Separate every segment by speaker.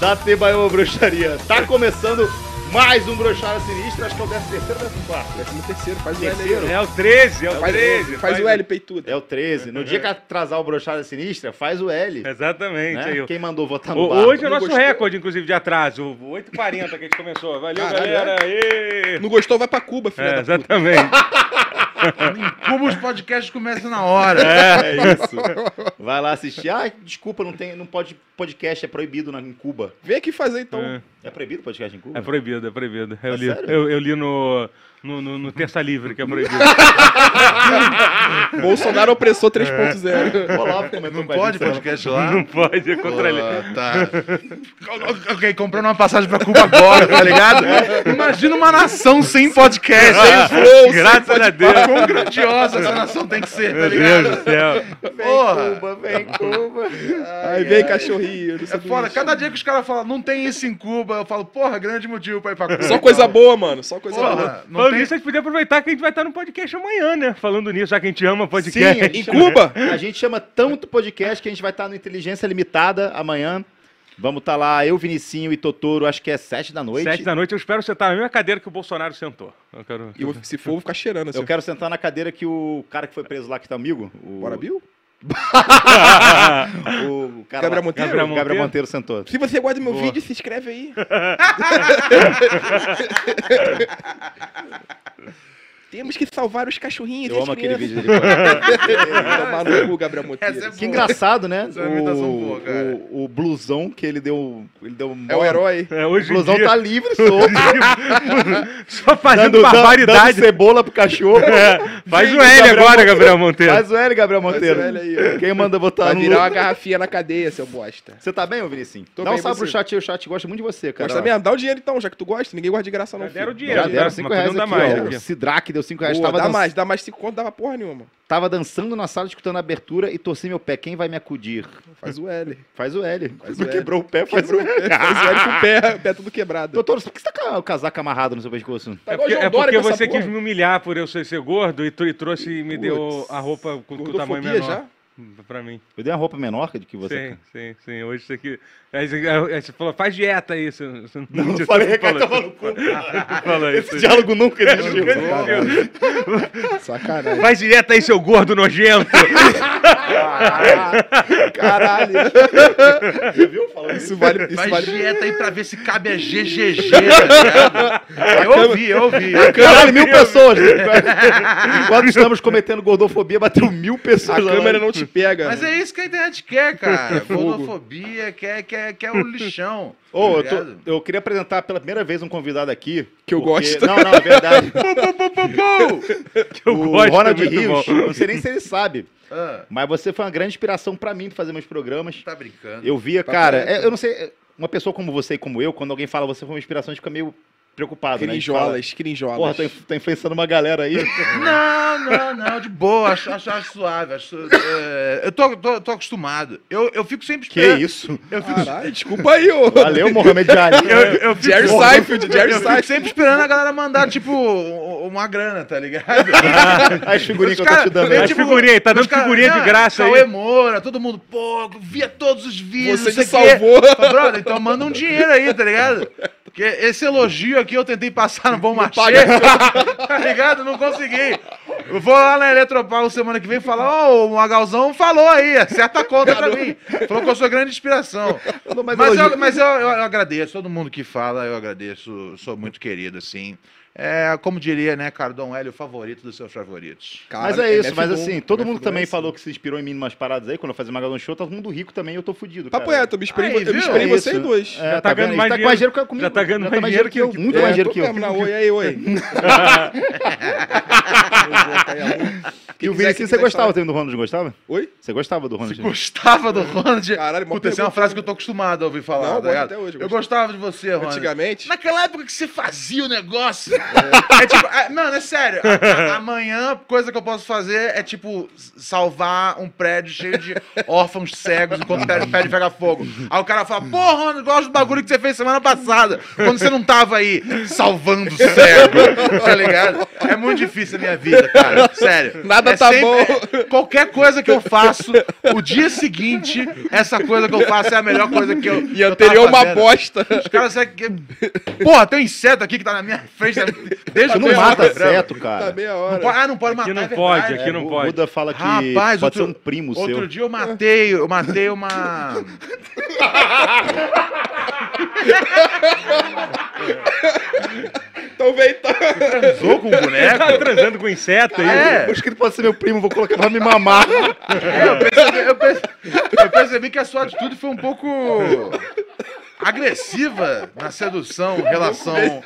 Speaker 1: da Tebaiô Bruxaria. Tá começando mais um Bruxaria Sinistra, acho que é o 13 terceiro ou 14
Speaker 2: Décimo terceiro, faz
Speaker 1: Terceiro?
Speaker 2: o L aí.
Speaker 3: É o 13, é o
Speaker 2: Faz,
Speaker 3: 13.
Speaker 2: faz o L, peitudo.
Speaker 1: É o 13. No dia que atrasar o Bruxaria Sinistra, faz o L.
Speaker 3: Exatamente.
Speaker 1: né?
Speaker 3: É, Aí, ó.
Speaker 1: Quem mandou votar no
Speaker 3: O-
Speaker 1: bar.
Speaker 3: hoje é o
Speaker 2: Não
Speaker 3: nosso
Speaker 2: gostou?
Speaker 3: recorde, inclusive, de atraso. O 8h40 que a gente começou. Valeu,
Speaker 2: Caralho,
Speaker 3: galera. Aê!
Speaker 2: Não gostou, vai pra Cuba, filha da
Speaker 3: É,
Speaker 2: puta.
Speaker 3: exatamente.
Speaker 4: Cuba, os podcasts começam na hora.
Speaker 1: É isso. Vai lá assistir. Ah, desculpa, não tem, não pode podcast é proibido na, em Cuba.
Speaker 2: Vem aqui fazer então.
Speaker 3: É.
Speaker 1: É proibido podcast em Cuba?
Speaker 3: É proibido, é proibido. Eu
Speaker 1: É
Speaker 3: li,
Speaker 1: sério?
Speaker 3: eu, eu li no, no, no- no Terça Livre que é proibido.
Speaker 2: Bolsonaro opressor
Speaker 3: É.
Speaker 2: 3.0.
Speaker 1: O Olavo comentou
Speaker 4: Não
Speaker 1: com a gente
Speaker 4: pode
Speaker 1: semana
Speaker 4: podcast lá?
Speaker 3: Não pode, é contra a lei.
Speaker 4: Ah, tá. ok, comprando uma passagem pra Cuba agora, tá ligado? Imagina uma nação sem podcast. hein?
Speaker 2: Flow,
Speaker 3: Graças a Deus.
Speaker 4: Quão grandiosa essa nação tem que ser, tá
Speaker 3: Meu Deus
Speaker 4: ligado?
Speaker 3: do céu.
Speaker 1: Vem
Speaker 4: Porra!
Speaker 1: Cuba, vem Cuba.
Speaker 2: Aí vem cachorrinho.
Speaker 4: É foda, cada dia que os caras falam, não tem isso em Cuba, eu falo, porra, grande motivo pra ir pra Cuba.
Speaker 2: Só coisa boa, mano. Só coisa boa.
Speaker 4: Porra, não
Speaker 3: Falando
Speaker 4: tem...
Speaker 3: nisso, a gente podia aproveitar que a gente vai estar no podcast amanhã, né? Falando nisso, já que a gente ama
Speaker 2: Sim,
Speaker 3: podcast.
Speaker 2: em Cuba.
Speaker 1: A gente chama tanto podcast que a gente vai estar no Inteligência Limitada amanhã. Vamos estar lá, eu, Vinicinho e Totoro, acho que é sete da noite.
Speaker 3: Sete da noite, eu espero sentar na mesma cadeira que o Bolsonaro sentou. Eu quero...
Speaker 2: E eu- se for, eu vou ficar cheirando assim.
Speaker 1: Eu quero sentar na cadeira que o cara que foi preso lá, que tá amigo. O,
Speaker 2: Bora, Bill?
Speaker 1: o cara
Speaker 2: Gabriel
Speaker 1: lá-
Speaker 2: Monteiro?
Speaker 1: Gabriel Monteiro.
Speaker 3: Gabriel
Speaker 1: Monteiro sentou.
Speaker 2: Se você gosta do meu
Speaker 3: Boa.
Speaker 2: vídeo, se inscreve aí. Temos que salvar os cachorrinhos. e
Speaker 1: Eu
Speaker 2: as
Speaker 1: amo aquele
Speaker 2: crianças.
Speaker 1: vídeo dele.
Speaker 2: Tomar no cu, Gabriel Monteiro.
Speaker 4: Essa é boa.
Speaker 1: Que engraçado, né?
Speaker 4: Essa é uma imitação
Speaker 1: O-
Speaker 4: boa, cara.
Speaker 1: O, o blusão que ele deu. Ele deu
Speaker 2: É o herói.
Speaker 3: É,
Speaker 1: O
Speaker 3: hoje em
Speaker 1: blusão
Speaker 3: dia,
Speaker 1: tá livre, solto. dando,
Speaker 3: só fazendo
Speaker 1: dando, dando
Speaker 3: barbaridade.
Speaker 1: cebola pro cachorro.
Speaker 3: É, faz
Speaker 1: Sim,
Speaker 3: o L
Speaker 1: Gabriel
Speaker 3: agora,
Speaker 1: Monteiro.
Speaker 3: Gabriel Monteiro.
Speaker 1: Faz o L, Gabriel Monteiro.
Speaker 2: Faz o L aí, ó.
Speaker 1: Quem manda botar
Speaker 2: Vai
Speaker 1: Tá no.
Speaker 2: virar uma garrafinha na cadeia, seu bosta.
Speaker 1: Você tá bem, ô Vinicinho?
Speaker 2: Tô
Speaker 1: Dá um
Speaker 2: bem,
Speaker 1: salve pro
Speaker 2: você?
Speaker 1: chat aí, o chat gosta muito de você, cara.
Speaker 2: Gosta mesmo? Dá o dinheiro então, já que tu gosta. Ninguém gosta de graça não,
Speaker 3: Já deram
Speaker 2: filho.
Speaker 3: o dinheiro,
Speaker 1: Já
Speaker 2: Dá
Speaker 1: deram
Speaker 3: né?
Speaker 1: 5
Speaker 3: Mas
Speaker 1: reais
Speaker 3: não dá
Speaker 1: aqui,
Speaker 3: mais,
Speaker 1: ó.
Speaker 3: aqui.
Speaker 1: O Sidrac deu 5 reais.
Speaker 2: Boa,
Speaker 1: tava,
Speaker 2: dá
Speaker 1: dan-
Speaker 2: mais, dá mais 5 conto, dava porra nenhuma.
Speaker 1: tava dançando na sala, escutando a abertura e torci meu pé. Quem vai me acudir?
Speaker 2: Faz o L.
Speaker 1: Faz o L.
Speaker 2: Faz o L.
Speaker 1: Quebrou o pé, faz
Speaker 2: Quebrou
Speaker 1: o
Speaker 2: o
Speaker 1: L.
Speaker 2: pé, faz o L com o pé, o pé tudo quebrado.
Speaker 1: Doutor, por que você tá com o casaco amarrado no seu pescoço?
Speaker 2: Tá
Speaker 3: É
Speaker 2: igual o
Speaker 3: porque,
Speaker 2: João
Speaker 3: é
Speaker 2: Dória
Speaker 3: porque
Speaker 2: com essa
Speaker 3: você quis
Speaker 2: porra.
Speaker 3: me humilhar por eu ser, ser gordo e, tro- e trouxe e me deu
Speaker 2: Putz.
Speaker 3: a roupa com, com o tamanho
Speaker 2: Gordofobia
Speaker 3: menor.
Speaker 2: já?
Speaker 3: Pra mim.
Speaker 1: Eu dei uma roupa menor que de que você.
Speaker 3: sim, sim, sim. Hoje isso aqui. Aí você, aí você falou, faz dieta aí. Você, você
Speaker 1: Não,
Speaker 3: você
Speaker 1: não falei que
Speaker 3: falou- Ah,
Speaker 1: tava no cu.
Speaker 3: falou isso.
Speaker 1: Esse diálogo nunca existiu.
Speaker 3: Nunca existiu.
Speaker 2: Caralho. Sacanagem.
Speaker 3: Faz dieta aí, seu gordo nojento.
Speaker 2: Caralho.
Speaker 1: Você viu? Falando isso.
Speaker 2: Isso vale, isso
Speaker 4: Faz
Speaker 2: vale.
Speaker 4: dieta aí pra ver se cabe a GGG, tá ligado? Eu ouvi, eu ouvi.
Speaker 1: Caralho, mil pessoas. né? Enquanto estamos cometendo gordofobia, bateu mil
Speaker 2: A
Speaker 1: pessoas. lá.
Speaker 2: câmera não te pega.
Speaker 4: Mas
Speaker 2: né?
Speaker 4: é isso que a internet quer, cara.
Speaker 2: Fogo.
Speaker 4: Gordofobia, quer, quer, quer o lixão.
Speaker 1: Ô,
Speaker 4: tá
Speaker 1: eu, tô-
Speaker 4: ligado?
Speaker 1: eu queria apresentar pela primeira vez um convidado aqui.
Speaker 2: Que eu gosto.
Speaker 1: Não, não, é verdade.
Speaker 3: Eu
Speaker 1: o
Speaker 3: gosto, é
Speaker 1: Ronald
Speaker 3: muito
Speaker 1: Rios,
Speaker 3: bom.
Speaker 1: não sei nem se ele sabe,
Speaker 4: Ah,
Speaker 1: mas você foi uma grande inspiração pra mim pra fazer meus programas.
Speaker 4: tá brincando.
Speaker 1: Eu via,
Speaker 2: Tá
Speaker 1: cara,
Speaker 2: correto.
Speaker 1: é- eu não sei, é, uma pessoa como você e como eu, quando alguém fala você foi uma inspiração, a gente fica meio preocupado, né? A gente fala,
Speaker 2: Crinjolas, crinjolas.
Speaker 1: Porra, tô, inf- tô influenciando uma galera aí.
Speaker 4: Não, não, não, de boa, acho, acho, acho suave. Acho, é, eu tô, tô, tô acostumado. Eu, eu fico sempre
Speaker 1: que isso?
Speaker 4: Eu fico,
Speaker 2: Caralho, desculpa aí, ô.
Speaker 1: Valeu, Mohamed Ali.
Speaker 3: Eu, eu fico-
Speaker 2: Jerry Seinfeld, Jerry
Speaker 4: eu fico
Speaker 2: Seinfeld.
Speaker 4: sempre esperando a galera mandar, tipo, um- uma grana, tá ligado?
Speaker 1: As figurinhas que eu
Speaker 4: Os
Speaker 1: tô
Speaker 4: cara-
Speaker 1: te dando né?
Speaker 3: eu
Speaker 1: aí. Ah,
Speaker 3: As figurinha aí, Ah, tá
Speaker 4: os
Speaker 3: dando
Speaker 4: cara-
Speaker 3: figurinha de
Speaker 4: né,
Speaker 3: graça
Speaker 4: Cauê
Speaker 3: aí.
Speaker 4: Moura, todo mundo, pô, via todos os vídeos.
Speaker 2: Você
Speaker 4: não
Speaker 2: te
Speaker 4: sei o
Speaker 3: é-
Speaker 4: quê.
Speaker 2: salvou.
Speaker 4: Falei, Brother, então manda um dinheiro aí, tá ligado? Porque esse elogio aqui eu tentei passar no Bom Machê, tá ligado? Não consegui. Eu vou lá na Eletropaulo semana que vem e falar, ó, o Magalzão falou aí, acerta a conta pra mim. Falou que eu sou grande inspiração.
Speaker 1: dou mais
Speaker 4: Mas, eu,
Speaker 1: elogio.
Speaker 4: mas eu, eu- eu agradeço, todo mundo que fala, eu agradeço, sou muito querido, assim. É, como diria, né, cara, Dom Hélio, o favorito dos seus favoritos.
Speaker 1: Mas
Speaker 2: Caralho,
Speaker 1: é isso,
Speaker 2: MF
Speaker 1: mas
Speaker 2: bom,
Speaker 1: assim, todo
Speaker 2: MF
Speaker 1: mundo
Speaker 2: bom
Speaker 1: também
Speaker 2: é assim.
Speaker 1: falou que se inspirou em mim em umas paradas aí, quando eu fazia Magalhães Show, todo mundo rico também, eu tô fudido, cara.
Speaker 2: Papo é, eu me esperei,
Speaker 4: Aí,
Speaker 2: eu me
Speaker 4: viu?
Speaker 2: esperei
Speaker 1: É
Speaker 2: vocês
Speaker 1: isso.
Speaker 2: dois.
Speaker 1: É,
Speaker 3: Já tá ganhando mais
Speaker 1: tá com
Speaker 3: dinheiro.
Speaker 1: mais dinheiro que eu comigo.
Speaker 3: Já tá ganhando mais dinheiro que eu.
Speaker 1: Muito
Speaker 2: É,
Speaker 1: mais dinheiro
Speaker 2: tô
Speaker 1: que eu.
Speaker 2: mesmo Na oi, aí, oi.
Speaker 1: E o Vinicius, você gostava também do Ronald, não gostava?
Speaker 2: Oi?
Speaker 1: Você gostava do Ronald?
Speaker 4: Gostava do Ronald.
Speaker 2: Caralho, mó
Speaker 4: Puta, essa é uma
Speaker 2: pergunta.
Speaker 4: frase que eu tô acostumado a ouvir falar.
Speaker 2: Não, eu
Speaker 4: tá
Speaker 2: gosto
Speaker 4: ligado?
Speaker 2: até hoje, eu
Speaker 4: eu gostava de você, Ronald.
Speaker 2: Antigamente?
Speaker 4: Naquela época que você fazia o negócio. É, tipo, ah, mano, é sério. a- a- amanhã, coisa que eu posso fazer é, tipo, s- salvar um prédio cheio de órfãos cegos enquanto o prédio, prédio pega fogo. Aí o cara fala, pô, Ronald, gosto do bagulho que você fez semana passada, quando você não tava aí salvando cego, tá ligado? É muito difícil a minha vida, cara. Sério.
Speaker 2: Nada
Speaker 4: É
Speaker 2: tá
Speaker 4: sempre-
Speaker 2: bom.
Speaker 4: Qualquer coisa que eu faço, o dia seguinte, essa coisa que eu faço é a melhor coisa que eu.
Speaker 2: E anterior uma
Speaker 4: bosta.
Speaker 2: bosta.
Speaker 4: Os caras sabem que. Porra, tem um inseto aqui que tá na minha frente. Desde
Speaker 1: Tu
Speaker 4: o
Speaker 1: não
Speaker 4: começo do
Speaker 1: mata
Speaker 4: programa.
Speaker 1: certo, cara.
Speaker 2: Tá meia
Speaker 4: Não
Speaker 2: hora.
Speaker 4: pode- ah, não pode matar.
Speaker 3: Aqui não
Speaker 4: é
Speaker 3: pode,
Speaker 4: verdade.
Speaker 3: aqui é não
Speaker 1: o
Speaker 3: pode.
Speaker 1: Buda fala que
Speaker 4: Rapaz,
Speaker 1: pode
Speaker 4: outro-
Speaker 1: ser um primo
Speaker 4: Outro
Speaker 1: seu.
Speaker 4: dia eu matei, eu matei uma. um
Speaker 2: Então vem, tá.
Speaker 4: Sou com um boneco.
Speaker 3: Tá transando com inseto aí.
Speaker 4: É,
Speaker 1: Eu acho que ele pode ser meu primo, vou colocar pra me mamar.
Speaker 4: é, eu, percebi, eu perce- eu percebi que a sua atitude foi um pouco agressiva na sedução em relação,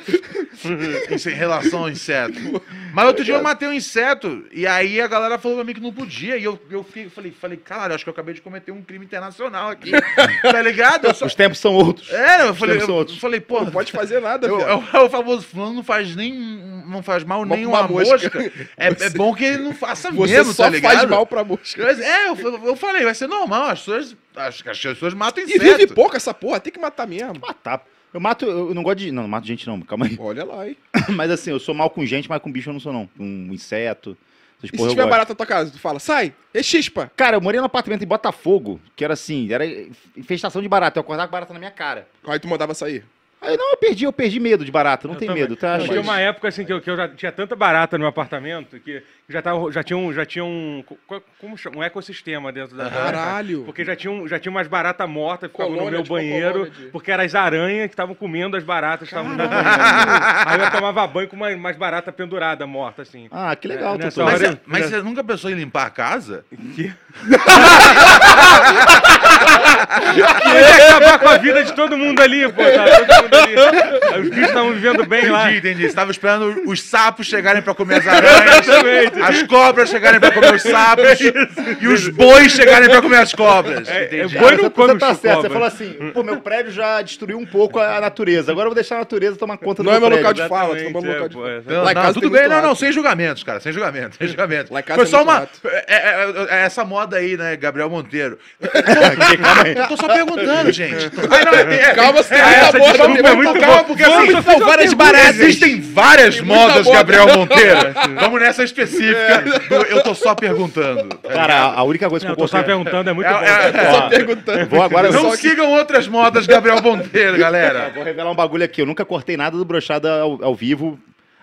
Speaker 4: em relação ao inseto. Mas outro dia eu matei um inseto e aí a galera falou pra mim que não podia. E eu, eu fiquei- falei, falei, caralho, acho que eu acabei de cometer um crime internacional aqui. Tá ligado? Eu só-
Speaker 1: Os tempos são outros.
Speaker 4: É, eu falei,
Speaker 1: tempos são
Speaker 4: eu,
Speaker 1: outros.
Speaker 4: falei, pô,
Speaker 2: Não pode fazer nada,
Speaker 4: Eu-
Speaker 2: viu?
Speaker 4: é, o, é o famoso fulano não faz nem. não faz mal
Speaker 2: Uma-
Speaker 4: nem
Speaker 2: uma
Speaker 4: uma,
Speaker 2: mosca.
Speaker 4: mosca. É, é bom que ele não faça
Speaker 2: Você
Speaker 4: mesmo,
Speaker 2: só
Speaker 4: tá ligado?
Speaker 2: faz mal pra mosca.
Speaker 4: É, eu, fa- eu falei, vai ser normal, as pessoas. As, as pessoas matam
Speaker 2: E vive
Speaker 4: inseto.
Speaker 2: pouco essa porra, tem que matar mesmo.
Speaker 1: Matar. Ah, tá. Eu mato, eu não gosto de. Não, não mato gente não, calma aí.
Speaker 2: Olha lá, hein.
Speaker 1: Mas assim, eu sou mal com gente, mas com bicho eu não sou, não. Um inseto. Essas
Speaker 2: E
Speaker 4: Tipo,
Speaker 1: porra
Speaker 2: se
Speaker 1: eu
Speaker 2: tiver
Speaker 1: gosto.
Speaker 2: barato na tua casa, tu fala, sai, e chispa.
Speaker 1: Cara, eu morei num apartamento em Botafogo, que era assim, era infestação de barata. Eu acordava com barata na minha cara.
Speaker 2: Aí tu mandava sair.
Speaker 1: Aí não, eu perdi, eu perdi medo de barata. Não
Speaker 3: Eu
Speaker 1: tem
Speaker 3: também.
Speaker 1: medo, tá?
Speaker 3: Eu tinha uma época assim que eu, que eu já tinha tanta barata no meu apartamento que já, tava, já tinha um, já tinha um, co- co- como chama? um ecossistema dentro da
Speaker 2: Caralho.
Speaker 3: Porque já tinha, um- já tinha umas baratas mortas que ficavam no
Speaker 2: Colônia,
Speaker 3: meu
Speaker 2: tipo,
Speaker 3: banheiro,
Speaker 2: colônia de-
Speaker 3: porque eram as aranhas que estavam comendo as baratas que estavam no meu banheiro. Aí eu tomava banho com uma- umas baratas penduradas, mortas, assim.
Speaker 1: Ah, que legal,
Speaker 3: É, nessa
Speaker 1: Totoro.
Speaker 4: Mas,
Speaker 3: hora-
Speaker 4: você- mas você nunca pensou em limpar a casa?
Speaker 1: Ah.
Speaker 3: Eu ia acabar com a vida de todo mundo ali, pô. Tá, todo mundo ali. Aí Os bichos estavam vivendo bem lá.
Speaker 4: Entendi, entendi. Você tava esperando os sapos chegarem pra comer as aranhas,
Speaker 3: Exatamente.
Speaker 4: as cobras chegarem pra comer os sapos e os bois chegarem pra comer as cobras.
Speaker 3: É,
Speaker 4: Entendi.
Speaker 3: é boi
Speaker 1: Cara,
Speaker 3: não
Speaker 1: você-
Speaker 3: come
Speaker 1: você tá
Speaker 3: os
Speaker 1: certo. Você
Speaker 3: cobras.
Speaker 1: fala assim, pô, meu prédio já destruiu um pouco a a natureza. Agora eu vou deixar a natureza tomar conta do
Speaker 2: Não é meu
Speaker 1: prédio.
Speaker 2: local de fala,
Speaker 1: um
Speaker 2: tu não
Speaker 3: Exatamente,
Speaker 2: é meu local
Speaker 3: é,
Speaker 2: de
Speaker 3: pô,
Speaker 2: fala.
Speaker 3: exatamente.
Speaker 4: Não,
Speaker 2: Lá em
Speaker 4: não,
Speaker 2: casa
Speaker 4: tudo
Speaker 2: tem
Speaker 4: bem,
Speaker 2: muito
Speaker 4: não, não,
Speaker 2: rato.
Speaker 4: sem julgamento, cara, sem julgamento, sem julgamento.
Speaker 2: Lá em casa
Speaker 4: Foi
Speaker 2: tem
Speaker 4: só
Speaker 2: muito
Speaker 4: uma.
Speaker 2: rato.
Speaker 4: É, é, é, é essa moda aí, né, Gabriel Monteiro? Eu tô só perguntando, gente. Ah, não, é- é-
Speaker 2: Calma, você
Speaker 4: é,
Speaker 2: tem muita
Speaker 4: essa
Speaker 2: moda,
Speaker 4: desculpa
Speaker 2: tem
Speaker 4: é
Speaker 2: muita
Speaker 4: muito
Speaker 2: moda.
Speaker 4: calma, porque
Speaker 2: Vamos
Speaker 4: assim,
Speaker 2: só fazer uma
Speaker 4: várias
Speaker 2: pergunta,
Speaker 4: baratas.
Speaker 2: gente.
Speaker 4: Existem várias
Speaker 2: muita É.
Speaker 4: modas,
Speaker 2: moda.
Speaker 4: Gabriel Monteiro. Vamos nessa específica do Eu tô só perguntando.
Speaker 2: Tá
Speaker 1: Cara, a- a única coisa que
Speaker 3: Não,
Speaker 1: eu
Speaker 3: eu tô
Speaker 1: posso...
Speaker 3: só perguntando, é muito
Speaker 4: É,
Speaker 3: bom.
Speaker 4: é,
Speaker 3: cara.
Speaker 4: é,
Speaker 1: Ó,
Speaker 2: Perguntando.
Speaker 1: Tá. Vou agora... Só
Speaker 4: Não
Speaker 1: que-
Speaker 4: sigam outras modas, Gabriel Monteiro, galera.
Speaker 1: Vou revelar um bagulho aqui. Eu nunca cortei nada do Brochada ao, ao vivo.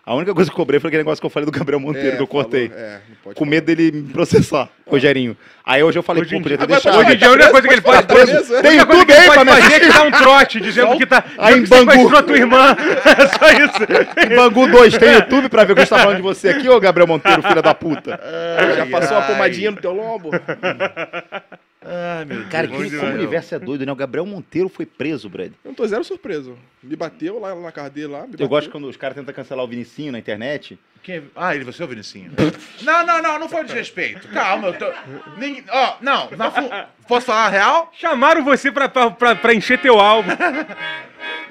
Speaker 1: A única coisa que eu cobrei foi aquele negócio que eu falei do Gabriel Monteiro, que eu cortei.
Speaker 2: Falou, é, não pode
Speaker 1: com medo dele me processar, Rogerinho. Aí hoje tá eu falei,
Speaker 3: Hoje
Speaker 1: pô,
Speaker 3: em
Speaker 1: podia ter
Speaker 2: dia-
Speaker 1: deixado.
Speaker 3: Hoje em dia a única coisa que ele
Speaker 1: tá
Speaker 3: pode
Speaker 1: preso.
Speaker 2: preso, é.
Speaker 1: Tem
Speaker 3: A única coisa
Speaker 1: YouTube
Speaker 3: que ele
Speaker 1: aí pra
Speaker 3: pode
Speaker 1: me
Speaker 3: fazer é
Speaker 1: assistir.
Speaker 3: que dá um trote, dizendo que tá.
Speaker 1: Aí em
Speaker 3: que você
Speaker 1: Bangu.
Speaker 3: sequestrou tua irmã. É só isso.
Speaker 1: Bangu 2, tem YouTube pra ver o que a gente tá falando de você aqui, ô Gabriel Monteiro, filha da puta.
Speaker 2: falar. É, Já passou uma
Speaker 4: Ai.
Speaker 2: pomadinha no teu lombo?
Speaker 4: Ai, meu Deus.
Speaker 1: Cara,
Speaker 3: Bom
Speaker 1: que, como
Speaker 3: demais.
Speaker 1: o universo é doido, né? O Gabriel Monteiro foi preso, Brad.
Speaker 2: Eu não tô zero surpreso. Me bateu lá na casa dele lá. me
Speaker 1: Eu
Speaker 2: bateu.
Speaker 1: gosto quando os caras tentam cancelar o Vinicinho na internet.
Speaker 4: Quem é- Ah, ele você é o Vinicinho. não, não, não, não foi um desrespeito. Calma, eu tô. Ninguém- Ó, não, na fu... posso falar a real?
Speaker 3: Chamaram você pra, pra, pra- pra encher teu álbum.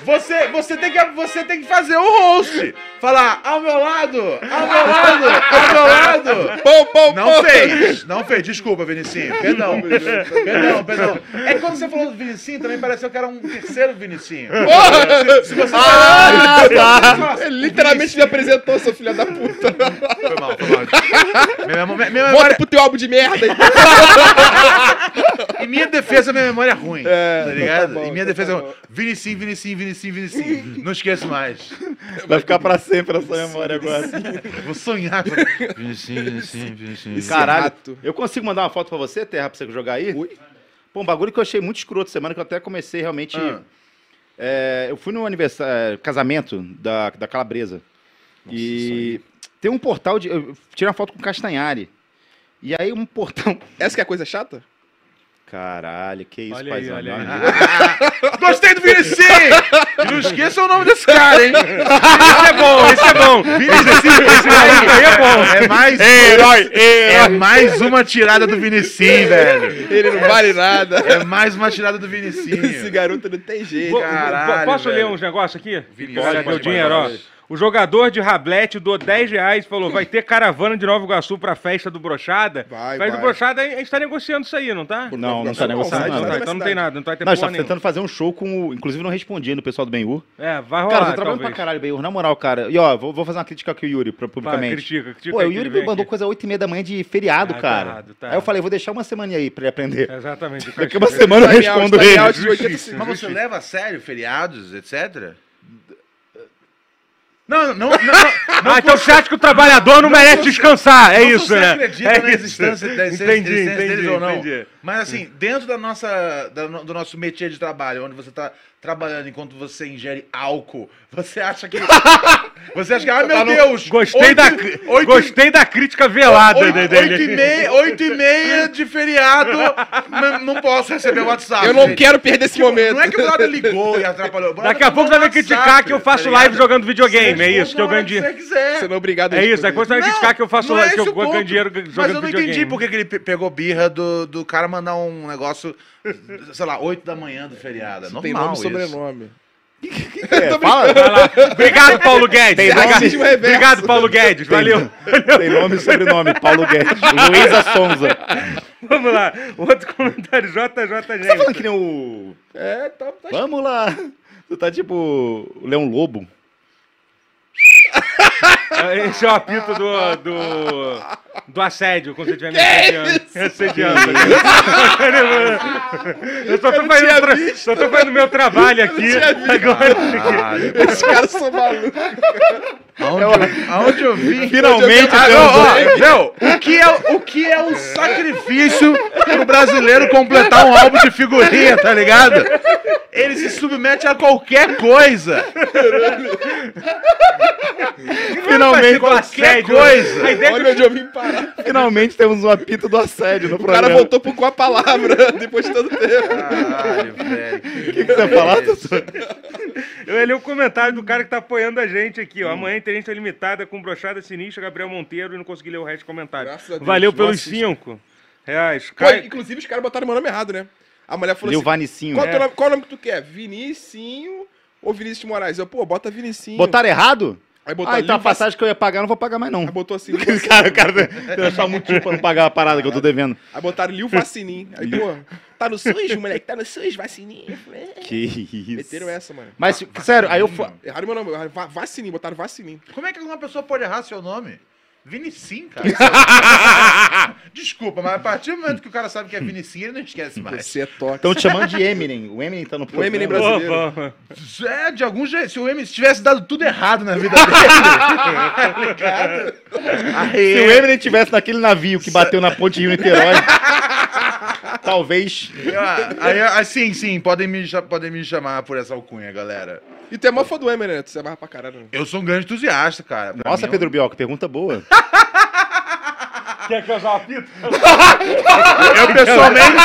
Speaker 4: Você, você, tem que, você tem que fazer o host. Falar ao meu lado, ao meu lado, ao meu lado.
Speaker 2: Pom, pom,
Speaker 4: Não
Speaker 2: pom.
Speaker 4: fez, não fez. Desculpa, Vinicinho. Perdão, perdão, perdão. É que quando você falou do Vinicinho, também pareceu que era um terceiro Vinicinho.
Speaker 2: Porra!
Speaker 4: Se você
Speaker 1: Ah,
Speaker 4: tá.
Speaker 2: Ele literalmente me apresentou, seu filho da puta.
Speaker 4: Foi mal, foi mal. Minha, memo- minha é memória,
Speaker 2: Bota pro teu álbum de merda. então, aí.
Speaker 4: Em minha defesa, minha memória é ruim.
Speaker 2: É,
Speaker 4: tá
Speaker 2: então
Speaker 4: ligado?
Speaker 2: tá bom,
Speaker 4: em minha
Speaker 2: então
Speaker 4: defesa,
Speaker 2: tá
Speaker 4: é ruim. Vinicinho, Vinicinho, Vinicinho, Vinicinho. Não esqueço mais.
Speaker 1: Vai ficar pra sempre essa memória agora.
Speaker 4: Vou sonhar com. Vinicinho, Vinicinho, Vinicinho.
Speaker 2: Isso.
Speaker 1: Caralho.
Speaker 2: rato.
Speaker 1: Eu consigo mandar uma foto pra você, Terra, pra você jogar aí?
Speaker 2: Ui.
Speaker 1: Pô, um bagulho que eu achei muito escroto semana, que eu até comecei realmente.
Speaker 4: Ah.
Speaker 1: É, eu fui no aniversário, casamento da, da Calabresa. e tem um portal de. Eu tirei uma foto com o Castanhari. E aí um portão.
Speaker 2: Essa que é a coisa chata?
Speaker 1: Caralho, que isso,
Speaker 3: Olha aí,
Speaker 1: paizão.
Speaker 3: olha aí.
Speaker 1: não,
Speaker 4: Gostei do Vinicinho! E não esqueça o nome desse cara, hein?
Speaker 3: Esse é bom, esse é bom.
Speaker 4: Vinicinho,
Speaker 3: Esse daí aí é bom.
Speaker 4: É mais.
Speaker 2: um.
Speaker 4: É mais uma tirada do Vinicinho, velho.
Speaker 2: Ele não vale nada.
Speaker 4: É mais uma tirada do
Speaker 2: Esse
Speaker 4: Vinicinho.
Speaker 2: garoto não tem jeito.
Speaker 3: Vou-
Speaker 4: Caralho,
Speaker 3: posso ler
Speaker 4: velho.
Speaker 3: uns negócios aqui?
Speaker 4: Vinícius,
Speaker 3: Olha,
Speaker 4: pode,
Speaker 3: meu
Speaker 4: pode,
Speaker 3: dinheiro, ó.
Speaker 4: pode.
Speaker 3: O jogador de Rablete doou 10 reais e falou: vai ter caravana de Nova Iguaçu pra festa do Brochada.
Speaker 2: Vai,
Speaker 3: festa
Speaker 2: vai.
Speaker 3: do Brochada, a gente tá negociando isso aí, não tá?
Speaker 1: Não, não tá
Speaker 3: Não,
Speaker 1: negociando
Speaker 3: não,
Speaker 1: nada.
Speaker 3: tá, então não tem nada, não vai ter
Speaker 1: Nós
Speaker 3: porra
Speaker 1: estamos
Speaker 3: nenhuma.
Speaker 1: tentando fazer um show com o. Inclusive, não respondendo o pessoal do Ben-Hur.
Speaker 3: É, vai rolar.
Speaker 1: Cara, você trabalhando pra
Speaker 3: talvez.
Speaker 1: caralho, Ben-Hur, na moral, cara. E ó, vou, vou fazer uma crítica aqui ao Yuri, pra-
Speaker 3: Vai,
Speaker 1: publicamente.
Speaker 3: critica, critica.
Speaker 1: Pô, é o
Speaker 3: aí que
Speaker 1: Yuri
Speaker 3: ele vem
Speaker 1: me mandou
Speaker 3: aqui.
Speaker 1: coisa 8 e meia da manhã de feriado,
Speaker 3: Ah, tá
Speaker 1: cara.
Speaker 3: errado, tá
Speaker 1: Aí eu
Speaker 3: errado. Tá
Speaker 1: falei, vou deixar uma semana aí pra ele aprender.
Speaker 3: Exatamente.
Speaker 1: Daqui uma semana eu
Speaker 2: Time out,
Speaker 1: respondo
Speaker 2: time
Speaker 1: ele.
Speaker 2: out de tipo assim, 80
Speaker 3: Justiça.
Speaker 2: segundos.
Speaker 4: Mas você
Speaker 3: Justiça.
Speaker 4: leva a sério feriados, etc? Não, não, não, não, não
Speaker 3: Ah, então você acha que o trabalhador não merece descansar? É isso,
Speaker 4: se
Speaker 3: né?
Speaker 4: você acredita
Speaker 3: é
Speaker 4: na
Speaker 3: isso.
Speaker 4: existência da existência
Speaker 3: Entendi,
Speaker 4: existência deles
Speaker 3: entendi,
Speaker 4: ou não.
Speaker 3: entendi.
Speaker 4: Mas assim, dentro da nossa, da no- do nosso métier de trabalho, onde você tá trabalhando enquanto você ingere álcool, você acha que. você acha que, ai meu
Speaker 2: Tá no-
Speaker 4: Deus!
Speaker 3: Gostei,
Speaker 4: oito-
Speaker 3: da, cri-
Speaker 4: oito-
Speaker 3: gostei da crítica velada
Speaker 4: oito-
Speaker 3: de- dele.
Speaker 4: Oito e meia- oito e meia de feriado, n- não posso receber WhatsApp.
Speaker 2: Eu não
Speaker 4: gente.
Speaker 2: quero perder esse momento.
Speaker 4: Não é que o brother ligou e atrapalhou. O brother
Speaker 3: Daqui a pouco você
Speaker 4: mandou
Speaker 3: vai
Speaker 4: WhatsApp,
Speaker 3: criticar que eu faço
Speaker 4: é um tá
Speaker 3: live
Speaker 4: ligado?
Speaker 3: jogando videogame.
Speaker 4: Você
Speaker 3: É isso,
Speaker 4: responde
Speaker 3: que eu
Speaker 4: na hora
Speaker 3: ganho dinheiro.
Speaker 4: você quiser.
Speaker 2: Você não é obrigado a
Speaker 3: É isso,
Speaker 2: responder.
Speaker 3: depois você vai
Speaker 4: Não,
Speaker 3: criticar que eu faço
Speaker 4: não é
Speaker 3: live, que
Speaker 4: esse
Speaker 3: eu
Speaker 4: o ponto.
Speaker 3: ganho dinheiro jogando
Speaker 4: Mas eu não
Speaker 3: videogame.
Speaker 4: entendi por que que ele pe- pegou birra do, do cara mandar um negócio, sei lá, 8 da manhã do feriado. É normal
Speaker 2: Tem nome e
Speaker 4: isso.
Speaker 2: sobrenome.
Speaker 1: É, fala,
Speaker 3: Vai lá. Obrigado, Paulo Guedes. Obrigado,
Speaker 2: é racismo reverso.
Speaker 3: Obrigado, Paulo Guedes. Valeu.
Speaker 1: tem nome e sobrenome, Paulo Guedes. Tá Luísa Sonza.
Speaker 3: Vamos lá. Outro comentário, JJ
Speaker 1: Você tá
Speaker 3: James.
Speaker 1: falando que nem o.
Speaker 2: É, tá. tá
Speaker 1: Vamos lá. Tu tá tipo o Leão Lobo.
Speaker 3: Esse é o apito do, do, do assédio, quando você estiver me assediando. assediando. tá eu só tô, fazendo
Speaker 2: tinha
Speaker 3: tra-
Speaker 2: visto.
Speaker 3: só tô fazendo meu trabalho aqui. Agora,
Speaker 2: Esses caras são malucos.
Speaker 4: Ah, Aonde, eu, aonde eu vi.
Speaker 1: Finalmente
Speaker 4: Ah,
Speaker 1: temos
Speaker 4: não, ó, meu, o que, é, o que é um sacrifício pro brasileiro completar um álbum de figurinha, tá ligado? Ele se submete a qualquer coisa. Finalmente,
Speaker 3: do
Speaker 4: qualquer
Speaker 3: assédio.
Speaker 4: coisa.
Speaker 3: A ideia é que
Speaker 2: Olha onde eu vim parar.
Speaker 1: Finalmente temos um apito do assédio no
Speaker 2: O
Speaker 1: programa.
Speaker 2: cara voltou pro com a palavra depois de tanto tempo.
Speaker 4: Caralho, velho.
Speaker 1: O que, que você ia falar, Tatu?
Speaker 3: Eu li o comentário do cara que tá apoiando a gente aqui, ó. Amanhã entrevista limitada com brochada sinistra, Gabriel Monteiro, e não consegui ler o resto do comentário.
Speaker 2: Graças a Deus.
Speaker 3: Valeu pelos
Speaker 2: Nossa, isso-
Speaker 3: cinco reais.
Speaker 2: Pô,
Speaker 3: Cai-
Speaker 2: inclusive, os caras botaram meu nome errado, né? A mulher falou
Speaker 1: Leu
Speaker 2: assim:
Speaker 1: Vanicinho.
Speaker 2: qual, é.
Speaker 3: É.
Speaker 2: nome, qual o nome que tu quer? Vinicinho ou Vinícius de Moraes? Eu, pô, bota Vinicinho.
Speaker 1: Botaram errado?
Speaker 2: Aí botou
Speaker 4: tá
Speaker 1: Ah, então a
Speaker 2: Livas-
Speaker 1: passagem que eu ia pagar, eu não vou pagar mais, não.
Speaker 2: Aí botou assim, Livas-
Speaker 1: cara, o cara tem achar motivo pra não pagar a parada que eu tô devendo.
Speaker 2: aí botaram Lil Vacinin. Aí, pô, tá no SUS, moleque, tá no SUS, Vacinin. Eu falei, "É".
Speaker 1: Que isso.
Speaker 2: Meteram essa, mano.
Speaker 1: Mas, se- sério, aí eu. fa-
Speaker 2: Erraram meu nome, erraram Va- Vacinin, botaram Vacinin.
Speaker 4: Como é que alguma pessoa pode errar seu nome? Vinicim, cara. Desculpa, mas a partir do momento que o cara sabe que é Vinicim, ele não esquece mais.
Speaker 2: Você é toque.
Speaker 4: Então-
Speaker 1: Estão te chamando de Eminem. O Eminem tá no programa.
Speaker 2: Eminem
Speaker 3: Pô,
Speaker 2: brasileiro.
Speaker 3: pô.
Speaker 4: É, de algum jeito. Se o Eminem tivesse dado tudo errado na vida dele. tá ligado?
Speaker 1: Se o Eminem tivesse naquele navio que bateu na ponte Rio-Niterói, talvez.
Speaker 4: Aí, aí, sim, sim, podem me, cha- podem me chamar por essa alcunha, galera.
Speaker 2: E tu é mó fã do Eminem, né? Tu se amarra pra caralho. né?
Speaker 4: Eu sou um grande entusiasta, cara. Pra
Speaker 1: Nossa,
Speaker 4: mim,
Speaker 1: Pedro Bial, que pergunta boa.
Speaker 3: Quer que eu usar o apito?
Speaker 4: Eu pessoalmente,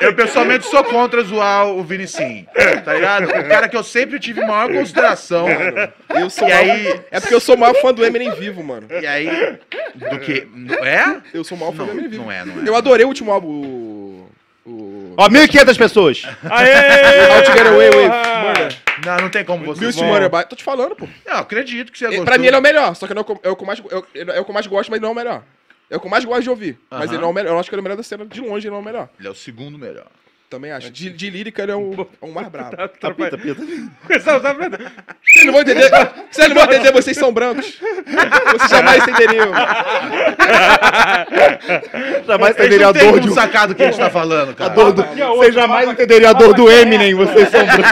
Speaker 4: eu pessoalmente sou contra zoar o Vinicim. Tá ligado? O cara que eu sempre tive maior consideração.
Speaker 2: Eu sou
Speaker 4: E
Speaker 2: o maior-
Speaker 4: aí-
Speaker 2: É porque eu sou o maior fã do Eminem vivo, mano.
Speaker 4: E aí. Do que. É?
Speaker 2: Eu sou o maior fã do Eminem vivo.
Speaker 4: Não é, não é.
Speaker 2: Eu adorei o último álbum. o- O.
Speaker 1: Ó, 1.500 pessoas.
Speaker 3: Aê!
Speaker 2: How to Get Away with
Speaker 3: Porra!
Speaker 2: Murder.
Speaker 4: Não, não tem como você.
Speaker 2: Bills to Murder by- Tô te falando, pô.
Speaker 4: Não, acredito que você
Speaker 2: E,
Speaker 4: gostou.
Speaker 2: pra mim ele é o melhor, só que não é o que eu- é o que eu mais, eu- ele é o que eu mais gosto, mas não é o melhor. É o que eu mais gosto de ouvir. Mas
Speaker 4: Aham.
Speaker 2: ele não é o melhor. Eu acho que ele é o melhor da cena. De longe ele não é o melhor.
Speaker 4: Ele é o segundo melhor.
Speaker 2: Também acho. De, de lírica ele é o, é o mais brabo.
Speaker 1: Tapita, pita.
Speaker 3: Começar a usar pra-
Speaker 2: Vocês não vão entender. Vocês não vão entender, vocês são brancos. Vocês jamais entenderiam.
Speaker 1: Jamais
Speaker 2: é
Speaker 4: Eles
Speaker 1: entenderia a
Speaker 4: não têm
Speaker 1: dor
Speaker 4: como
Speaker 1: de um.
Speaker 4: sacar do que a gente tá falando,
Speaker 1: A
Speaker 4: cara.
Speaker 1: dor do...
Speaker 3: Aqui é outro,
Speaker 1: Vocês jamais
Speaker 3: Papa-
Speaker 1: entenderia a dor
Speaker 3: Papa
Speaker 1: do
Speaker 3: Queca.
Speaker 1: Eminem, vocês são brancos.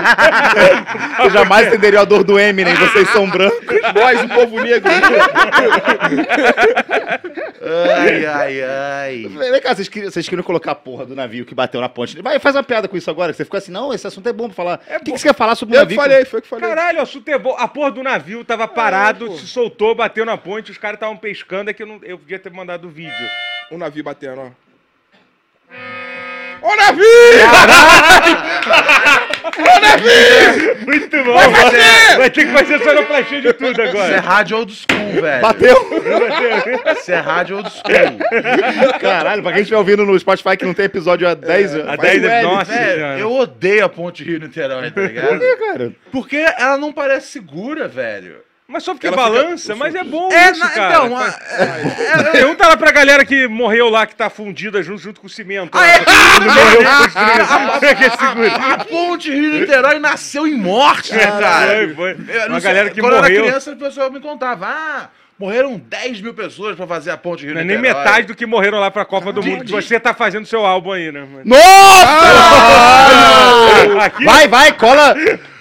Speaker 1: Vocês jamais entenderia a dor do Eminem, vocês são brancos.
Speaker 2: Nós, o um povo negro.
Speaker 4: um Ai, ai, ai.
Speaker 1: Vem cá, vocês queriam, vocês queriam colocar a porra do navio que bateu na ponte. Vai, faz uma piada com isso agora, que você ficou assim, não, esse assunto é bom pra falar. o que, que você quer falar sobre o
Speaker 2: Eu que
Speaker 1: navio?
Speaker 2: falei, foi o que eu falei.
Speaker 3: Caralho, o Sutebol, a porra do navio tava
Speaker 4: É,
Speaker 3: parado,
Speaker 2: pô.
Speaker 3: se soltou, bateu na ponte, os caras estavam pescando, é que eu, não, eu podia ter mandado o vídeo.
Speaker 2: Um navio batendo, ó. Ô navio!
Speaker 3: Muito bom! Vai,
Speaker 4: É!
Speaker 3: vai ter que fazer sonoplastia de tudo
Speaker 4: Isso é
Speaker 3: agora.
Speaker 4: rádio old school, velho.
Speaker 1: Bateu?
Speaker 4: Isso é rádio old school.
Speaker 1: Caralho, pra quem estiver ouvindo no Spotify que não tem episódio É, há 10 anos.
Speaker 3: A 10
Speaker 2: Vai,
Speaker 3: é
Speaker 2: velho,
Speaker 3: nossa,
Speaker 4: Velho,
Speaker 3: senhora.
Speaker 4: eu odeio a ponte Rio-Niterói, tá ligado?
Speaker 1: Por quê, cara?
Speaker 4: Porque ela não parece segura, velho.
Speaker 3: Mas só porque
Speaker 2: Ela fica-
Speaker 3: balança,
Speaker 2: eu
Speaker 3: mas é bom
Speaker 4: É,
Speaker 3: isso,
Speaker 4: na-
Speaker 3: cara.
Speaker 4: então,
Speaker 3: Faz-
Speaker 4: a- é- é-
Speaker 3: Pergunta lá pra galera que morreu lá, que tá fundida junto, junto com o cimento.
Speaker 4: Ah, é?
Speaker 3: Todo mundo morreu construindo. Que é seguro.
Speaker 4: a, a ponte Rio-Niterói nasceu em morte, né, cara?
Speaker 3: Foi, foi.
Speaker 4: Eu É, não
Speaker 3: Uma
Speaker 4: sei,
Speaker 3: galera que
Speaker 4: quando eu era
Speaker 3: morreu.
Speaker 4: criança, as pessoas me contavam, ah, morreram 10 mil pessoas pra fazer a ponte
Speaker 3: Não é
Speaker 4: Rio-Niterói.
Speaker 3: nem metade do que morreram lá pra Copa do
Speaker 4: De-
Speaker 3: Mundo. que
Speaker 4: de-
Speaker 3: Você tá fazendo seu álbum aí, né? mano? Ah,
Speaker 1: Nossa!
Speaker 3: Aqui-
Speaker 1: Vai, vai, cola.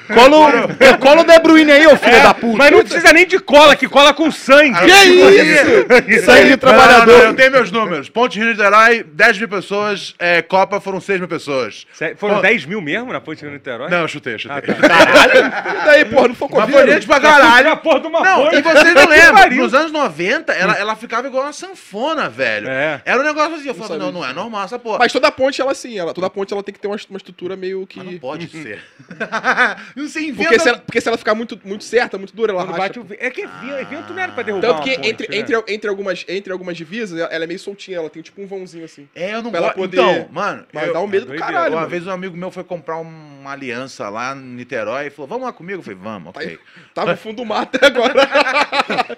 Speaker 1: Cola o, cola o De Bruyne aí, ô filho da puta.
Speaker 3: Mas não precisa nem de cola, que cola com sangue.
Speaker 1: Que isso? Isso aí de
Speaker 2: é
Speaker 4: Não, não, não,
Speaker 1: trabalhador.
Speaker 4: eu tenho meus números. Ponte Rio-Niterói, 10 mil pessoas. é, Copa foram 6 mil pessoas.
Speaker 3: Sério, Foram
Speaker 4: Pô.
Speaker 3: 10 mil mesmo na ponte de Niterói?
Speaker 4: Não, eu chutei, eu chutei.
Speaker 3: Ah, tá.
Speaker 1: E daí, porra, não foi
Speaker 4: Mas foi gente pra caralho.
Speaker 3: a porra de uma
Speaker 4: Não,
Speaker 3: ponte.
Speaker 4: e vocês não
Speaker 3: Que
Speaker 4: lembram,
Speaker 3: pariu. Hum.
Speaker 4: nos anos 90, ela, ela ficava igual uma sanfona, velho.
Speaker 3: É.
Speaker 4: Era um negócio assim, eu falava, não,
Speaker 2: sabia
Speaker 4: não é normal essa porra.
Speaker 2: Mas toda ponte, ela sim, ela, toda ponte ela tem que ter uma, est- uma estrutura meio que.
Speaker 4: Mas não pode ser. não se inventa.
Speaker 2: Porque se, ela, porque se ela ficar muito, muito certa, muito dura, ela
Speaker 3: Quando
Speaker 2: racha.
Speaker 3: bate o vento. É que é vi- é vento não era pra derrubar.
Speaker 2: Tanto que
Speaker 3: uma ponte,
Speaker 2: entre,
Speaker 3: né?
Speaker 2: entre, entre, algumas, entre algumas divisas, ela ela é meio soltinha, ela tem tipo um vãozinho assim.
Speaker 4: É, eu não
Speaker 2: Pra ela
Speaker 4: gosto.
Speaker 2: poder-
Speaker 4: Então, mano,
Speaker 2: Mas
Speaker 4: eu-
Speaker 2: dá um medo do
Speaker 3: doideira.
Speaker 2: caralho.
Speaker 4: uma
Speaker 2: mano.
Speaker 4: vez um amigo meu foi comprar um, uma aliança lá em Niterói e falou, vamos lá comigo? Eu falei, vamos,
Speaker 2: Tá aí.
Speaker 4: ok.
Speaker 2: Tava no fundo do mato até agora.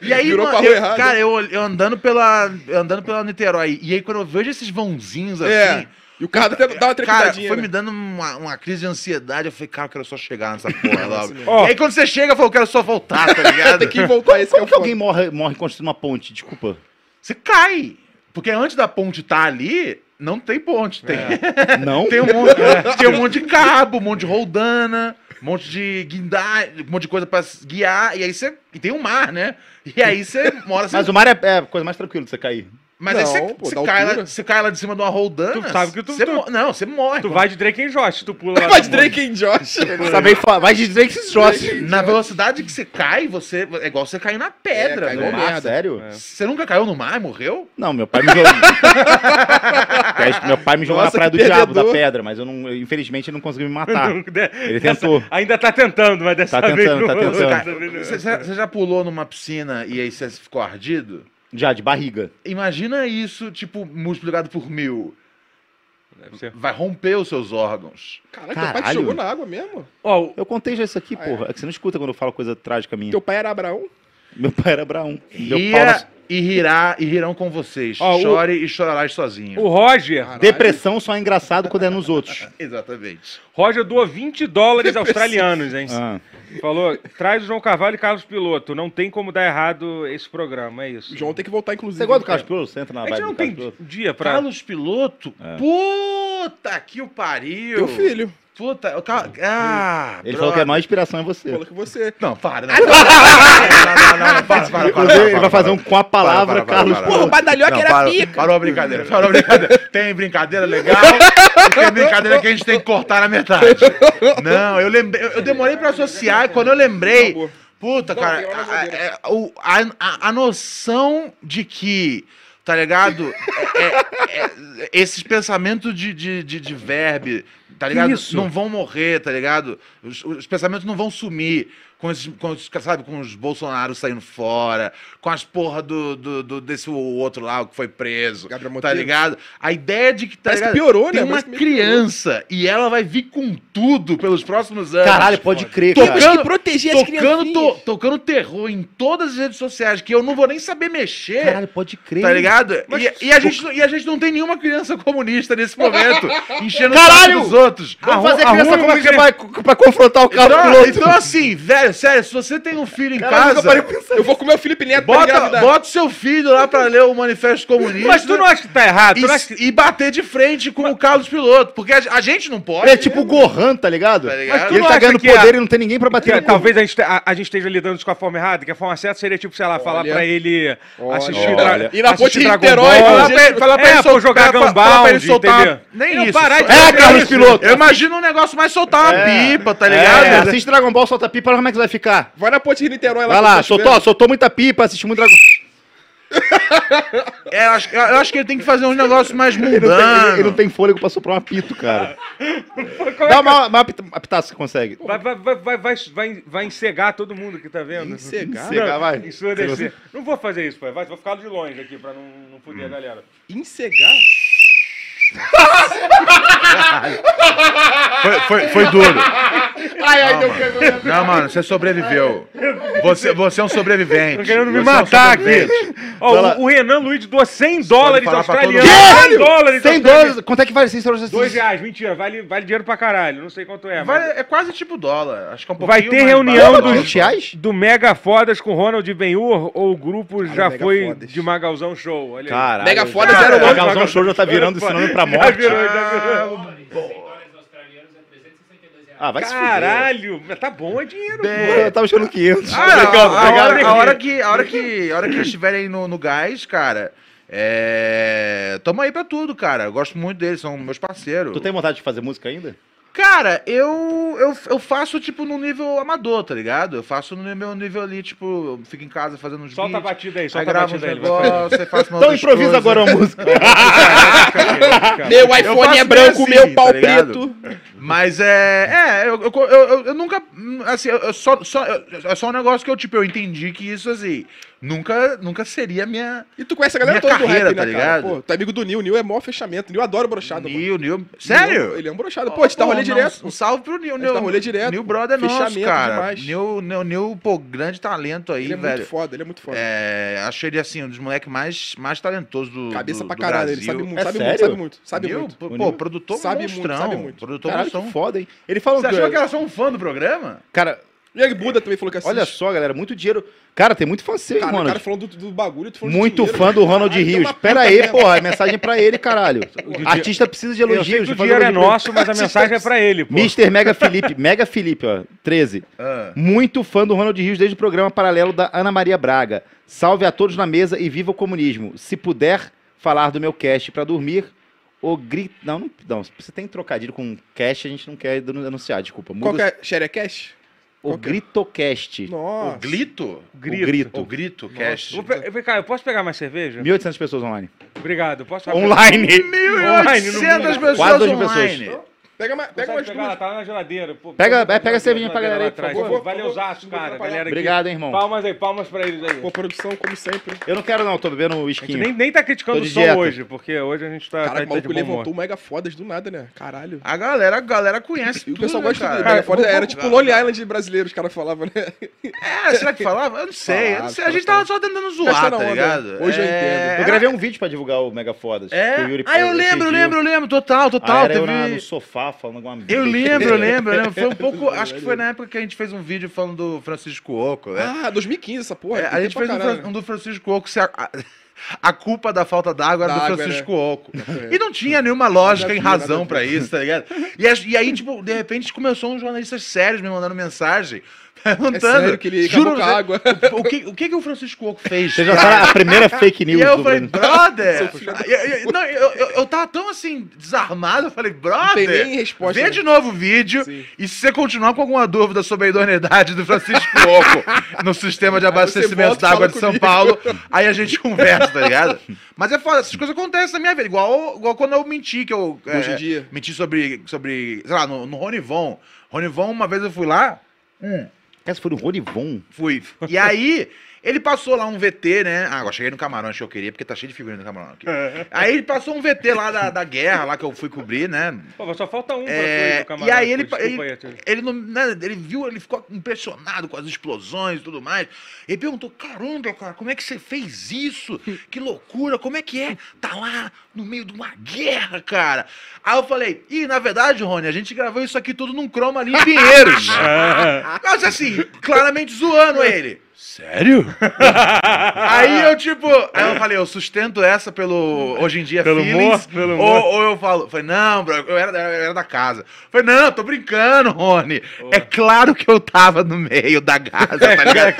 Speaker 4: E aí,
Speaker 2: Virou
Speaker 4: mano,
Speaker 2: pra rua
Speaker 4: eu-
Speaker 2: errada.
Speaker 4: cara, eu, ol- eu andando pela eu andando pela Niterói, e aí quando eu vejo esses vãozinhos assim,
Speaker 2: É. E o carro até dá uma
Speaker 4: cara,
Speaker 2: trepidadinha.
Speaker 4: foi me
Speaker 2: né?
Speaker 4: dando uma, uma crise de ansiedade, eu falei, cara, eu quero só chegar nessa porra logo.
Speaker 2: mesmo.
Speaker 3: Ó.
Speaker 4: E aí quando você chega, eu falo, eu quero só voltar, tá ligado?
Speaker 2: assim, Tem que voltar esse que é
Speaker 1: Como
Speaker 2: o
Speaker 1: que alguém
Speaker 2: foda.
Speaker 1: morre, morre construindo uma ponte? Desculpa.
Speaker 4: Você cai, porque antes da ponte estar ali, não tem ponte,
Speaker 2: É.
Speaker 4: tem...
Speaker 1: Não?
Speaker 4: Tem um monte, tem um monte de cabo, um monte de roldana, um monte de guindar, um monte de coisa pra se guiar, e aí você. E tem um mar, né? E aí você mora. Mas,
Speaker 1: Mas o mar é, é a coisa mais tranquila de você cair.
Speaker 4: mas aí você,
Speaker 2: Não, pô,
Speaker 4: você
Speaker 2: da
Speaker 4: cai lá,
Speaker 2: altura.
Speaker 4: você cai lá de cima de uma roldana.
Speaker 3: Tu sabe que tu-
Speaker 4: você
Speaker 3: tu-
Speaker 4: mo- Não, você morre.
Speaker 3: Tu vai de Drake and Josh, tu pula lá.
Speaker 2: Mas
Speaker 3: na
Speaker 2: Drake and Josh.
Speaker 1: Sabe, fa- vai dizer que esses troços.
Speaker 4: Na velocidade que você cai, você. É igual você cair na pedra,
Speaker 1: Tá
Speaker 2: É, cai
Speaker 4: né?
Speaker 2: igual merda.
Speaker 1: sério?
Speaker 3: É.
Speaker 4: Você nunca caiu no mar e morreu?
Speaker 1: Não, meu pai me jogou. Aliás, meu pai me jogou
Speaker 2: Nossa,
Speaker 1: na praia do
Speaker 2: que
Speaker 1: diabo, da
Speaker 2: perdedor.
Speaker 1: pedra, mas eu não, eu, infelizmente ele não conseguiu me matar.
Speaker 3: ponte. Ele
Speaker 1: tentou.
Speaker 3: ainda tá tentando, mas dessa
Speaker 1: Tá
Speaker 3: vez
Speaker 1: tentando, tá
Speaker 3: não.
Speaker 1: tentando.
Speaker 4: Cara,
Speaker 3: dessa vez não.
Speaker 4: Você você- você já pulou numa piscina e aí você ficou ardido?
Speaker 1: Já, de barriga.
Speaker 4: Imagina isso, tipo, multiplicado por mil.
Speaker 3: Deve ser.
Speaker 4: Vai romper os seus órgãos.
Speaker 2: Caraca, teu pai te
Speaker 1: Caralho.
Speaker 2: jogou na água mesmo?
Speaker 3: Ó, o-
Speaker 1: Eu contei já isso aqui,
Speaker 2: Ah, é? Então-
Speaker 1: porra. É que você não escuta quando eu falo coisa trágica minha.
Speaker 2: Teu pai era Abraão?
Speaker 1: Meu pai era Abraão. Deu pau na...
Speaker 4: Ria e é- rirá e rirão com vocês.
Speaker 3: Ó, o-
Speaker 4: Chore e chorarás sozinho.
Speaker 3: o Roger,
Speaker 2: Caralho.
Speaker 1: Depressão só é engraçado quando é nos outros.
Speaker 4: Exatamente.
Speaker 3: Roger doou 20 dólares australianos, hein?
Speaker 1: Ah.
Speaker 3: Falou, traz o João Carvalho e Carlos Piloto. Não tem como dar errado esse programa, é isso.
Speaker 2: O João tem que voltar, inclusive.
Speaker 1: Você gosta do Carlos Piolo? Você entra na
Speaker 3: a
Speaker 1: vibe
Speaker 3: gente não
Speaker 1: do Carlos
Speaker 3: tem
Speaker 1: Piolo?
Speaker 3: dia pra...
Speaker 4: Carlos Piloto?
Speaker 1: É.
Speaker 4: Puta que o pariu.
Speaker 2: Teu filho.
Speaker 4: Puta. o Car- Ah,
Speaker 1: Ele falou que a maior inspiração é você.
Speaker 2: Falou que você.
Speaker 4: Não, para. Não, não, não, não, não, para, para, para, para,
Speaker 1: Inclusive, ele
Speaker 4: para,
Speaker 1: vai fazer um com a palavra
Speaker 4: para, para,
Speaker 1: Carlos
Speaker 4: para,
Speaker 1: Piolo.
Speaker 2: Porra, o badalhoca
Speaker 4: Não,
Speaker 2: era
Speaker 4: parou,
Speaker 2: pica.
Speaker 4: parou a brincadeira, parou a brincadeira. Tem brincadeira legal, tem brincadeira que a gente tem que cortar na metade. Não, eu lembrei, eu eu demorei pra associar, e quando eu lembrei,
Speaker 2: Acabou.
Speaker 4: puta,
Speaker 2: Não,
Speaker 4: cara,
Speaker 2: tem hora
Speaker 4: a,
Speaker 2: maneira.
Speaker 4: é, o- a- a- a noção de que, tá ligado? É- é- é- esses pensamentos de, de, de, de verbe, tá ligado?
Speaker 3: isso?
Speaker 4: Não vão morrer, tá ligado? Os, os pensamentos não vão sumir. Com esses, com esses, sabe, com os Bolsonaro saindo fora, com as porra do, do, do- desse o outro lá o que foi preso.
Speaker 2: Gabriel
Speaker 4: Tá
Speaker 2: Monteiro.
Speaker 4: ligado? A ideia de que tá
Speaker 2: Parece que
Speaker 4: ligado?
Speaker 2: piorou,
Speaker 4: Tem
Speaker 2: né?
Speaker 4: uma
Speaker 2: Mas meio que
Speaker 4: criança e ela vai vir com tudo pelos próximos anos.
Speaker 1: Caralho, pode crer,
Speaker 4: é Tocando-
Speaker 1: cara.
Speaker 2: Temos que proteger as
Speaker 4: tocando, to-
Speaker 2: criancinhas.
Speaker 4: tocando terror em todas as redes sociais, que eu não vou nem saber mexer.
Speaker 1: Caralho, pode crer.
Speaker 4: Tá ligado?
Speaker 3: Mas-
Speaker 4: E, e a gente, não- e a gente não tem nenhuma criança comunista nesse momento, enchendo
Speaker 1: Caralho!
Speaker 4: os outros.
Speaker 1: Vamos fazer
Speaker 3: Arruma-
Speaker 1: criança
Speaker 3: arruma
Speaker 1: como
Speaker 3: uma
Speaker 1: você vai pra confrontar o
Speaker 3: um
Speaker 1: Carlos
Speaker 4: Então,
Speaker 1: Piolo.
Speaker 4: então, assim, velho, sério, se você tem um filho em
Speaker 1: Caralho, nunca parei
Speaker 4: casa,
Speaker 1: pra pensar.
Speaker 2: Eu vou comer o Felipe Neto pra
Speaker 4: bota,
Speaker 2: engravidar.
Speaker 4: bota o seu filho lá pra ler o Manifesto Comunista.
Speaker 3: Mas tu não acha que tá errado? Tu não acha que...
Speaker 4: e, e bater de frente com o Carlos Piloto, porque a, a gente não pode.
Speaker 1: Ele é tipo o Gohan, tá ligado?
Speaker 4: Tá ligado? Mas tu
Speaker 1: Ele
Speaker 3: não
Speaker 1: tá
Speaker 3: acha
Speaker 1: ganhando
Speaker 3: que é-
Speaker 1: poder e não tem ninguém pra bater
Speaker 3: Que,
Speaker 1: no cu.
Speaker 3: talvez a gente, te- a- a gente esteja lidando com a forma errada, que a forma certa seria, tipo, sei lá, falar
Speaker 2: Olha.
Speaker 3: pra ele
Speaker 2: Olha.
Speaker 3: assistir,
Speaker 1: Olha.
Speaker 2: E na
Speaker 3: assistir
Speaker 2: ponte
Speaker 3: Dragon
Speaker 2: Niterói,
Speaker 3: Ball.
Speaker 2: falar
Speaker 4: pra ele- falar
Speaker 3: é,
Speaker 4: pra ele
Speaker 3: pô,
Speaker 4: soltar-
Speaker 3: jogar
Speaker 4: falar- falar
Speaker 3: Gambal,
Speaker 4: pra ele soltar-
Speaker 3: entendeu?
Speaker 4: nem
Speaker 3: Ele não
Speaker 4: isso,
Speaker 3: Parar de
Speaker 1: É,
Speaker 3: jogar
Speaker 1: Carlos
Speaker 3: isso.
Speaker 1: Piloto.
Speaker 4: Eu imagino um negócio mais soltar uma
Speaker 1: É.
Speaker 4: pipa, tá
Speaker 1: É,
Speaker 4: ligado?
Speaker 1: assiste Dragon Ball, solta pipa, olha como é que você vai ficar.
Speaker 2: Vai na ponte de Niterói lá.
Speaker 1: Vai
Speaker 2: que eu
Speaker 1: lá,
Speaker 2: tô
Speaker 1: soltou, soltou muita pipa, assiste muito Dragon
Speaker 4: É, eu, acho, eu acho que ele tem que fazer uns negócios mais
Speaker 1: Ele não, tem, ele
Speaker 4: mundanos.
Speaker 1: não tem fôlego pra soprar um apito, cara.
Speaker 3: Como é que-
Speaker 1: Dá uma, uma apita- apitaça que você consegue.
Speaker 3: Vai, vai, vai, vai, vai, vai, vai encegar todo mundo que tá vendo.
Speaker 2: Encegar?
Speaker 1: Encegar, vai.
Speaker 3: Isso vai descer. Não vou fazer isso, pai. Vai, vou ficar de longe aqui pra não, não fuder a galera.
Speaker 2: Encegar?
Speaker 5: Foi, foi, foi duro.
Speaker 4: Ai, ai, deu quebrou.
Speaker 5: Não, mano, você sobreviveu. Você, você é um sobrevivente.
Speaker 3: Tô querendo me
Speaker 5: Você é um
Speaker 3: matar aqui.
Speaker 5: sobrevivente.
Speaker 3: Ó,
Speaker 1: Vai lá.
Speaker 3: o, o Renan Luiz doou 100 dólares
Speaker 5: falar pra todo
Speaker 3: australianos.
Speaker 1: mundo.
Speaker 3: 100 dólares
Speaker 1: 100
Speaker 3: australianos.
Speaker 1: dólares. Quanto é que vale 100 dólares?
Speaker 3: 2 reais, mentira, vale, vale dinheiro pra caralho, não sei quanto é.
Speaker 4: Vai-
Speaker 3: mas-
Speaker 4: é quase tipo dólar. Acho que é um pouquinho
Speaker 3: Vai ter
Speaker 4: mais
Speaker 3: reunião
Speaker 4: barato.
Speaker 1: do-
Speaker 3: dos
Speaker 1: 20 reais?
Speaker 3: do Mega Fodas com Ronald Benhur ou o grupo já
Speaker 2: Mega
Speaker 3: foi
Speaker 2: Fodas.
Speaker 3: de Magalzão Show? Olha aí.
Speaker 1: Caralho.
Speaker 2: Mega foda,
Speaker 1: cara,
Speaker 2: zero
Speaker 1: o
Speaker 2: um.
Speaker 1: Magalzão Show já tá virando esse nome pra
Speaker 3: Já
Speaker 1: morte.
Speaker 3: virou, já virou.
Speaker 1: Ah, vai se fuder.
Speaker 3: Caralho, mas tá bom, é dinheiro. pô.
Speaker 1: Eu tava achando 500.
Speaker 4: Ah, a-
Speaker 1: Obrigado,
Speaker 4: a,
Speaker 1: obrigado.
Speaker 4: hora, a hora que, a hora que, a hora que eles estiverem no, no gás, cara, é... Tamo aí pra tudo, cara. Eu gosto muito deles, são meus parceiros.
Speaker 1: Tu tem vontade de fazer música ainda?
Speaker 4: Cara, eu, eu, eu faço, tipo, num nível amador, tá ligado? Eu faço no meu nível ali, tipo, eu fico em casa fazendo uns
Speaker 3: Solta a
Speaker 4: beats,
Speaker 3: batida aí,
Speaker 4: aí
Speaker 3: solta a
Speaker 4: gravo uns
Speaker 3: batida aí. ele vai fazer.
Speaker 4: negócios, aí faço uma
Speaker 1: Então improvisa agora
Speaker 4: né?
Speaker 1: uma música.
Speaker 3: Meu-
Speaker 2: Meu
Speaker 4: Eu
Speaker 2: iPhone
Speaker 4: faço
Speaker 2: é branco,
Speaker 4: assim,
Speaker 2: meu pau
Speaker 4: tá ligado?
Speaker 2: preto.
Speaker 4: Mas é. É, eu, eu, eu, eu- eu nunca. hum, Assim, eu, eu só, só, eu- é só um negócio que eu, tipo, eu entendi que isso, assim, nunca, nunca seria minha.
Speaker 2: E tu conhece a galera
Speaker 4: Minha
Speaker 2: toda
Speaker 4: carreira,
Speaker 2: do rap,
Speaker 4: tá
Speaker 2: né, cara?
Speaker 4: ligado?
Speaker 2: Pô, tu é amigo do Nil, o Nil é maior fechamento. O Nil adora brochado, mano.
Speaker 4: Nil, Nil.
Speaker 2: Nil,
Speaker 4: Sério?
Speaker 2: Ele é um brochado. Pô, te dá
Speaker 4: Pô,
Speaker 2: rolê
Speaker 4: não,
Speaker 2: direto.
Speaker 4: Um salve pro Nil,
Speaker 2: A gente
Speaker 4: Nil.
Speaker 2: dá rolê direto.
Speaker 4: Nil Brother é nosso,
Speaker 2: Fechamento
Speaker 4: cara.
Speaker 2: demais.
Speaker 4: Nil, Nil, Nil, pô, grande talento aí,
Speaker 2: Ele é muito
Speaker 4: velho.
Speaker 2: foda, ele é muito foda.
Speaker 4: É, achei ele, assim, um dos moleques mais, mais talentosos do.
Speaker 2: Cabeça
Speaker 4: do,
Speaker 2: pra
Speaker 4: do
Speaker 2: caralho, ele
Speaker 4: Brasil.
Speaker 2: sabe muito,
Speaker 1: É
Speaker 2: sabe muito,
Speaker 1: sério?
Speaker 2: sabe muito. Sabe
Speaker 4: Nil,
Speaker 2: muito.
Speaker 4: pô,
Speaker 1: O
Speaker 4: pô,
Speaker 1: Nil
Speaker 4: produtor
Speaker 2: sabe muito,
Speaker 4: monstrão.
Speaker 2: sabe muito.
Speaker 4: Produtor
Speaker 1: Caralho,
Speaker 4: monstrão.
Speaker 1: que foda, hein? Ele falou
Speaker 4: Você achou que
Speaker 1: que...
Speaker 4: era só um fã do programa?
Speaker 1: Cara,
Speaker 2: E aí, Buda também falou que assiste.
Speaker 1: olha só, galera, muito dinheiro. Cara, tem muito fã seu, hein,
Speaker 2: Cara, o cara
Speaker 1: Ronald?
Speaker 2: falando do, do bagulho, tu falando de
Speaker 1: Muito
Speaker 2: dinheiro,
Speaker 1: fã do Ronald
Speaker 2: Caralho,
Speaker 1: Rios.
Speaker 2: tá uma
Speaker 1: Pera
Speaker 2: puta
Speaker 1: aí,
Speaker 2: merda.
Speaker 1: porra, é mensagem pra ele, caralho. Artista precisa de
Speaker 3: Eu sei
Speaker 1: elogios.
Speaker 3: que o
Speaker 1: fazer
Speaker 3: dinheiro é
Speaker 1: elogio pra ele.
Speaker 3: nosso, mas a mensagem é pra ele, pô.
Speaker 1: Mr. Mega Felipe, Mega Felipe, ó, 13.
Speaker 4: Ah.
Speaker 1: Muito fã do Ronald Rios desde o programa paralelo da Ana Maria Braga. Salve a todos na mesa e viva o comunismo. Se puder falar do meu cast pra dormir, ou grita. Não, não, não, você tem trocadilho com um cast, a gente não quer denun- anunciar, desculpa. Muda
Speaker 2: Qual que é? Xerecash?
Speaker 1: o
Speaker 2: qual que é?
Speaker 1: Gritocast.
Speaker 2: Nossa.
Speaker 4: O Glito?
Speaker 1: O grito.
Speaker 4: O Grito,
Speaker 2: Nossa.
Speaker 4: Cast.
Speaker 3: Vou pe- Vem cá, eu posso pegar mais cerveja?
Speaker 1: 1.800 pessoas online.
Speaker 3: Obrigado, posso
Speaker 4: é
Speaker 1: Online!
Speaker 4: 1.800
Speaker 3: Online, no mundo.
Speaker 4: pessoas
Speaker 1: Quase duas mil
Speaker 4: online.
Speaker 1: pessoas.
Speaker 2: Pega, mais, pega
Speaker 3: Consegue
Speaker 2: umas
Speaker 3: pegar,
Speaker 2: duas.
Speaker 3: ela tá na geladeira. Pô, Tá
Speaker 1: Pega- é, pega
Speaker 3: a
Speaker 1: a cervejinha pra galera aí, por favor.
Speaker 3: Valeu, Zaço, cara. Galera aqui.
Speaker 1: Obrigado, hein, irmão.
Speaker 3: Palmas aí, palmas pra eles aí.
Speaker 2: Pô, produção, como sempre.
Speaker 1: Eu não quero, não, tô bebendo um
Speaker 3: A gente
Speaker 1: esquinho.
Speaker 3: nem, nem tá criticando
Speaker 1: Tô
Speaker 3: o
Speaker 1: de
Speaker 3: som
Speaker 1: dieta.
Speaker 3: hoje, porque hoje a gente tá,
Speaker 2: Caraca, o
Speaker 3: tá, tá de
Speaker 2: maluco
Speaker 3: bom humor.
Speaker 2: levantou o Mega Fodas do nada, né? Caralho.
Speaker 4: A galera, a galera conhece
Speaker 2: E
Speaker 4: tudo,
Speaker 2: o pessoal
Speaker 4: né,
Speaker 2: gosta
Speaker 4: cara?
Speaker 2: de Mega
Speaker 3: Ah, Cara,
Speaker 2: Fodas.
Speaker 3: vamos-
Speaker 2: Era tipo Lonely Island brasileiro, os caras falavam, né?
Speaker 4: É, será que falava? Eu não sei, eu não
Speaker 2: Falava,
Speaker 4: sei. A gente tava
Speaker 2: falava.
Speaker 4: só tentando zoar,
Speaker 2: Caixa na
Speaker 4: tá
Speaker 2: onda.
Speaker 4: ligado?
Speaker 2: Hoje eu
Speaker 4: É,
Speaker 1: Eu
Speaker 2: entendo.
Speaker 1: gravei um vídeo pra divulgar o Mega Fodas.
Speaker 4: É.
Speaker 1: que o Yuri
Speaker 4: Ah, eu
Speaker 1: pediu.
Speaker 4: lembro, eu lembro, eu lembro. Total,
Speaker 1: Ah,
Speaker 4: total.
Speaker 1: era eu na- no
Speaker 4: Teve...
Speaker 1: sofá falando alguma merda.
Speaker 4: Eu lembro, eu lembro, eu lembro. Foi um pouco. Acho que foi na época que a gente fez um vídeo falando do Francisco Oco, né?
Speaker 2: Ah, 2015 essa porra.
Speaker 4: É,
Speaker 2: tem
Speaker 4: a gente
Speaker 2: tempo pra
Speaker 4: fez um,
Speaker 2: caralho,
Speaker 4: Fran- um do Francisco Oco. Se a, a- a culpa da falta d'água era
Speaker 2: Da
Speaker 4: do
Speaker 2: água,
Speaker 4: Francisco Oco.
Speaker 2: né?
Speaker 4: E não tinha nenhuma lógica
Speaker 2: Nada a
Speaker 4: em
Speaker 2: ver, nada
Speaker 4: razão
Speaker 2: a
Speaker 4: pra isso, tá ligado? E, as- e aí, tipo, de repente começou uns jornalistas sérios me mandando mensagem,
Speaker 2: É
Speaker 4: perguntando.
Speaker 2: sério que ele
Speaker 4: juro,
Speaker 2: acabou com a água.
Speaker 4: o, que, o que que o Francisco Oco fez?
Speaker 1: Você já tá a primeira fake
Speaker 4: E
Speaker 1: news
Speaker 4: eu
Speaker 1: do
Speaker 4: falei,
Speaker 1: Bruno.
Speaker 4: brother! eu, eu- não, eu, eu, eu tava tão assim, desarmado, eu falei,
Speaker 2: Não tem nem
Speaker 4: brother!
Speaker 2: resposta.
Speaker 4: Vê
Speaker 2: né?
Speaker 4: de novo o vídeo
Speaker 2: Sim.
Speaker 4: e se você continuar com alguma dúvida sobre a idoneidade do Francisco Oco no sistema de abastecimento
Speaker 2: volta e
Speaker 4: d'água
Speaker 2: fala
Speaker 4: de São
Speaker 2: comigo.
Speaker 4: Paulo, aí a gente conversa, tá ligado? Mas é foda, essas coisas acontecem na minha vida, igual, igual quando eu menti, que eu é,
Speaker 2: Hoje em dia.
Speaker 4: menti sobre, sobre sei lá, no, no Ronivon. Ronivon, uma vez eu fui lá, hum,
Speaker 1: Cara, você foi no Ronivon.
Speaker 4: Fui. E aí, ele passou lá um VT, né? Ah, eu cheguei no camarão, achei que eu queria, porque tá cheio de figurinha no camarão aqui.
Speaker 2: É.
Speaker 4: Aí ele passou um VT lá da, da guerra, lá que eu fui cobrir, né?
Speaker 3: Pô, só falta um pra tu
Speaker 4: É,
Speaker 3: aí, camarada.
Speaker 4: e aí ele,
Speaker 3: pô,
Speaker 4: ele,
Speaker 3: desculpa aí, Arthur.
Speaker 4: ele não, né, ele viu, ele ficou impressionado com as explosões e tudo mais. Ele perguntou: caramba, cara, como é que você fez isso? Que loucura, como é que é? Tá lá no meio de uma guerra, cara. Aí eu falei, ih, na verdade, Rony, a gente gravou isso aqui tudo num croma ali em Pinheiros. Mas assim, claramente zoando ele.
Speaker 5: Sério?
Speaker 4: Aí eu, tipo, aí eu falei, eu sustento essa pelo hoje em dia
Speaker 5: Pelo humor,
Speaker 4: feelings,
Speaker 5: pelo
Speaker 4: ou,
Speaker 5: humor.
Speaker 4: ou eu falo, falei, não, bro, eu era, eu era da casa. Falei, não, tô brincando, Rony. É claro que eu tava no meio da casa, tá ligado?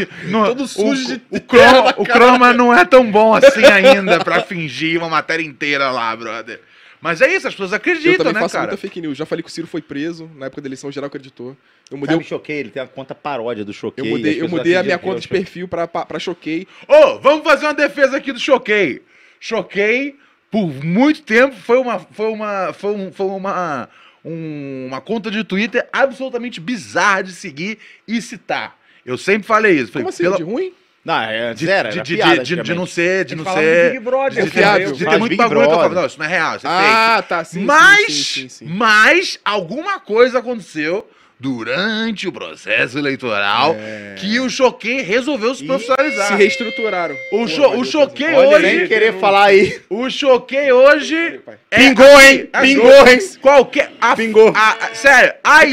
Speaker 4: E no-
Speaker 2: Todo sujo
Speaker 4: o,
Speaker 2: de
Speaker 4: o croma, o croma não é tão bom assim ainda pra fingir uma matéria inteira lá, brother. Mas é isso, as pessoas
Speaker 2: Eu
Speaker 4: acreditam,
Speaker 2: também
Speaker 4: né,
Speaker 2: faço
Speaker 4: cara?
Speaker 2: muita fake news. Já falei que o Ciro foi preso na época da eleição, geral acreditou. Eu
Speaker 1: Mudei o
Speaker 2: mudei,
Speaker 1: Choquei, ele tem a conta paródia do Choquei.
Speaker 2: eu
Speaker 1: as
Speaker 2: mudei, eu
Speaker 1: pessoas
Speaker 2: mudei a minha
Speaker 1: acreditam que é o
Speaker 2: conta de
Speaker 1: Choquei.
Speaker 2: perfil pra, pra, pra Choquei.
Speaker 4: Ô, vamos fazer uma defesa aqui do Choquei. Choquei, por muito tempo, foi uma. Foi uma. Foi, um- foi uma. um- uma conta de Twitter absolutamente bizarra de seguir e citar. Eu sempre falei isso. Falei,
Speaker 2: Como assim?
Speaker 4: pela-
Speaker 2: De ruim?
Speaker 1: Não, é, antes
Speaker 4: De,
Speaker 1: era,
Speaker 4: de,
Speaker 1: era
Speaker 4: de,
Speaker 1: piada,
Speaker 4: de, de não
Speaker 1: antigamente.
Speaker 4: ser, de
Speaker 3: gente
Speaker 4: não
Speaker 3: falava do Big
Speaker 4: ser.
Speaker 3: Brother, né,
Speaker 4: De, de,
Speaker 1: piada,
Speaker 4: de,
Speaker 3: entendeu?
Speaker 4: de ter
Speaker 1: Mas
Speaker 4: muito
Speaker 1: Big
Speaker 4: bagulho que eu
Speaker 1: Brother.
Speaker 4: falava, não, isso não é real, isso é fake.
Speaker 2: Ah, tá. Ah, Sim, sim,
Speaker 4: mas,
Speaker 2: sim, sim, sim.
Speaker 4: mas alguma coisa aconteceu durante o processo eleitoral que o Choquei resolveu se profissionalizar.
Speaker 2: É. Se reestruturaram.
Speaker 4: O,
Speaker 2: Pô,
Speaker 4: cho,
Speaker 2: valeu,
Speaker 4: o Choquei
Speaker 1: Olha,
Speaker 4: hoje,
Speaker 1: sem querer falar aí.
Speaker 4: o Choquei hoje
Speaker 2: pai.
Speaker 4: é-
Speaker 1: Pingou,
Speaker 2: assim,
Speaker 1: hein?
Speaker 4: é-
Speaker 1: Pingou, hein?
Speaker 4: Qualquer a,
Speaker 1: Pingou.
Speaker 4: a- a- sério, a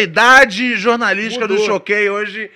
Speaker 4: idoneidade jornalística do
Speaker 2: Mudou.
Speaker 4: Choquei hoje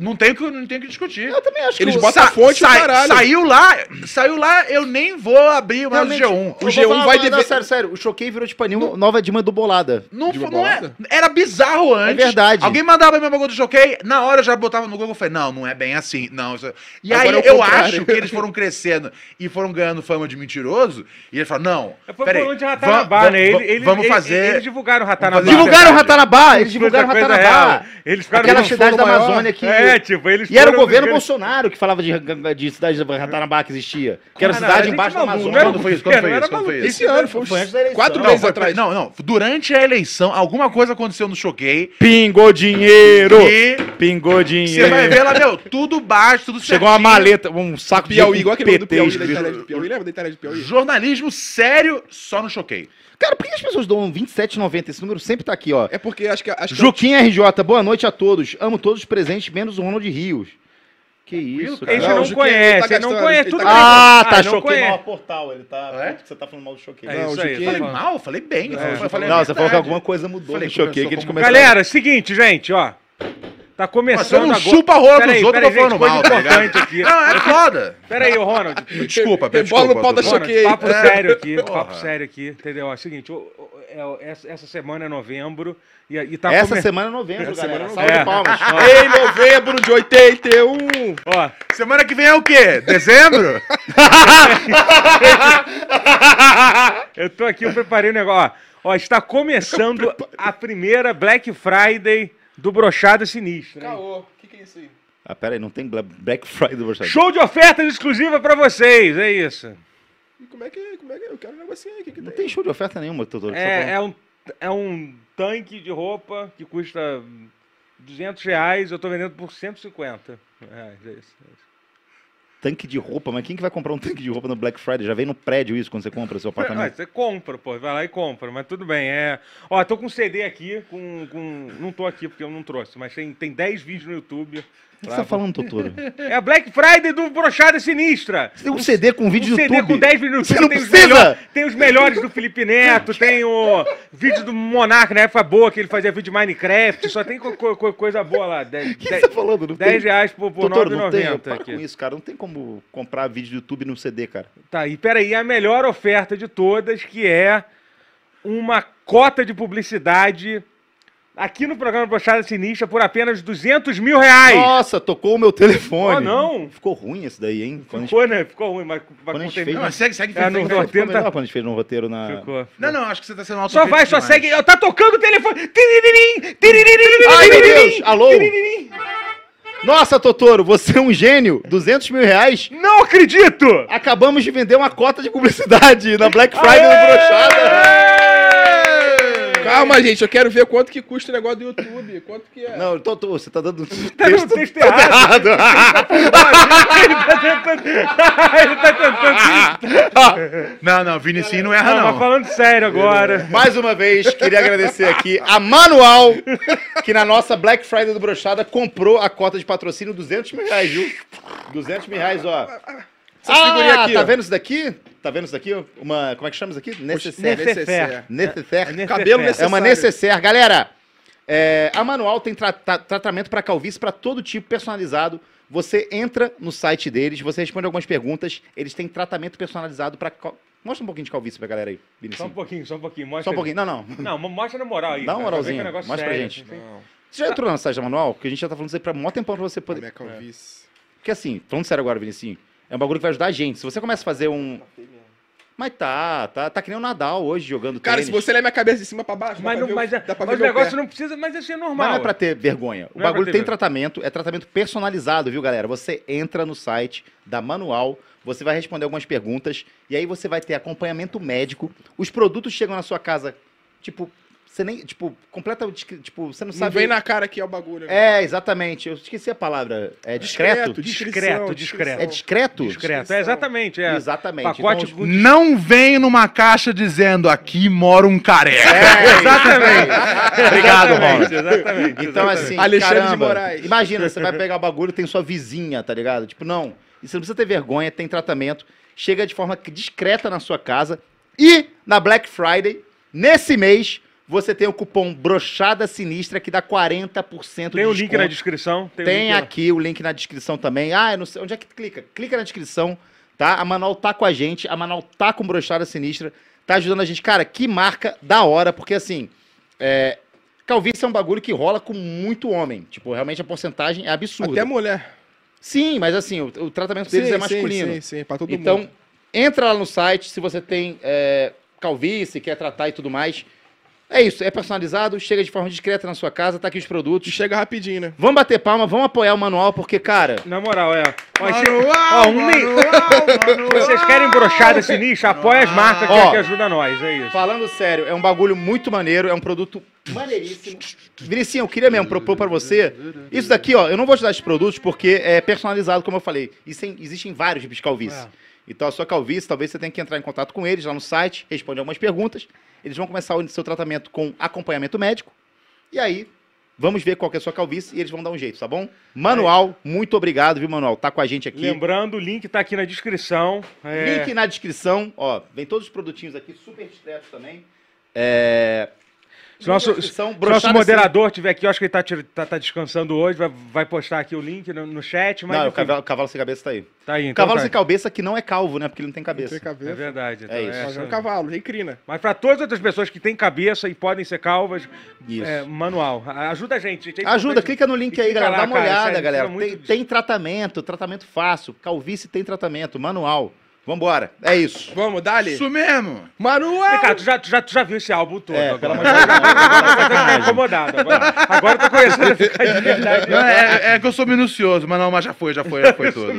Speaker 4: não tem o que não tem o que discutir.
Speaker 1: Eu também acho
Speaker 2: Eles
Speaker 1: que o-
Speaker 2: botam a fonte
Speaker 4: sai-
Speaker 2: do caralho.
Speaker 4: Saiu lá, saiu lá, eu nem vou abrir mais o
Speaker 1: Realmente,
Speaker 4: G1.
Speaker 1: eu vou
Speaker 2: G1
Speaker 1: falar,
Speaker 2: vai
Speaker 1: não, não,
Speaker 2: dever-
Speaker 1: sério, sério. O Choquei virou tipo a Nil- nova Dilma do Bolada.
Speaker 4: Não,
Speaker 2: De uma
Speaker 4: foi- não é,
Speaker 2: bolada?
Speaker 4: era bizarro antes.
Speaker 1: É verdade.
Speaker 4: Alguém mandava a mesma coisa do Choquei, na hora eu já botava no Google e falei, não, não é bem assim. Não, isso- E
Speaker 2: Agora é
Speaker 4: aí
Speaker 2: o
Speaker 4: eu
Speaker 2: contrário.
Speaker 4: acho que eles foram crescendo e foram ganhando fama de mentiroso. E eles falaram, não,
Speaker 3: É, Foi
Speaker 4: peraí,
Speaker 3: por onde
Speaker 4: va-
Speaker 3: Ratanabá,
Speaker 4: va-
Speaker 3: né? Ele- ele-
Speaker 4: vamos
Speaker 3: ele-
Speaker 4: fazer...
Speaker 3: Eles divulgaram o Ratanabá.
Speaker 4: fazer-
Speaker 3: né?
Speaker 1: Divulgaram o Ratanabá, eles
Speaker 3: Coisa-
Speaker 1: divulgaram o
Speaker 3: coisa
Speaker 1: Ratanabá.
Speaker 3: real. Eles ficaram
Speaker 1: Aquela
Speaker 3: não,
Speaker 1: cidade da
Speaker 3: foram maior.
Speaker 1: Amazônia que...
Speaker 3: É, tipo, eles
Speaker 1: E era o
Speaker 3: foram-
Speaker 1: governo Bolsonaro que falava de, de cidade da Ratanabá que existia. Que era
Speaker 3: Cara, a
Speaker 1: cidade
Speaker 3: gente
Speaker 1: embaixo da
Speaker 3: maluco,
Speaker 1: Amazônia.
Speaker 3: era
Speaker 4: Quando foi isso? Quando foi
Speaker 3: Era
Speaker 4: isso? Quando foi
Speaker 3: maluco.
Speaker 4: isso?
Speaker 2: Esse ano, foi uns
Speaker 1: Foi antes da eleição.
Speaker 2: quatro
Speaker 1: Não,
Speaker 4: Não,
Speaker 2: meses
Speaker 4: foi-
Speaker 2: atrás.
Speaker 4: não, não. Durante a eleição, alguma coisa aconteceu no Choquei
Speaker 1: Pingou dinheiro!
Speaker 4: e
Speaker 1: Pingou
Speaker 4: você
Speaker 1: dinheiro!
Speaker 4: vai ver lá, meu, tudo baixo, tudo certinho.
Speaker 1: Chegou uma maleta, um saco de
Speaker 2: Piauí, igual aquele
Speaker 1: PT
Speaker 2: do Piauí, da
Speaker 1: escrito.
Speaker 2: Itália de Piauí. Lembra da Itália de Piauí?
Speaker 4: Jornalismo sério só no Choquei.
Speaker 1: Cara, por que as pessoas dão 27,90? Esse número sempre tá aqui, ó.
Speaker 2: É porque acho que... Acho que
Speaker 1: Juquinha RJ, boa noite a todos. Amo todos os presentes, menos o Ronald Rios. Que isso,
Speaker 3: A
Speaker 1: cara.
Speaker 3: gente
Speaker 2: Não, o
Speaker 3: não
Speaker 2: Juquinha, ele tá
Speaker 3: conhece, ele não
Speaker 2: gastando,
Speaker 3: conhece
Speaker 2: ele
Speaker 3: tudo
Speaker 2: tá
Speaker 3: bem.
Speaker 1: Ah, tá,
Speaker 3: não
Speaker 1: choquei
Speaker 3: conhece.
Speaker 1: mal portal. Ele tá.
Speaker 4: É?
Speaker 1: Você tá falando mal do choquei.
Speaker 3: É
Speaker 2: Não,
Speaker 3: isso aí,
Speaker 2: Juquinha,
Speaker 4: Eu
Speaker 3: tá
Speaker 4: falei
Speaker 3: falando.
Speaker 4: mal, eu falei bem. eu
Speaker 3: É,
Speaker 4: falei- eu falei a
Speaker 1: Não, você falou que
Speaker 4: verdade.
Speaker 1: alguma coisa mudou
Speaker 4: Falei
Speaker 1: no
Speaker 4: que
Speaker 1: choquei
Speaker 4: começou
Speaker 1: que eles
Speaker 4: como-
Speaker 1: começaram.
Speaker 3: Galera, seguinte, gente, ó. Tá começando
Speaker 4: Mas eu não
Speaker 3: agora.
Speaker 4: chupa a rola
Speaker 3: Peraí,
Speaker 4: dos outros, eu tô
Speaker 3: peraí,
Speaker 4: falando
Speaker 3: gente,
Speaker 4: mal,
Speaker 3: coisa
Speaker 4: tá ligado?
Speaker 3: importante aqui.
Speaker 4: Não, é foda.
Speaker 3: Pera aí, ô Ronald.
Speaker 4: Desculpa, Pedro.
Speaker 2: Rebola no pau da
Speaker 4: desculpa.
Speaker 2: Choquei.
Speaker 3: Ronald, papo
Speaker 4: É.
Speaker 3: sério aqui, papo
Speaker 4: Porra.
Speaker 3: sério aqui, entendeu? Ó, É o seguinte, ô, ô, é, ó, essa, essa semana é novembro e, e tá
Speaker 1: Essa
Speaker 3: come-
Speaker 1: semana é novembro,
Speaker 2: Essa
Speaker 1: galera.
Speaker 2: semana
Speaker 1: Salve
Speaker 3: é
Speaker 1: de palmas.
Speaker 2: Em novembro de 81.
Speaker 3: Ó,
Speaker 4: Semana que vem é o quê? Dezembro?
Speaker 3: eu tô aqui, eu preparei o negócio. Ó, ó, está começando a primeira Black Friday do Brochado Sinistro. hein?
Speaker 2: Caô. O que que é isso aí?
Speaker 1: Ah, pera aí, não tem Bla- Black Friday do Bolsonaro.
Speaker 3: Show de ofertas exclusiva pra vocês, é isso.
Speaker 2: E como é que... Como é que... Eu quero um negocinho aí. O que que
Speaker 1: Não
Speaker 2: tem?
Speaker 1: tem show de oferta nenhuma, Totoro. que você tá
Speaker 3: É, é um, é um tanque de roupa que custa 200 reais, eu tô vendendo por 150 reais, é isso. é isso.
Speaker 1: falando. Tanque de roupa, mas quem que vai comprar um tanque de roupa no Black Friday? Já vem no prédio isso quando você compra o seu
Speaker 3: Ah,
Speaker 1: apartamento.
Speaker 3: você compra, pô, vai lá e compra, mas tudo bem. É... Ó, tô com um CD aqui, com, com- não tô aqui porque eu não trouxe, mas tem, tem 10 vídeos no YouTube.
Speaker 1: O que você tá falando, Totoro? Você
Speaker 3: É a Black Friday do Brochada Sinistra.
Speaker 1: tem um CD com vídeo
Speaker 3: Um
Speaker 1: do
Speaker 3: CD
Speaker 1: YouTube.
Speaker 3: com 10 minutos.
Speaker 1: Você não
Speaker 3: tem, os
Speaker 1: precisa!
Speaker 3: melhores, tem os melhores do Felipe Neto, tem o vídeo do Monarca na época boa, que ele fazia vídeo de Minecraft, só tem co- co- co- coisa boa lá. dez-
Speaker 1: O que
Speaker 3: dez-
Speaker 1: você tá falando? Não
Speaker 3: 10
Speaker 1: tem-
Speaker 3: reais por, por
Speaker 1: Doutor, não tem,
Speaker 3: 9,90
Speaker 1: para com
Speaker 3: aqui.
Speaker 1: isso, cara. Não tem como comprar vídeo do YouTube num CD, cara.
Speaker 3: Tá, e peraí, a melhor oferta de todas, que é uma cota de publicidade aqui no programa Brochada Sinistra por apenas 200 mil reais.
Speaker 1: Nossa, tocou o meu telefone.
Speaker 3: Oh, não.
Speaker 1: Ficou ruim esse daí, hein? Quando a gente,
Speaker 3: Ficou, né? Ficou ruim, mas, mas
Speaker 1: a gente
Speaker 3: contém-
Speaker 1: fez,
Speaker 4: Não, mas segue, segue.
Speaker 3: É,
Speaker 4: segue,
Speaker 3: não
Speaker 4: segue.
Speaker 3: vou-
Speaker 1: ficou
Speaker 3: tenta-
Speaker 1: melhor quando a gente fez um roteiro na...
Speaker 3: Ficou.
Speaker 4: Não, não, acho que você tá sendo
Speaker 3: Só vai, só segue. Tá tocando o telefone. Tiriririm, tiriririm,
Speaker 1: Ai, meu
Speaker 3: tiriririm,
Speaker 1: Deus, alô?
Speaker 3: tiriririm.
Speaker 1: Nossa, Totoro, você é um gênio. 200 mil reais?
Speaker 3: Não acredito!
Speaker 1: Acabamos de vender uma cota de publicidade na Black Friday
Speaker 3: Aê!
Speaker 1: do Brochada. É!
Speaker 2: Calma, gente. Eu quero ver quanto que custa o negócio do YouTube. Quanto que é.
Speaker 1: Não, Totoro, você tá dando
Speaker 3: Tá no texto errado. Ele tá tentando. Ele tá tentando.
Speaker 4: Não, não, Vinicinho
Speaker 1: Ah,
Speaker 4: não erra,
Speaker 3: Não, mas
Speaker 4: não.
Speaker 3: falando sério agora.
Speaker 1: Mais uma vez, queria agradecer aqui a Manual, que na nossa Black Friday do Brochada comprou a cota de patrocínio 200 mil reais, viu? 200 mil reais, ó.
Speaker 2: figurinha
Speaker 1: Ah,
Speaker 2: aqui,
Speaker 1: tá
Speaker 2: ó.
Speaker 1: vendo isso daqui? Tá vendo isso daqui? Uma, como é que chama isso aqui?
Speaker 2: é
Speaker 1: Necessaire.
Speaker 3: Necessaire.
Speaker 1: é Necessaire.
Speaker 2: Cabelo
Speaker 1: É uma
Speaker 2: necessário.
Speaker 1: necessaire. Galera, é, a Manual tem tra- tra- tratamento para calvície para todo tipo personalizado. Você entra no site deles, você responde algumas perguntas, eles têm tratamento personalizado para... Mostra um pouquinho de calvície pra galera aí,
Speaker 3: Só um
Speaker 1: Vinicius.
Speaker 3: pouquinho, só um pouquinho. Mostra.
Speaker 1: Só um pouquinho. Não, não.
Speaker 3: Não, mo- mostra na moral aí.
Speaker 1: Dá uma
Speaker 3: cara, pra ver que
Speaker 1: moralzinha,
Speaker 3: é um negócio
Speaker 1: mostra pra
Speaker 3: sério,
Speaker 1: gente.
Speaker 3: assim.
Speaker 2: Não.
Speaker 1: Você já entrou no site da Manual? Porque a gente já tá falando isso aí pra mó tempão pra você
Speaker 2: a
Speaker 1: poder...
Speaker 2: Minha calvície.
Speaker 1: Porque assim, falando sério agora, Vinicinho, é um bagulho que vai ajudar a gente. Se você começa a fazer um... Mas tá, tá, tá que nem o Nadal hoje jogando
Speaker 2: Cara,
Speaker 1: tênis.
Speaker 2: se você é ler minha cabeça de cima pra baixo, dá pra
Speaker 3: Mas, não,
Speaker 2: ver, o-
Speaker 3: mas, é-
Speaker 2: dá pra ver
Speaker 3: mas o
Speaker 2: meu
Speaker 3: negócio
Speaker 2: pé.
Speaker 3: não precisa, mas assim é
Speaker 1: Mas
Speaker 3: normal.
Speaker 1: não é pra ter vergonha. O
Speaker 3: Não é pra
Speaker 1: bagulho
Speaker 3: ter
Speaker 1: tem
Speaker 3: vergonha.
Speaker 1: tratamento, é tratamento personalizado, viu, galera? Você entra no site da Manual, você vai responder algumas perguntas e aí você vai ter acompanhamento médico. Os produtos chegam na sua casa, tipo, Você nem, tipo, completa, discre- tipo, você não
Speaker 2: Não
Speaker 1: sabe...
Speaker 2: vem na cara aqui, ó, o bagulho.
Speaker 1: É, exatamente. Eu esqueci a palavra. É discreto?
Speaker 3: Discreto, discreto.
Speaker 1: É discreto?
Speaker 3: Discreto. É, exatamente, é.
Speaker 1: Exatamente.
Speaker 3: Pacote
Speaker 1: Então,
Speaker 3: good.
Speaker 4: Não vem numa caixa dizendo aqui mora um careca.
Speaker 3: É, Exatamente.
Speaker 4: Obrigado, Rola.
Speaker 3: Exatamente, exatamente.
Speaker 1: Então, assim,
Speaker 2: Alexandre de
Speaker 1: caramba,
Speaker 2: Moraes.
Speaker 1: Imagina, você vai pegar o bagulho, tem sua vizinha, tá ligado? Tipo, não. E você não precisa ter vergonha, tem tratamento. Chega de forma discreta na sua casa. E na Black Friday, nesse mês, você tem o cupom Brochada Sinistra que dá 40%
Speaker 3: Tem
Speaker 1: de
Speaker 3: o link
Speaker 1: desconto.
Speaker 3: na descrição. Tem, o
Speaker 1: Tem
Speaker 3: link lá.
Speaker 1: aqui o link na descrição também. Ah, eu não sei. Onde é que clica? Clica na descrição, tá? A Manol tá com a gente, a Manol tá com brochada sinistra, tá ajudando a gente. Cara, que marca da hora, porque assim. É, calvície é um bagulho que rola com muito homem. Tipo, realmente a porcentagem é absurda.
Speaker 2: Até mulher.
Speaker 1: Sim, mas assim, o, o tratamento deles
Speaker 2: Sim,
Speaker 1: é
Speaker 2: sim,
Speaker 1: masculino.
Speaker 2: Sim, sim, pra todo
Speaker 1: então,
Speaker 2: mundo.
Speaker 1: entra lá no site se você tem é, calvície, quer tratar e tudo mais. É isso, é personalizado, chega de forma discreta na sua casa, tá aqui os
Speaker 2: E
Speaker 1: produtos.
Speaker 2: chega rapidinho, né?
Speaker 1: Vamos bater palma, vamos apoiar o manual, porque, cara.
Speaker 3: Na moral, é. Ó, che-
Speaker 4: Manual,
Speaker 3: Ó, um me-
Speaker 4: manual,
Speaker 3: Vocês querem brochar desse nicho? Apoia as marcas que,
Speaker 1: Ah. Ó.
Speaker 3: que ajudam nós, é isso.
Speaker 1: Falando sério, é um bagulho muito maneiro, é um produto maneiríssimo. Vinicinho, eu queria mesmo propor pra você. Isso daqui, ó, eu não vou te dar esses produtos porque é personalizado, como eu falei. E sem- existem vários tipos de calvície.
Speaker 3: É.
Speaker 1: Então, a sua calvície, talvez você tenha que entrar em contato com eles lá no site, responde algumas perguntas. Eles vão começar o seu tratamento com acompanhamento médico. E aí, vamos ver qual que é a sua calvície e eles vão dar um jeito, tá bom? Manual, muito obrigado, viu, Manual? Tá com a gente aqui.
Speaker 3: Lembrando, o link tá aqui na descrição. É,
Speaker 1: Link na descrição, ó. Vem todos os produtinhos aqui, super discretos também. É.
Speaker 3: Se nosso-
Speaker 1: são
Speaker 3: Se o nosso moderador tiver aqui, eu acho que ele tá, tira- tá- tá descansando hoje, vai, vai postar aqui o link no, no chat, mas
Speaker 1: Não, é o
Speaker 3: enfim,
Speaker 1: cavalo, cavalo sem cabeça tá aí.
Speaker 3: tá aí, então
Speaker 1: cavalo
Speaker 3: tá.
Speaker 1: sem cabeça que não é calvo, né? Porque ele não tem cabeça.
Speaker 2: Tem
Speaker 3: É
Speaker 2: cabeça.
Speaker 3: verdade. então,
Speaker 1: isso.
Speaker 2: Mas é um
Speaker 3: só-
Speaker 2: cavalo, recrina.
Speaker 3: Mas pra todas as outras pessoas que têm cabeça e podem ser calvas,
Speaker 1: Isso.
Speaker 3: é, manual. A- Ajuda a gente. gente é
Speaker 1: Ajuda,
Speaker 3: importante.
Speaker 1: clica no link
Speaker 3: E
Speaker 1: aí,
Speaker 3: clica
Speaker 1: galera.
Speaker 3: lá,
Speaker 1: Dá uma
Speaker 3: cara,
Speaker 1: olhada,
Speaker 3: sério,
Speaker 1: galera.
Speaker 3: tira
Speaker 1: Tem,
Speaker 3: muito-
Speaker 1: tem tratamento, tratamento fácil. Calvície tem tratamento, manual. Vambora. É isso.
Speaker 2: Vamos, dali.
Speaker 4: Isso mesmo.
Speaker 2: Manual!
Speaker 3: Cara, tu já, tu já, tu já viu esse álbum todo.
Speaker 1: É,
Speaker 3: agora.
Speaker 1: pelo amor de Deus.
Speaker 3: Agora tá incomodado. Agora, agora tá começando a ficar de verdade.
Speaker 4: Não, é, é que eu sou minucioso, mas não, mas já foi, já foi, já foi tudo.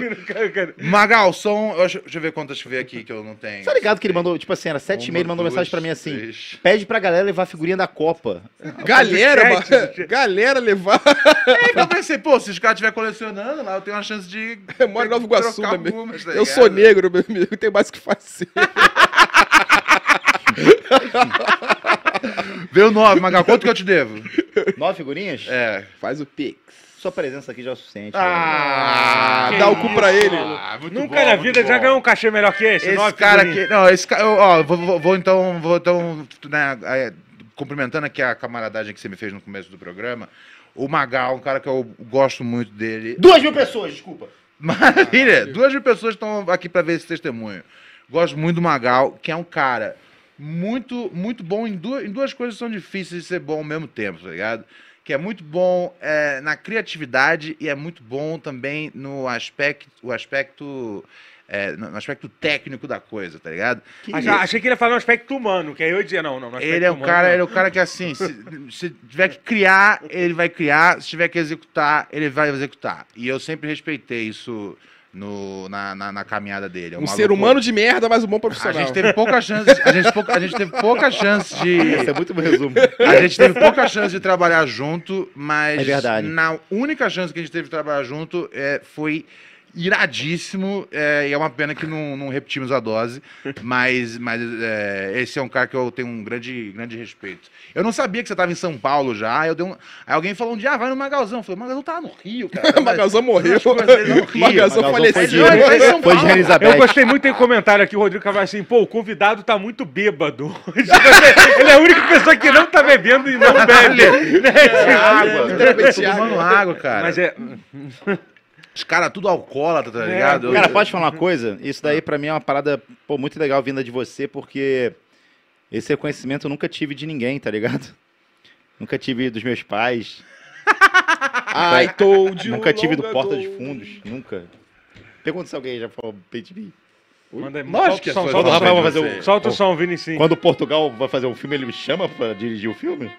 Speaker 4: Magal, são. eu acho- Deixa eu ver quantas ver aqui que eu não tenho. Um,
Speaker 1: Você tá ligado que ele mandou, tipo assim, era sete e meia, ele mandou mensagem pra mim assim. Pede pra galera levar a figurinha da Copa.
Speaker 2: Galera,
Speaker 3: Sete,
Speaker 2: mano. Galera levar.
Speaker 4: É que eu pensei, pô, se os caras estiverem colecionando lá, eu tenho uma chance de.
Speaker 2: Eu moro em Nova Iguaçu, meu
Speaker 4: trocar
Speaker 2: amigo.
Speaker 4: algumas, tá
Speaker 2: Eu
Speaker 4: ligado?
Speaker 2: sou negro, meu amigo. Tem mais o que fazer.
Speaker 4: Vê o nove, Magal, quanto que eu te devo?
Speaker 1: Nove figurinhas?
Speaker 4: É.
Speaker 2: Faz o pix.
Speaker 1: Sua presença aqui já é o suficiente.
Speaker 4: Ah,
Speaker 2: Ah,
Speaker 3: que
Speaker 2: dá o cu pra ele.
Speaker 4: Ah, muito
Speaker 3: Nunca
Speaker 4: bom,
Speaker 3: na
Speaker 4: muito
Speaker 3: vida
Speaker 4: bom.
Speaker 3: já ganhou um cachê melhor que esse.
Speaker 4: Esse
Speaker 3: nove
Speaker 4: cara
Speaker 3: figurinhas.
Speaker 4: aqui. Não, esse cara. Ó, vou, vou- vou então. Vou então né, é, cumprimentando aqui a camaradagem que você me fez no começo do programa. O Magal, um cara que eu gosto muito dele.
Speaker 1: Duas mil pessoas, desculpa.
Speaker 4: Maravilha! Duas mil pessoas estão aqui para ver esse testemunho. Gosto muito do Magal, que é um cara muito, muito bom em duas, em duas coisas que são difíceis de ser bom ao mesmo tempo, tá ligado? Que é muito bom é, na criatividade e é muito bom também no aspecto, o aspecto, é, no no aspecto técnico da coisa, tá ligado?
Speaker 3: Achei, achei que ele ia falar no aspecto humano, que aí eu dizia, não, não. no aspecto
Speaker 4: Ele é um
Speaker 3: humano,
Speaker 4: cara,
Speaker 3: não.
Speaker 4: ele é um cara que assim, se, se tiver que criar, ele vai criar, se tiver que executar, ele vai executar. E eu sempre respeitei isso no, na, na, na caminhada dele. É
Speaker 2: Um ser humano de merda, mas um bom
Speaker 4: a
Speaker 2: profissional.
Speaker 4: gente teve pouca chance, a gente, pouca- a gente teve pouca chance
Speaker 1: Esse é
Speaker 4: de
Speaker 1: muito bom resumo.
Speaker 4: a gente teve pouca chance de trabalhar junto, mas
Speaker 1: É verdade.
Speaker 4: na única chance que a gente teve de trabalhar junto é, foi iradíssimo é, e é uma pena que não, não repetimos a dose, mas, mas é, esse é um cara que eu tenho um grande, grande respeito. Eu não sabia que você estava em São Paulo já, eu dei um, aí alguém falou um dia, ah, vai no Magalzão. Eu falei, Magalzão tá no Rio, cara.
Speaker 2: Magalzão morreu.
Speaker 4: Não, Rio,
Speaker 2: Magalzão
Speaker 1: Magalzão foi de,
Speaker 2: faleceu.
Speaker 4: Ele tá em
Speaker 1: foi de
Speaker 4: São Paulo.
Speaker 1: Rainha
Speaker 3: Eu
Speaker 1: Elizabeth.
Speaker 3: gostei muito, tem comentário aqui, o Rodrigo Cavalho assim, pô, o convidado tá muito bêbado. ele é a única pessoa que não tá bebendo e não bebe. né?
Speaker 4: É água,
Speaker 2: Literalmente
Speaker 4: tô tomando
Speaker 2: água.
Speaker 4: água, cara.
Speaker 3: Mas é...
Speaker 4: Os caras tudo alcoólatra, tá ligado?
Speaker 1: Cara, pode falar uma coisa? Isso daí pra mim é uma parada pô, muito legal vinda de você, porque esse reconhecimento eu nunca tive de ninguém, tá ligado? Nunca tive dos meus pais,
Speaker 2: Ai, told you
Speaker 1: nunca tive do
Speaker 2: long
Speaker 1: Porta
Speaker 2: ago.
Speaker 1: de Fundos, nunca. Pergunta se alguém já falou bem de mim.
Speaker 3: Manda aí,
Speaker 4: Lógico que
Speaker 3: solta o
Speaker 4: as
Speaker 1: Quando o
Speaker 3: som,
Speaker 4: pessoas
Speaker 3: solta
Speaker 1: Rafael
Speaker 3: o
Speaker 4: falam
Speaker 1: vai fazer
Speaker 4: bem de você.
Speaker 1: o...
Speaker 3: som. Solta o som, Vini, sim.
Speaker 1: Quando o Portugal vai fazer um filme, ele me chama pra dirigir o filme?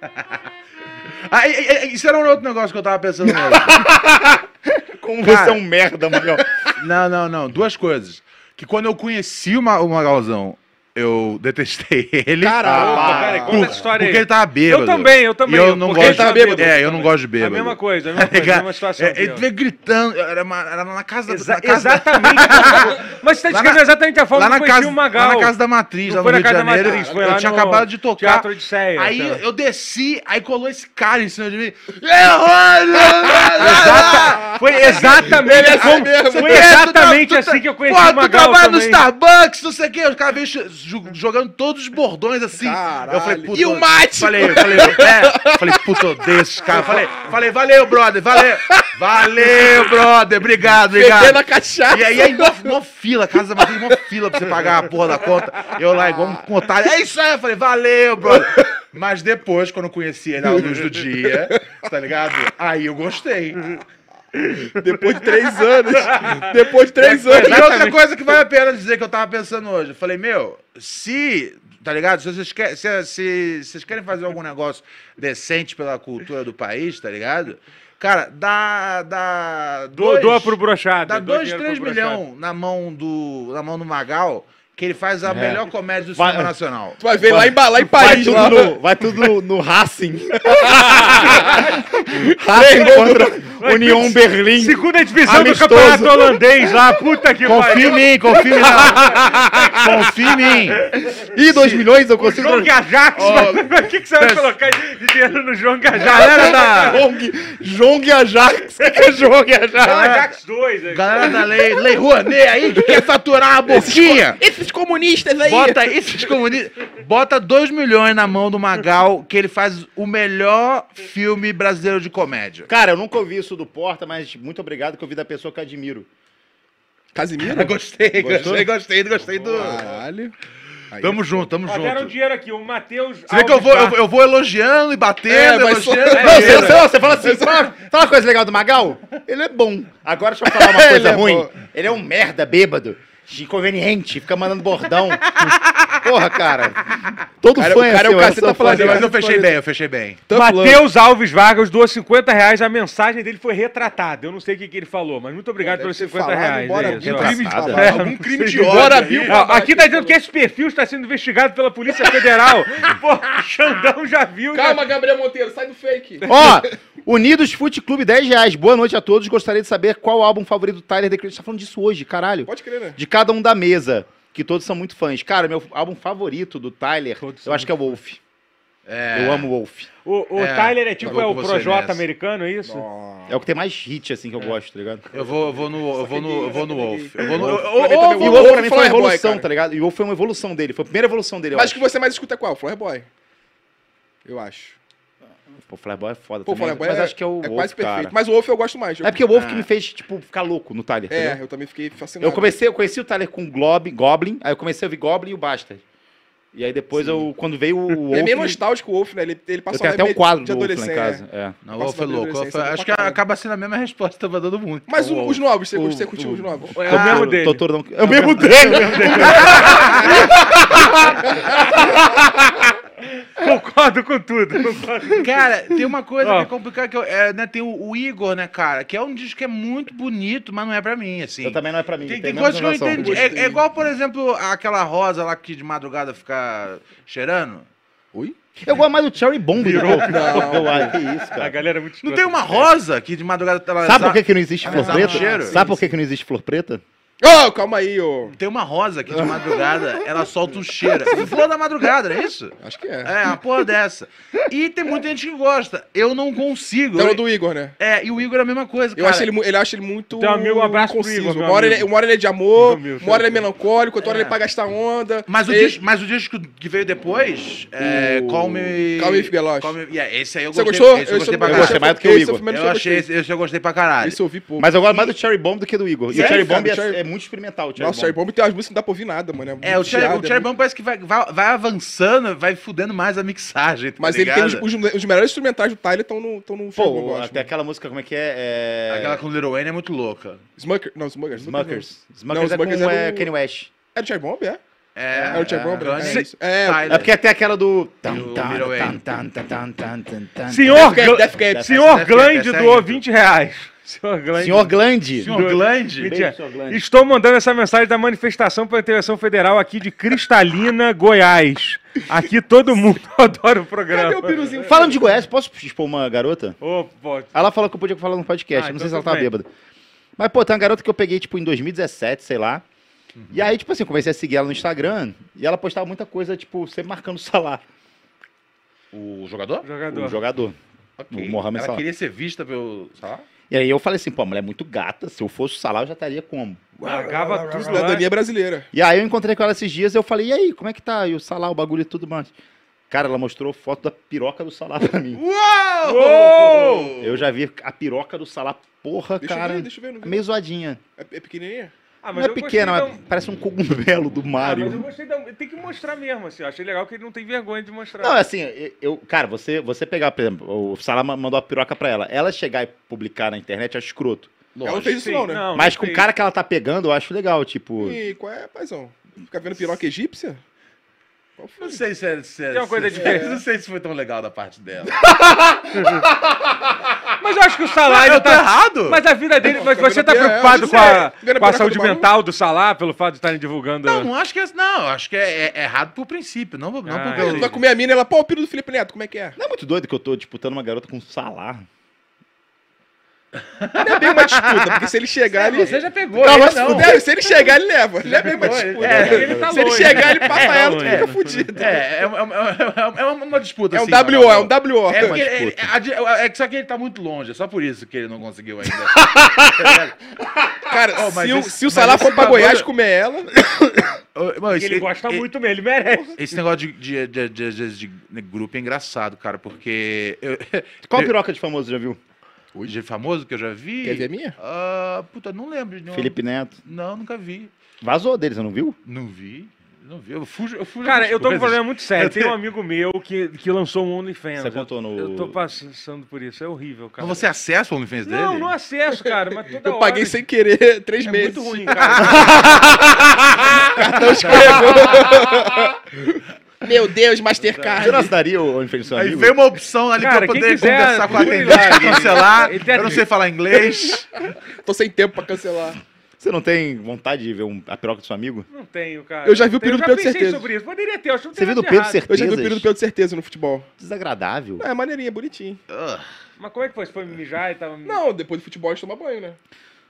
Speaker 4: Ah, e- e- e- isso era um outro negócio que eu tava pensando nele.
Speaker 1: Como
Speaker 4: Cara.
Speaker 1: você é um merda, Magal.
Speaker 4: Não, não, não. Duas coisas. Que quando eu conheci o, Ma o Magalzão, eu detestei ele.
Speaker 2: Caralho,
Speaker 4: Ah,
Speaker 3: Opa, peraí, conta essa história
Speaker 4: Porque
Speaker 3: aí.
Speaker 4: ele tava bêbado.
Speaker 3: Eu também, eu também,
Speaker 4: E eu não
Speaker 3: porque
Speaker 4: gosto
Speaker 3: ele tava bêbado.
Speaker 4: É, eu não gosto de
Speaker 3: É a
Speaker 4: bêbado.
Speaker 3: mesma coisa, a mesma coisa, a mesma situação.
Speaker 4: É, ele
Speaker 3: pior.
Speaker 4: veio gritando, era, uma- era na casa,
Speaker 3: Exa-
Speaker 4: na casa
Speaker 3: exatamente. Mas você tá
Speaker 4: Lá
Speaker 3: descrevendo
Speaker 4: na-
Speaker 3: exatamente a forma
Speaker 4: lá
Speaker 3: que
Speaker 4: na,
Speaker 3: conheci
Speaker 4: casa,
Speaker 3: o Magal.
Speaker 4: lá na casa da Matriz,
Speaker 3: Não
Speaker 4: lá no
Speaker 3: foi na
Speaker 4: Rio de
Speaker 3: casa da
Speaker 4: Janeiro.
Speaker 3: Matriz, foi
Speaker 4: eu
Speaker 3: lá
Speaker 4: tinha
Speaker 3: no
Speaker 4: acabado de tocar.
Speaker 3: Teatro Odisseia,
Speaker 4: aí
Speaker 3: então.
Speaker 4: eu desci, aí colou esse cara em cima de mim. Exatamente.
Speaker 3: Foi exatamente, como-
Speaker 4: tá
Speaker 3: foi exatamente assim que eu conheci
Speaker 4: Pô,
Speaker 3: o
Speaker 4: tu
Speaker 3: Magal
Speaker 4: trabalha no
Speaker 3: também.
Speaker 4: Starbucks, não sei o quê. Os caras veio ch- ju- jogando todos os bordões assim. Eu falei, puta.
Speaker 2: E o mate?
Speaker 4: Falei, eu falei, é. Falei, puta, eu odeio esses caras. Falei, falei, valeu, brother, valeu. Valeu, brother, obrigado, obrigado.
Speaker 2: Bebendo a cachaça.
Speaker 4: E aí, aí mó, mó fila, casa da matriz, mó fila pra você pagar a porra da conta. Eu lá, igual um contário. É isso aí, eu falei, valeu, brother. Mas depois, quando eu conheci ele à luz do dia, tá ligado? Aí eu gostei.
Speaker 2: Depois de três anos. Depois de três anos.
Speaker 4: E outra coisa que vale a pena dizer que eu tava pensando hoje. Eu falei, meu, se. Tá ligado? Se vocês, querem, se, se- se vocês querem fazer algum negócio decente pela cultura do país, tá ligado? Cara, dá. dá
Speaker 3: Do,
Speaker 4: dois-
Speaker 3: doa pro brochado.
Speaker 4: Dá
Speaker 3: doa
Speaker 4: 2,
Speaker 3: dinheiro
Speaker 4: 3
Speaker 3: pro brochado.
Speaker 4: milhões na mão do na mão do Magal, que ele faz
Speaker 3: É.
Speaker 4: a melhor comédia do
Speaker 1: Vai-
Speaker 4: cinema nacional.
Speaker 2: Tu vai ver lá em, lá
Speaker 1: Vai
Speaker 2: em Paris.
Speaker 1: tudo,
Speaker 2: lá.
Speaker 1: no, vai tudo no, no Racing. Racing contra União Berlim.
Speaker 3: Segunda divisão
Speaker 1: Amistoso.
Speaker 3: do campeonato holandês lá, puta que
Speaker 4: Confia em
Speaker 3: pariu.
Speaker 4: mim, confia em mim. não. Confia em mim.
Speaker 1: Ih, 2 milhões eu consigo...
Speaker 3: João Gajax, o que, que você vai colocar de dinheiro no João Gajax?
Speaker 4: Galera da,
Speaker 1: Jong, Jong Ajax. O que que é Jong Ajax?
Speaker 3: João Ajax 2. é.
Speaker 4: galera da lei, lei Rouanet aí que quer faturar a boquinha.
Speaker 2: Esses comunistas aí.
Speaker 4: Bota esses comunistas. Bota 2 milhões na mão do Magal, que ele faz o melhor filme brasileiro de comédia.
Speaker 1: Cara, eu nunca ouvi isso do Porta, mas muito obrigado que eu vi da pessoa que eu admiro.
Speaker 2: Casimiro?
Speaker 4: Gostei,
Speaker 1: gostei,
Speaker 4: gostei, gostei do.
Speaker 2: Caralho.
Speaker 4: Tamo junto, tamo
Speaker 3: Ó, deram
Speaker 4: junto.
Speaker 3: dinheiro aqui, o Matheus.
Speaker 4: Você vê que eu
Speaker 3: Alves
Speaker 4: vou, eu,
Speaker 3: Bar-
Speaker 4: eu vou elogiando e batendo,
Speaker 2: É, vai
Speaker 4: elogiando.
Speaker 2: só-
Speaker 4: e
Speaker 1: Não,
Speaker 4: batendo.
Speaker 1: você, você- você fala assim, sabe, sabe uma coisa legal do Magal? Ele é bom. Agora deixa eu falar uma coisa
Speaker 2: Ele é
Speaker 1: ruim.
Speaker 2: bom.
Speaker 1: ele é um merda bêbado, inconveniente, fica mandando bordão. Porra, cara. Todo
Speaker 2: Cara,
Speaker 1: fã
Speaker 2: o cara é o
Speaker 1: seu,
Speaker 2: caceta
Speaker 1: sou fã né?
Speaker 2: planeta.
Speaker 1: seu.
Speaker 4: Mas eu fechei bem, eu fechei bem.
Speaker 3: Matheus Alves Vargas doou 50 reais, a mensagem dele foi retratada. Eu não sei o que, que ele falou, mas muito obrigado pelos 50 reais. é isso,
Speaker 2: tá?
Speaker 3: ó.
Speaker 1: crime de-
Speaker 2: trabalho.
Speaker 4: Algum crime de
Speaker 2: Bora,
Speaker 4: ódio.
Speaker 2: Bill.
Speaker 4: aí.
Speaker 3: Ó, aqui tá dizendo que esse perfil está sendo investigado pela Polícia Federal. Pô, Xandão já viu. né? já-
Speaker 2: Calma, Gabriel Monteiro, sai do fake.
Speaker 1: Ó, Unidos Fute Clube, 10 reais. Boa noite a todos. Gostaria de saber qual o álbum favorito do Tyler, The Creator. Você tá falando disso hoje, caralho.
Speaker 2: Pode crer, né?
Speaker 1: De cada um da mesa, que todos são muito fãs. Cara, meu álbum favorito do Tyler,
Speaker 3: Todos
Speaker 1: eu
Speaker 3: são
Speaker 1: acho que é o Wolf.
Speaker 2: É.
Speaker 1: Eu amo Wolf.
Speaker 3: O, o
Speaker 4: É,
Speaker 3: Tyler é tipo
Speaker 4: falou
Speaker 3: é o
Speaker 4: com você
Speaker 3: Projota
Speaker 4: nessa.
Speaker 3: americano, é isso?
Speaker 1: É o que tem mais hit, assim, que
Speaker 2: É.
Speaker 1: eu gosto, tá ligado?
Speaker 4: Eu vou, eu vou no, eu vou no, eu vou no Wolf. Eu vou no,
Speaker 2: Wolf.
Speaker 4: eu-
Speaker 2: Pra mim
Speaker 4: eu-
Speaker 2: também
Speaker 1: E
Speaker 2: o
Speaker 1: o Wolf
Speaker 2: Wolf
Speaker 1: pra mim foi uma
Speaker 2: Flower Boy,
Speaker 1: evolução,
Speaker 2: cara.
Speaker 1: tá ligado? E o Wolf foi uma evolução dele, foi a primeira evolução dele, eu
Speaker 2: Mas
Speaker 1: acho.
Speaker 2: que você mais escuta é qual? Flower Boy. Eu acho.
Speaker 1: Pô, o Flyboy é foda
Speaker 2: Pô,
Speaker 1: também,
Speaker 2: Flower Boy
Speaker 1: mas
Speaker 2: é,
Speaker 1: acho que é o
Speaker 2: é
Speaker 1: Wolf,
Speaker 2: quase
Speaker 1: cara.
Speaker 2: perfeito. Mas o Wolf eu gosto mais. Eu-
Speaker 1: É porque o Wolf que me fez, tipo, ficar louco no Tyler,
Speaker 2: É,
Speaker 1: entendeu?
Speaker 2: eu também fiquei fascinado.
Speaker 1: Eu comecei, eu conheci o Tyler com o Glob, Goblin, aí eu comecei a ouvir Goblin e o Bastard. E aí depois eu, quando veio o Wolf,
Speaker 2: Ele é meio nostálgico o Wolf, né? Ele, ele
Speaker 1: eu
Speaker 2: passa
Speaker 1: tenho
Speaker 2: uma
Speaker 1: até um
Speaker 2: época
Speaker 1: quadro
Speaker 2: de
Speaker 1: do Wolf lá em
Speaker 2: adolescente,
Speaker 1: casa.
Speaker 2: é.
Speaker 1: É.
Speaker 4: não, o Wolf é
Speaker 2: Passa
Speaker 4: louco.
Speaker 2: adolescência
Speaker 4: o Wolf- acho que
Speaker 2: pra caralho.
Speaker 4: acaba sendo a mesma resposta que tava dando muito.
Speaker 2: Mas o- os novos, você,
Speaker 1: O-
Speaker 2: você curtiu
Speaker 1: o-
Speaker 2: os novos?
Speaker 3: É
Speaker 1: Ah.
Speaker 3: o mesmo dele.
Speaker 1: Totoro não... É o mesmo dele!
Speaker 3: Concordo com tudo. concordo.
Speaker 4: Cara, tem uma coisa
Speaker 3: Ó.
Speaker 4: que é complicada, que eu- é, né, tem o, o Igor, né, cara, que é um disco que é muito bonito, mas não é pra mim, assim.
Speaker 1: Eu também não é pra mim.
Speaker 4: Tem,
Speaker 1: tem
Speaker 4: tem
Speaker 1: a
Speaker 4: coisas que eu
Speaker 1: mesma sensação.
Speaker 4: entendi. É, é igual, por exemplo, aquela rosa lá que de madrugada fica cheirando.
Speaker 1: Eu gosto mais do Cherry Bomb do que
Speaker 3: Virou.
Speaker 1: eu acho. Que isso,
Speaker 3: A
Speaker 1: cara.
Speaker 3: galera é muito
Speaker 4: Não
Speaker 3: escrota.
Speaker 4: tem uma rosa que de madrugada ela
Speaker 1: Sabe por
Speaker 4: exa-
Speaker 1: que, que não existe flor
Speaker 4: sabe o
Speaker 1: preta?
Speaker 4: cheiro?
Speaker 1: Sabe por que, que não existe flor preta?
Speaker 2: Ô, calma aí, ô.
Speaker 4: Tem uma rosa que de madrugada ela solta um cheiro. É Flor da madrugada, não é isso?
Speaker 2: Acho que é.
Speaker 4: É, uma porra dessa. E tem muita gente que gosta. Eu não consigo.
Speaker 2: Então é
Speaker 4: Eu-
Speaker 2: o do Igor, né?
Speaker 4: É, e o Igor é a mesma coisa,
Speaker 2: Eu
Speaker 4: cara.
Speaker 2: acho ele, mu- ele acha ele muito
Speaker 3: Então, amigo, um abraço pro Igor, meu
Speaker 2: Uma hora, ele,
Speaker 3: amigo.
Speaker 2: uma hora ele é de amor,
Speaker 3: Meu amigo,
Speaker 2: uma hora ele é melancólico, outra hora ele é pra gastar onda.
Speaker 4: Mas o,
Speaker 2: Ele-
Speaker 4: disco, mas o disco que veio depois, é,
Speaker 2: O-
Speaker 4: Call Me...
Speaker 2: Call Me If You Get Lost.
Speaker 4: Call Me- yeah, esse aí eu
Speaker 2: Você
Speaker 4: gostei.
Speaker 2: gostou?
Speaker 4: Esse eu gostei pra
Speaker 1: eu
Speaker 4: caralho.
Speaker 1: gostei mais do que o
Speaker 2: esse
Speaker 1: Igor.
Speaker 2: é primeiro
Speaker 4: Eu
Speaker 2: que
Speaker 4: achei
Speaker 2: gostei.
Speaker 4: esse, esse eu gostei pra caralho.
Speaker 2: Esse eu ouvi pouco.
Speaker 1: Mas eu gosto mais do Cherry Bomb do que do Igor. E
Speaker 2: Sério,
Speaker 1: o Cherry
Speaker 2: cara?
Speaker 1: Bomb é,
Speaker 2: O Cherry-
Speaker 1: é muito experimental. O Cherry
Speaker 2: Nossa, o Cherry
Speaker 1: Bomb.
Speaker 2: Bomb tem umas músicas que não dá pra ouvir nada, mano.
Speaker 4: É, o Cherry,
Speaker 2: chiado,
Speaker 4: o Cherry
Speaker 2: muito-
Speaker 4: Bomb parece que vai, vai, vai avançando, vai fudendo mais a mixagem, tá
Speaker 2: Mas ele tem os,
Speaker 4: ligado?
Speaker 2: os- os melhores instrumentais do Tyler estão no, tão no filme, é eu
Speaker 1: Pô,
Speaker 2: gosto.
Speaker 1: até aquela música, como é que é? é...
Speaker 4: Aquela com o Little Wayne é muito louca.
Speaker 2: Smuckers. Não, Smuckers.
Speaker 1: Smuckers.
Speaker 2: Não,
Speaker 1: Smuckers é
Speaker 2: Smuckers
Speaker 1: com
Speaker 2: é
Speaker 1: é,
Speaker 2: do-
Speaker 1: Kanye West.
Speaker 2: É do Cherry Bomb, é?
Speaker 4: É,
Speaker 2: É o Cherry
Speaker 1: é,
Speaker 2: Bomb?
Speaker 4: Guns
Speaker 2: É
Speaker 4: N'
Speaker 2: isso. É,
Speaker 4: Tyler.
Speaker 1: É porque até aquela do...
Speaker 4: o Little Wayne.
Speaker 3: Senhor,
Speaker 2: Death Cab,
Speaker 3: Gl-
Speaker 2: Death Cab.
Speaker 3: É Senhor
Speaker 1: Dessa-
Speaker 3: Glande
Speaker 4: dessa aí,
Speaker 3: doou
Speaker 4: então.
Speaker 3: 20 reais. Senhor Glenn.
Speaker 1: Senhor Glande.
Speaker 6: Senhor Glande?
Speaker 3: é.
Speaker 1: Beijo, senhor Glande.
Speaker 3: Estou mandando essa mensagem da manifestação pela intervenção federal aqui de Cristalina, Goiás. Aqui todo mundo adora o programa.
Speaker 2: Cadê o piruzinho?
Speaker 1: Falando de Goiás, posso expor uma garota?
Speaker 3: Ô, pô,
Speaker 1: Ela falou que eu podia falar no podcast,
Speaker 3: Ah,
Speaker 1: eu não
Speaker 3: então
Speaker 1: sei se ela
Speaker 3: tudo
Speaker 1: tá
Speaker 3: bem.
Speaker 1: bêbada. Mas, pô, tem uma garota que eu peguei, tipo, em 2017, sei lá.
Speaker 3: Uhum.
Speaker 1: E aí, tipo assim, eu comecei a seguir ela no Instagram e ela postava muita coisa, tipo, sempre marcando o Salah,
Speaker 4: O jogador?
Speaker 1: o
Speaker 3: jogador.
Speaker 1: jogador.
Speaker 4: Ok.
Speaker 1: O Mohamed
Speaker 4: Ela
Speaker 1: Salah.
Speaker 4: queria ser vista pelo. Salah?
Speaker 1: E aí eu falei assim, pô, a mulher é muito gata, se eu fosse o Salah, eu já estaria como?
Speaker 3: Largava tudo
Speaker 2: Cidadania é brasileira.
Speaker 1: E aí eu encontrei com ela esses dias e eu falei, e aí, como é que tá? E o Salah, o bagulho e tudo mais. Cara, ela mostrou foto da piroca do Salah pra mim.
Speaker 4: Uou!
Speaker 1: Eu já vi a piroca do Salah, porra,
Speaker 2: Deixa eu
Speaker 1: cara.
Speaker 2: ver, deixa eu ver. Não vi.
Speaker 1: Meio zoadinha.
Speaker 2: É, é pequenininha?
Speaker 3: Ah,
Speaker 1: não é pequena,
Speaker 3: gostei
Speaker 1: mas
Speaker 3: da-
Speaker 1: parece um cogumelo do
Speaker 3: Ah,
Speaker 1: Mario.
Speaker 3: mas eu gostei da... Tem que mostrar mesmo, assim. Eu achei legal que ele não tem vergonha de mostrar.
Speaker 2: é,
Speaker 1: Não, assim, eu- eu, cara, você, você pegar, por exemplo, o Salah ma- mandou a piroca pra ela. Ela chegar e publicar na internet, acho escroto.
Speaker 2: Ela não fez isso
Speaker 3: Sim,
Speaker 2: não, né?
Speaker 1: Mas
Speaker 3: não
Speaker 1: com o
Speaker 3: sei.
Speaker 1: cara que ela tá pegando, eu acho legal, tipo.
Speaker 2: E qual é, paizão? Ficar vendo piroca egípcia? Qual foi?
Speaker 4: Não sei se é. Se é-
Speaker 3: Tem uma coisa
Speaker 4: se-
Speaker 3: diferente.
Speaker 4: Não sei se foi tão legal da parte dela.
Speaker 3: Mas eu acho que o salário
Speaker 4: eu tô
Speaker 3: tá...
Speaker 4: errado?
Speaker 3: Mas a vida dele... Mas
Speaker 2: tá vendo
Speaker 3: você tá
Speaker 2: a piroca-
Speaker 3: preocupado
Speaker 2: é,
Speaker 3: com a,
Speaker 2: vendo a
Speaker 3: com a
Speaker 2: piroca
Speaker 3: saúde
Speaker 2: do maluco?
Speaker 3: mental do Salah pelo fato de estarem divulgando...
Speaker 4: Não, não acho que é. Não, acho que é, é- é errado por princípio. Não, não
Speaker 3: Ah,
Speaker 4: por
Speaker 2: Aí
Speaker 4: pelo.
Speaker 2: tu vai comer a mina e ela, pô, o peru do Felipe Neto, como é que é?
Speaker 1: Não é muito doido que eu tô disputando uma garota com o Salah.
Speaker 2: Não é bem uma disputa, porque se ele chegar, ele...
Speaker 4: Você já pegou, né,
Speaker 2: Não,
Speaker 4: ele
Speaker 2: mas fuder, se ele chegar, ele leva. Já é bem uma
Speaker 4: pegou, ele-
Speaker 2: disputa.
Speaker 4: é,
Speaker 3: ele tá
Speaker 2: se ele
Speaker 3: longe,
Speaker 2: chegar,
Speaker 3: né?
Speaker 2: ele passa
Speaker 3: É, tá
Speaker 2: ela, tu
Speaker 3: longe.
Speaker 2: fica fudido.
Speaker 4: É, é, uma- é, uma- é uma- é uma disputa.
Speaker 2: É um
Speaker 4: assim,
Speaker 2: WO,
Speaker 4: mano.
Speaker 2: é um WO.
Speaker 4: É, porque
Speaker 1: uma
Speaker 4: ele-
Speaker 1: disputa.
Speaker 4: a di- é que só que ele tá muito longe, é só por isso que ele não conseguiu ainda.
Speaker 2: Cara,
Speaker 4: Oh, mas
Speaker 2: se, o-
Speaker 4: esse-
Speaker 2: se o
Speaker 4: mas
Speaker 2: Salah
Speaker 4: esse
Speaker 2: for pra
Speaker 4: bagulho-
Speaker 2: Goiás comer ela,
Speaker 4: Ô, mano,
Speaker 3: Porque ele
Speaker 4: esse-
Speaker 3: gosta
Speaker 2: é-
Speaker 4: e-
Speaker 3: muito mesmo, ele merece.
Speaker 4: Esse negócio de, de, de, de- de- de grupo é engraçado, cara, porque. Eu,
Speaker 1: Qual
Speaker 4: Eu-
Speaker 1: piroca de famoso já viu?
Speaker 4: de famoso que eu já vi.
Speaker 2: quer ver a minha?
Speaker 4: Ah, puta, não lembro de nenhum.
Speaker 1: Felipe Neto.
Speaker 4: Não, nunca vi.
Speaker 1: Vazou dele, você não viu?
Speaker 4: Não vi. Não vi. Eu fujo. Eu fujo
Speaker 3: Cara,
Speaker 4: das
Speaker 3: eu tô com um
Speaker 4: coisas.
Speaker 3: problema muito sério.
Speaker 4: Eu
Speaker 3: Tem
Speaker 4: tenho-
Speaker 3: um amigo meu que, que lançou um OnlyFans.
Speaker 1: Você contou no-
Speaker 3: Eu tô passando por isso, é horrível, cara.
Speaker 4: Mas você acessa o OnlyFans dele?
Speaker 3: Não, não acesso, cara, mas toda
Speaker 2: Eu
Speaker 3: É hora...
Speaker 2: paguei sem querer três
Speaker 3: É
Speaker 2: meses.
Speaker 3: muito ruim, cara.
Speaker 2: Meu Deus,
Speaker 1: Você não
Speaker 2: Mastercard.
Speaker 1: assinaria o OnlyFans do seu
Speaker 4: Aí
Speaker 1: amigo?
Speaker 4: veio uma opção ali
Speaker 3: Cara,
Speaker 4: pra eu
Speaker 3: quem
Speaker 4: poder
Speaker 3: quiser,
Speaker 4: conversar com a
Speaker 3: procure lá,
Speaker 4: atendente,
Speaker 3: ele-
Speaker 4: cancelar.
Speaker 3: ele tem
Speaker 4: eu não sei falar inglês.
Speaker 2: Tô sem tempo pra cancelar.
Speaker 1: Você não tem vontade de ver um- a piroca do seu amigo?
Speaker 3: Não tenho, cara.
Speaker 2: Eu já vi o
Speaker 3: Não tenho,
Speaker 2: peru do Pedro
Speaker 3: Eu já pensei
Speaker 2: Certeza.
Speaker 3: sobre isso. Poderia ter, eu acho que não
Speaker 1: Você
Speaker 3: tem
Speaker 1: viu do
Speaker 3: nada de
Speaker 1: Pedro
Speaker 3: errado.
Speaker 1: Certeza?
Speaker 2: Eu já vi o peru do Pedro Certeza no futebol.
Speaker 1: Desagradável.
Speaker 2: É, maneirinha, bonitinho.
Speaker 3: Mas como é que foi? Você foi me mijar e tava...
Speaker 2: Não, depois do futebol a gente toma banho, né?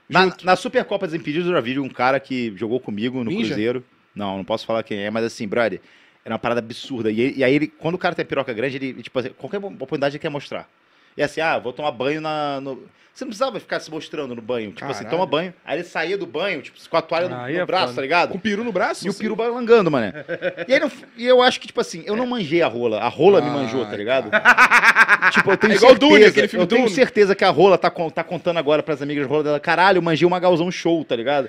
Speaker 1: Na, na Supercopa Desimpedidos, eu já vi um cara que jogou comigo no
Speaker 2: Ninja?
Speaker 1: Cruzeiro. Não, não posso falar quem é, mas assim, brother, era uma parada absurda. E, ele- e aí, ele, quando o cara tem piroca grande, ele, tipo assim, qualquer oportunidade ele quer mostrar. E assim, ah, vou tomar banho na. no- Você não precisava ficar se mostrando no banho. Tipo assim,
Speaker 2: Caralho. Ah,
Speaker 1: toma banho. Aí ele saía do banho, tipo, com a toalha no-
Speaker 3: Aí
Speaker 1: no,
Speaker 3: é
Speaker 1: braço,
Speaker 3: foda.
Speaker 1: tá ligado?
Speaker 2: Com o peru no braço?
Speaker 1: E o
Speaker 2: sim.
Speaker 1: peru balangando, mané. E, aí não- e eu acho que, tipo assim,
Speaker 2: É.
Speaker 1: eu não manjei a rola. A rola me
Speaker 2: Ai,
Speaker 1: manjou, tá ligado? Tipo, eu tenho
Speaker 2: Ah, É igual
Speaker 1: certeza.
Speaker 2: o Dune, aquele filme
Speaker 1: eu tenho
Speaker 2: Dune.
Speaker 1: certeza que a rola tá, con- tá contando agora pras amigas rola dela. Caralho, eu manjei uma galzão show, tá ligado?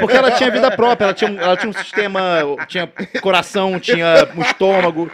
Speaker 1: Porque ela tinha vida própria, ela tinha um, ela tinha um sistema, tinha coração, tinha um estômago.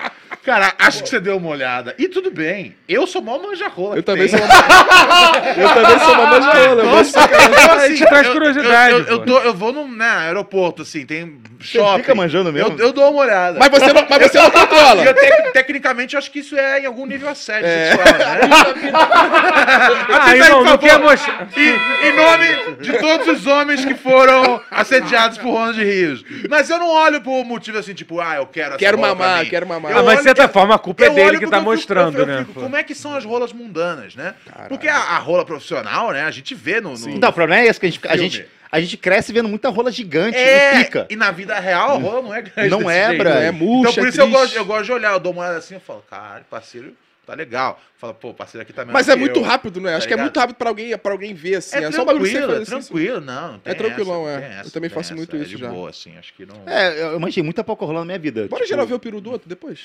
Speaker 4: Cara, acho que você deu uma olhada. E tudo bem. Eu sou mó manjarrola.
Speaker 2: Eu
Speaker 4: que
Speaker 2: também
Speaker 4: tem.
Speaker 2: sou uma Eu também sou uma manjola. eu gosto pra caralho.
Speaker 4: Então,
Speaker 3: A gente traz curiosidade,
Speaker 4: Eu, eu, eu
Speaker 3: pô.
Speaker 4: tô- eu vou num né, aeroporto, assim, tem shopping.
Speaker 1: fica manjando mesmo?
Speaker 4: Eu, eu dou uma olhada.
Speaker 2: Mas você não, mas você não
Speaker 4: E eu
Speaker 2: controla.
Speaker 4: tec- tecnicamente, eu acho que isso é em algum nível assédio sexual, né?
Speaker 3: Ah, irmão, não quer mostrar... Ah,
Speaker 4: E, em nome de todos os homens que foram assediados por Ronald Rios. Mas eu não olho por motivo assim, tipo, ah, eu quero essa
Speaker 2: Quero
Speaker 4: bola pra
Speaker 2: mamar,
Speaker 4: mim.
Speaker 2: quero mamar.
Speaker 4: Eu
Speaker 3: Ah, mas
Speaker 4: olho-
Speaker 3: de certa forma a culpa é
Speaker 4: eu olho
Speaker 3: dele que
Speaker 4: porque
Speaker 3: tá
Speaker 4: eu fico-
Speaker 3: mostrando,
Speaker 4: eu fico,
Speaker 3: né? pô?
Speaker 4: como é que são as rolas mundanas, né? Porque a, a rola profissional, né, a gente vê no... no
Speaker 1: Então, o problema é esse, que a gente, a
Speaker 4: Filme.
Speaker 1: gente, a gente cresce vendo muita rola gigante e pica.
Speaker 4: é, e na vida real, a rola não é grande
Speaker 1: Não
Speaker 4: desse
Speaker 1: é,
Speaker 4: jeito.
Speaker 1: bra.
Speaker 2: É murcha,
Speaker 4: Então por isso
Speaker 2: é
Speaker 4: eu gosto,
Speaker 2: triste.
Speaker 4: eu gosto de olhar, eu dou uma olhada assim, eu falo, caralho, parceiro, tá legal. Fala, pô, parceiro aqui tá melhor
Speaker 2: Mas é
Speaker 4: que
Speaker 2: muito
Speaker 4: eu.
Speaker 2: rápido, né? Acho
Speaker 4: Tá
Speaker 2: que é
Speaker 4: ligado?
Speaker 2: muito rápido pra alguém, pra alguém ver, assim.
Speaker 4: É,
Speaker 2: É, só um bagulho que você
Speaker 4: tranquilo, é
Speaker 2: faz, assim,
Speaker 4: tranquilo, não, não tem
Speaker 2: tranquilão,
Speaker 4: essa, não
Speaker 2: é.
Speaker 4: tem
Speaker 2: Eu
Speaker 4: essa,
Speaker 2: também
Speaker 4: não
Speaker 2: faço
Speaker 4: tem
Speaker 2: muito
Speaker 4: essa, é
Speaker 2: isso
Speaker 4: de
Speaker 2: já.
Speaker 4: boa, assim, acho que não...
Speaker 1: É, eu eu manjei muita pouca rola na minha vida.
Speaker 2: Bora
Speaker 1: tipo,
Speaker 2: geral ver o peru do outro depois?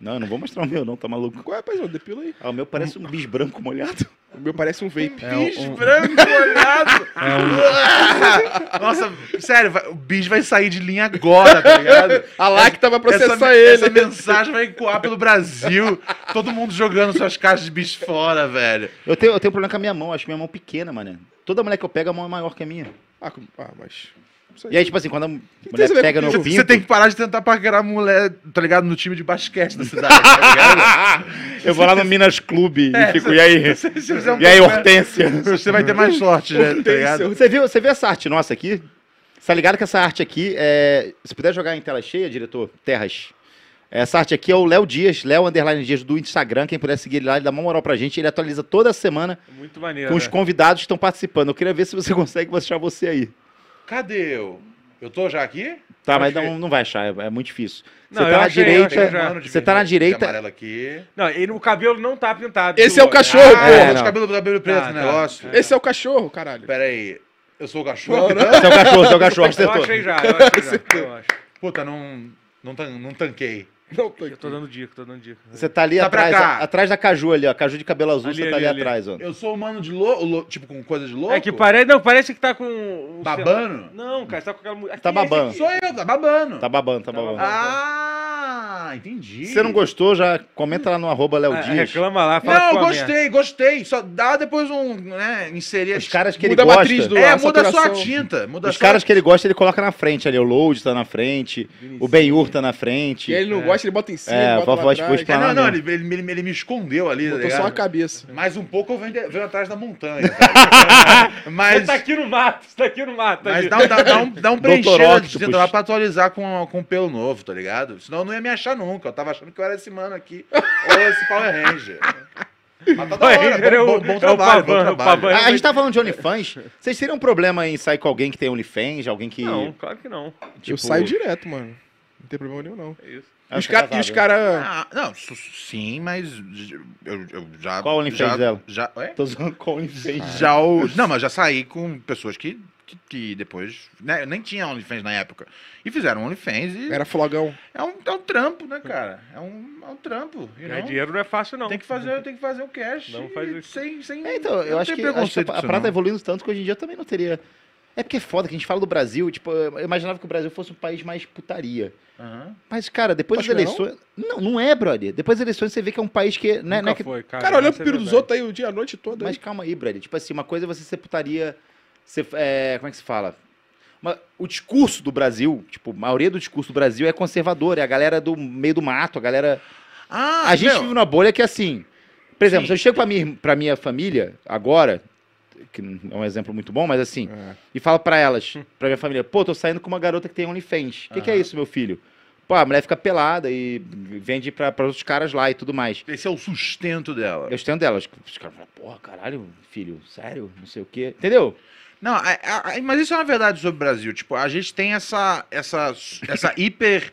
Speaker 1: Não, eu não vou mostrar o meu, não, tá maluco.
Speaker 2: Qual é, paizão? Depila aí.
Speaker 1: Ah, o meu parece um bis branco molhado.
Speaker 2: O meu parece um vape.
Speaker 3: É
Speaker 4: Bis branco olhado.
Speaker 3: É um-
Speaker 4: Nossa, sério, vai- o bis vai sair de linha agora, tá ligado?
Speaker 2: A Lacta vai processar
Speaker 4: essa,
Speaker 2: ele.
Speaker 4: Essa mensagem vai ecoar pelo Brasil. Todo mundo jogando suas caixas de bis fora, velho.
Speaker 1: Eu tenho, um eu tenho problema com a minha mão, acho minha mão pequena, mané. Toda mulher que eu pego, a mão é maior que a minha.
Speaker 2: Ah, com- ah, mas... Isso
Speaker 1: E aí, tipo assim, quando a mulher
Speaker 2: tem a ver
Speaker 1: pega
Speaker 2: com
Speaker 1: no
Speaker 2: isso?
Speaker 1: pinto...
Speaker 4: Então Você tem que parar de tentar paquerar mulher, tá ligado? No time de basquete da cidade, tá ligado?
Speaker 1: Eu vou lá no Minas Clube e fico, e aí?
Speaker 4: Se É, você fizer um
Speaker 1: E aí,
Speaker 4: pouco, né,
Speaker 1: Hortência?
Speaker 4: Você vai ter mais sorte, né? Tá ligado?
Speaker 1: Você viu, você viu essa arte nossa aqui? Você tá ligado que essa arte aqui é. Se puder jogar em tela cheia, diretor, Terras. Essa arte aqui é o Léo Dias, Léo Underline Dias do Instagram. Quem puder seguir ele lá, ele dá uma moral pra gente. Ele atualiza toda semana
Speaker 3: Muito maneiro.
Speaker 1: com os
Speaker 3: né?
Speaker 1: convidados que estão participando. Eu queria ver se você consegue vou achar você aí.
Speaker 4: Cadê eu? Eu tô já aqui?
Speaker 1: Tá, mas
Speaker 4: Acho que-
Speaker 1: não, não vai achar, é, é muito difícil.
Speaker 3: Não,
Speaker 1: você
Speaker 3: eu
Speaker 1: tá na
Speaker 3: achei, eu achei
Speaker 1: direita.
Speaker 3: já.
Speaker 4: Mano, um de
Speaker 1: Você tá na
Speaker 4: vermelho, de
Speaker 1: direita.
Speaker 4: Amarelo aqui.
Speaker 3: Não, ele, o cabelo não tá pintado.
Speaker 2: Esse
Speaker 3: do-
Speaker 2: é o cachorro,
Speaker 4: ah,
Speaker 1: pô.
Speaker 4: é,
Speaker 1: não.
Speaker 4: de cabelo, cabelo preto,
Speaker 3: Tá, tá.
Speaker 4: negócio.
Speaker 2: Esse é o cachorro, caralho.
Speaker 4: Pera aí. Eu sou o cachorro?
Speaker 1: Seu cachorro, seu cachorro, tá
Speaker 3: Eu
Speaker 1: acertou.
Speaker 3: achei já, eu achei já. Eu acho.
Speaker 4: Puta, não, não, tan- não tanquei.
Speaker 2: Não, tô
Speaker 3: Eu tô dando dica, tô dando dica.
Speaker 1: Você tá ali
Speaker 4: Tá pra
Speaker 1: atrás,
Speaker 4: cá.
Speaker 1: a- atrás da Caju ali, ó. Caju de cabelo azul,
Speaker 3: Ali,
Speaker 1: você tá
Speaker 3: ali,
Speaker 1: ali,
Speaker 3: ali.
Speaker 1: atrás, ó.
Speaker 4: Eu sou humano de louco, tipo, com coisa de louco?
Speaker 3: É que parece. Não, parece que tá com. o-
Speaker 4: Babando?
Speaker 3: Não, cara, você tá com aquela. mu- Aqui,
Speaker 1: Tá babando.
Speaker 3: esse
Speaker 4: Sou eu, tá babando.
Speaker 1: Tá babando, tá
Speaker 3: Tá
Speaker 1: babando.
Speaker 3: babando.
Speaker 4: Ah, entendi.
Speaker 1: Se você não gostou, já comenta lá no arroba Léo
Speaker 3: aqui. Ah,
Speaker 1: Dias.
Speaker 3: reclama lá, fala
Speaker 4: É Não,
Speaker 3: que
Speaker 4: eu
Speaker 3: foi uma merda.
Speaker 4: gostei, gostei. Só dá depois um, né, inserir...
Speaker 1: Os caras que ele
Speaker 2: Muda a
Speaker 1: gosta.
Speaker 2: matriz do-
Speaker 4: É,
Speaker 2: a
Speaker 4: muda só a
Speaker 2: saturação.
Speaker 4: tinta. Muda
Speaker 1: Os
Speaker 4: só a
Speaker 1: caras que ele gosta, ele coloca na frente ali. O Load tá na frente, o Ben-Hur tá na frente.
Speaker 2: E ele não gosta, ele bota em cima,
Speaker 1: É,
Speaker 2: bota
Speaker 1: vovó
Speaker 2: lá
Speaker 1: te
Speaker 2: atrás.
Speaker 1: pôs pra-
Speaker 4: É, não,
Speaker 1: Falar
Speaker 4: não,
Speaker 3: né?
Speaker 1: mesmo.
Speaker 4: ele, ele, ele- ele me escondeu ali, tá
Speaker 2: Botou só a
Speaker 4: ligado?
Speaker 2: cabeça.
Speaker 4: Mais um pouco eu venho, de- venho atrás da montanha. cara.
Speaker 3: Você
Speaker 4: mas
Speaker 3: tá aqui no mato, você tá aqui no mato. tá
Speaker 4: mas
Speaker 3: aqui.
Speaker 4: dá, um- dá, dá um, dá um
Speaker 1: Dr.
Speaker 4: preenchido de
Speaker 1: Octopus.
Speaker 4: cinta lá pra atualizar com, com pelo novo, tá ligado? Senão eu não ia me achar nunca. Eu tava achando que eu era esse mano aqui. ou esse Power Ranger. Mas tá da
Speaker 3: Power
Speaker 4: hora,
Speaker 3: Ranger é o-
Speaker 4: bom, bom,
Speaker 3: é
Speaker 4: bom
Speaker 3: o
Speaker 4: trabalho, bom
Speaker 3: Pavan, o
Speaker 4: trabalho.
Speaker 3: Pavan.
Speaker 1: Ah, a gente tá falando de OnlyFans. Vocês teriam um problema em sair com alguém que tem OnlyFans? Alguém que.
Speaker 3: Não, claro que não.
Speaker 1: tipo,
Speaker 2: Eu saio direto, mano. Não tem problema nenhum, não.
Speaker 3: É isso.
Speaker 1: Ah,
Speaker 2: E os
Speaker 1: você é
Speaker 2: caras.
Speaker 1: casado, né?
Speaker 2: Cara...
Speaker 4: Ah, não, su- sim, mas eu, eu já...
Speaker 1: Qual o OnlyFans
Speaker 4: já,
Speaker 1: dela?
Speaker 4: Já, é?
Speaker 1: Tô zoando com OnlyFans.
Speaker 4: já o, não, mas já saí com pessoas que, que, que depois... Né, eu nem tinha OnlyFans na época. E fizeram OnlyFans e...
Speaker 2: Era flogão.
Speaker 4: É um, é um trampo, né, cara? É um, é um trampo. you
Speaker 3: Ganhar
Speaker 4: know?
Speaker 3: dinheiro não é fácil, não.
Speaker 4: Tem que fazer, tem que fazer o cash.
Speaker 3: Não faz
Speaker 4: e
Speaker 3: isso.
Speaker 4: sem, sem
Speaker 1: É, então, eu
Speaker 4: não
Speaker 1: acho
Speaker 4: tem
Speaker 1: que, acho que a-
Speaker 4: preconceito
Speaker 1: a
Speaker 4: disso,
Speaker 1: parada tá
Speaker 4: não.
Speaker 1: evoluindo tanto que hoje em dia eu também não teria. É porque é foda que a gente fala do Brasil. Tipo, eu imaginava que o Brasil fosse um país mais putaria.
Speaker 4: Aham.
Speaker 1: Mas, cara, depois
Speaker 2: Acho
Speaker 1: das
Speaker 2: que não.
Speaker 1: eleições. Não, não é, brother. Depois das eleições você vê que é um país que. Né, não é
Speaker 3: Nunca
Speaker 1: que
Speaker 3: foi, cara.
Speaker 2: Cara, olhando
Speaker 3: essa
Speaker 2: pro
Speaker 3: é
Speaker 2: piro dos
Speaker 3: verdade.
Speaker 2: outros aí o dia, a noite toda.
Speaker 1: Mas
Speaker 2: Mas...
Speaker 1: calma aí, Brad. Tipo assim, uma coisa é você ser putaria. Ser, é, como é que se fala? Uma- o discurso do Brasil, tipo, a maioria do discurso do Brasil é conservador, é a galera do meio do mato, a galera.
Speaker 4: Ah,
Speaker 1: a gente
Speaker 4: meu,
Speaker 1: vive numa bolha que é assim. Por exemplo, se eu chego pra minha, pra minha família agora, que não é um exemplo muito bom, mas assim,
Speaker 2: É.
Speaker 1: e falo pra elas, pra minha família, pô, tô saindo com uma garota que tem OnlyFans. O que, que é
Speaker 4: Hum. Aham.
Speaker 1: isso, meu filho? Pô, a mulher fica pelada e vende pra, pra outros caras lá e tudo mais.
Speaker 4: Esse é o sustento dela.
Speaker 1: Eu tenho delas. Os caras falam, porra, caralho, filho, sério, não sei o quê. Entendeu?
Speaker 4: Não, a- a- a- mas isso é uma verdade sobre o Brasil. Tipo, a gente tem essa, essa, essa hiper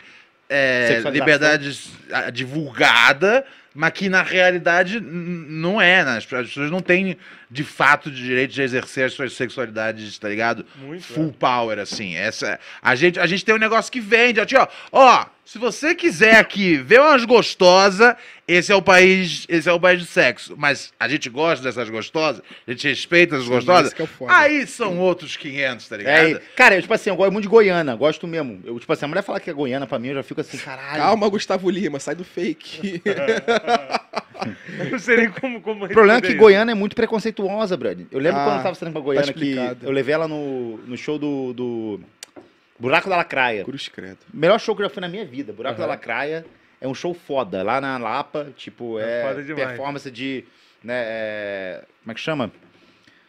Speaker 4: é,
Speaker 1: Sexualização.
Speaker 4: liberdade s- a- divulgada, mas que na realidade n- não é, né? As pessoas não têm de fato de direito de exercer as suas sexualidades, tá ligado?
Speaker 3: Muito,
Speaker 4: Full power, assim. Essa, a, gente, a gente tem um negócio que vende. ó, tio, Ó, ó, se você quiser aqui ver umas gostosas, esse é o país. Esse é o país do sexo. Mas a gente gosta dessas gostosas, a gente respeita essas gostosas.
Speaker 2: Esse que é o foda.
Speaker 4: Aí são outros 500, tá
Speaker 1: É, e-
Speaker 4: ligado?
Speaker 1: cara, eu, tipo assim, eu gosto muito de Goiânia, gosto mesmo. Eu, tipo assim, a mulher fala que é Goiânia pra mim, eu já fico assim, caralho.
Speaker 2: Calma, Gustavo Lima, sai do fake.
Speaker 3: Eu não sei nem como. como
Speaker 1: O problema é que Goiânia é muito preconceituosa, Brad. Eu lembro
Speaker 2: Ah,
Speaker 1: quando eu tava saindo pra Goiânia que
Speaker 2: explicado.
Speaker 1: eu levei ela no, no show do, do Buraco da Lacraia.
Speaker 2: Cruz credo.
Speaker 1: Melhor show que eu já fui na minha vida. Buraco da
Speaker 3: Aham.
Speaker 1: Lacraia é um show foda. Lá na Lapa, tipo,
Speaker 3: É
Speaker 1: é,
Speaker 3: foda demais.
Speaker 1: performance de. Né, é, como é que chama?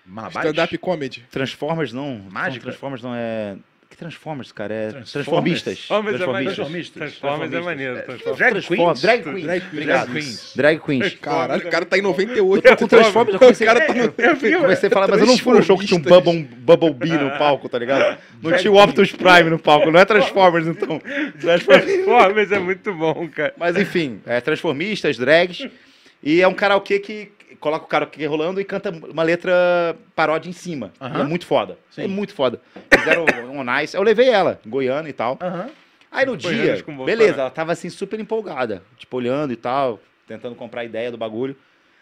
Speaker 4: Malabares?
Speaker 2: Stand-up comedy.
Speaker 1: Transformers não.
Speaker 4: Mágica?
Speaker 1: Transformers não é. Que Transformers, cara? É.
Speaker 4: Transformers?
Speaker 1: Transformistas.
Speaker 3: Transformers é
Speaker 1: Transformistas.
Speaker 3: maneiro. Transformers é maneiro. Transformers.
Speaker 4: Drag
Speaker 1: Transform-
Speaker 4: queens.
Speaker 1: Drag Queens.
Speaker 2: Drag queens.
Speaker 1: Obrigado.
Speaker 4: Drag queens.
Speaker 1: Drag Queens.
Speaker 2: Caralho, o cara tá em 98.
Speaker 1: Com Transformers, eu comecei,
Speaker 2: cara tá no-
Speaker 1: eu comecei a falar, mas eu não fui no show que tinha um Bubble, Bubble Bee no palco, tá ligado? Não tinha o Optimus Prime no palco, não é Transformers, então. Transformers.
Speaker 3: Transformers é muito bom, cara.
Speaker 1: Mas enfim, é Transformistas, drags, e é um karaokê que coloca o karaokê rolando e canta uma letra paródia em cima.
Speaker 4: Aham.
Speaker 1: É muito foda.
Speaker 4: Sim.
Speaker 1: É muito foda. Fizeram um nice. Eu levei ela, Goiânia e tal.
Speaker 4: Aham.
Speaker 1: Aí no
Speaker 3: Goiânia
Speaker 1: dia,
Speaker 3: acho que um bom
Speaker 1: beleza,
Speaker 3: cara.
Speaker 1: ela tava assim super empolgada, tipo olhando e tal, tentando comprar a ideia do bagulho.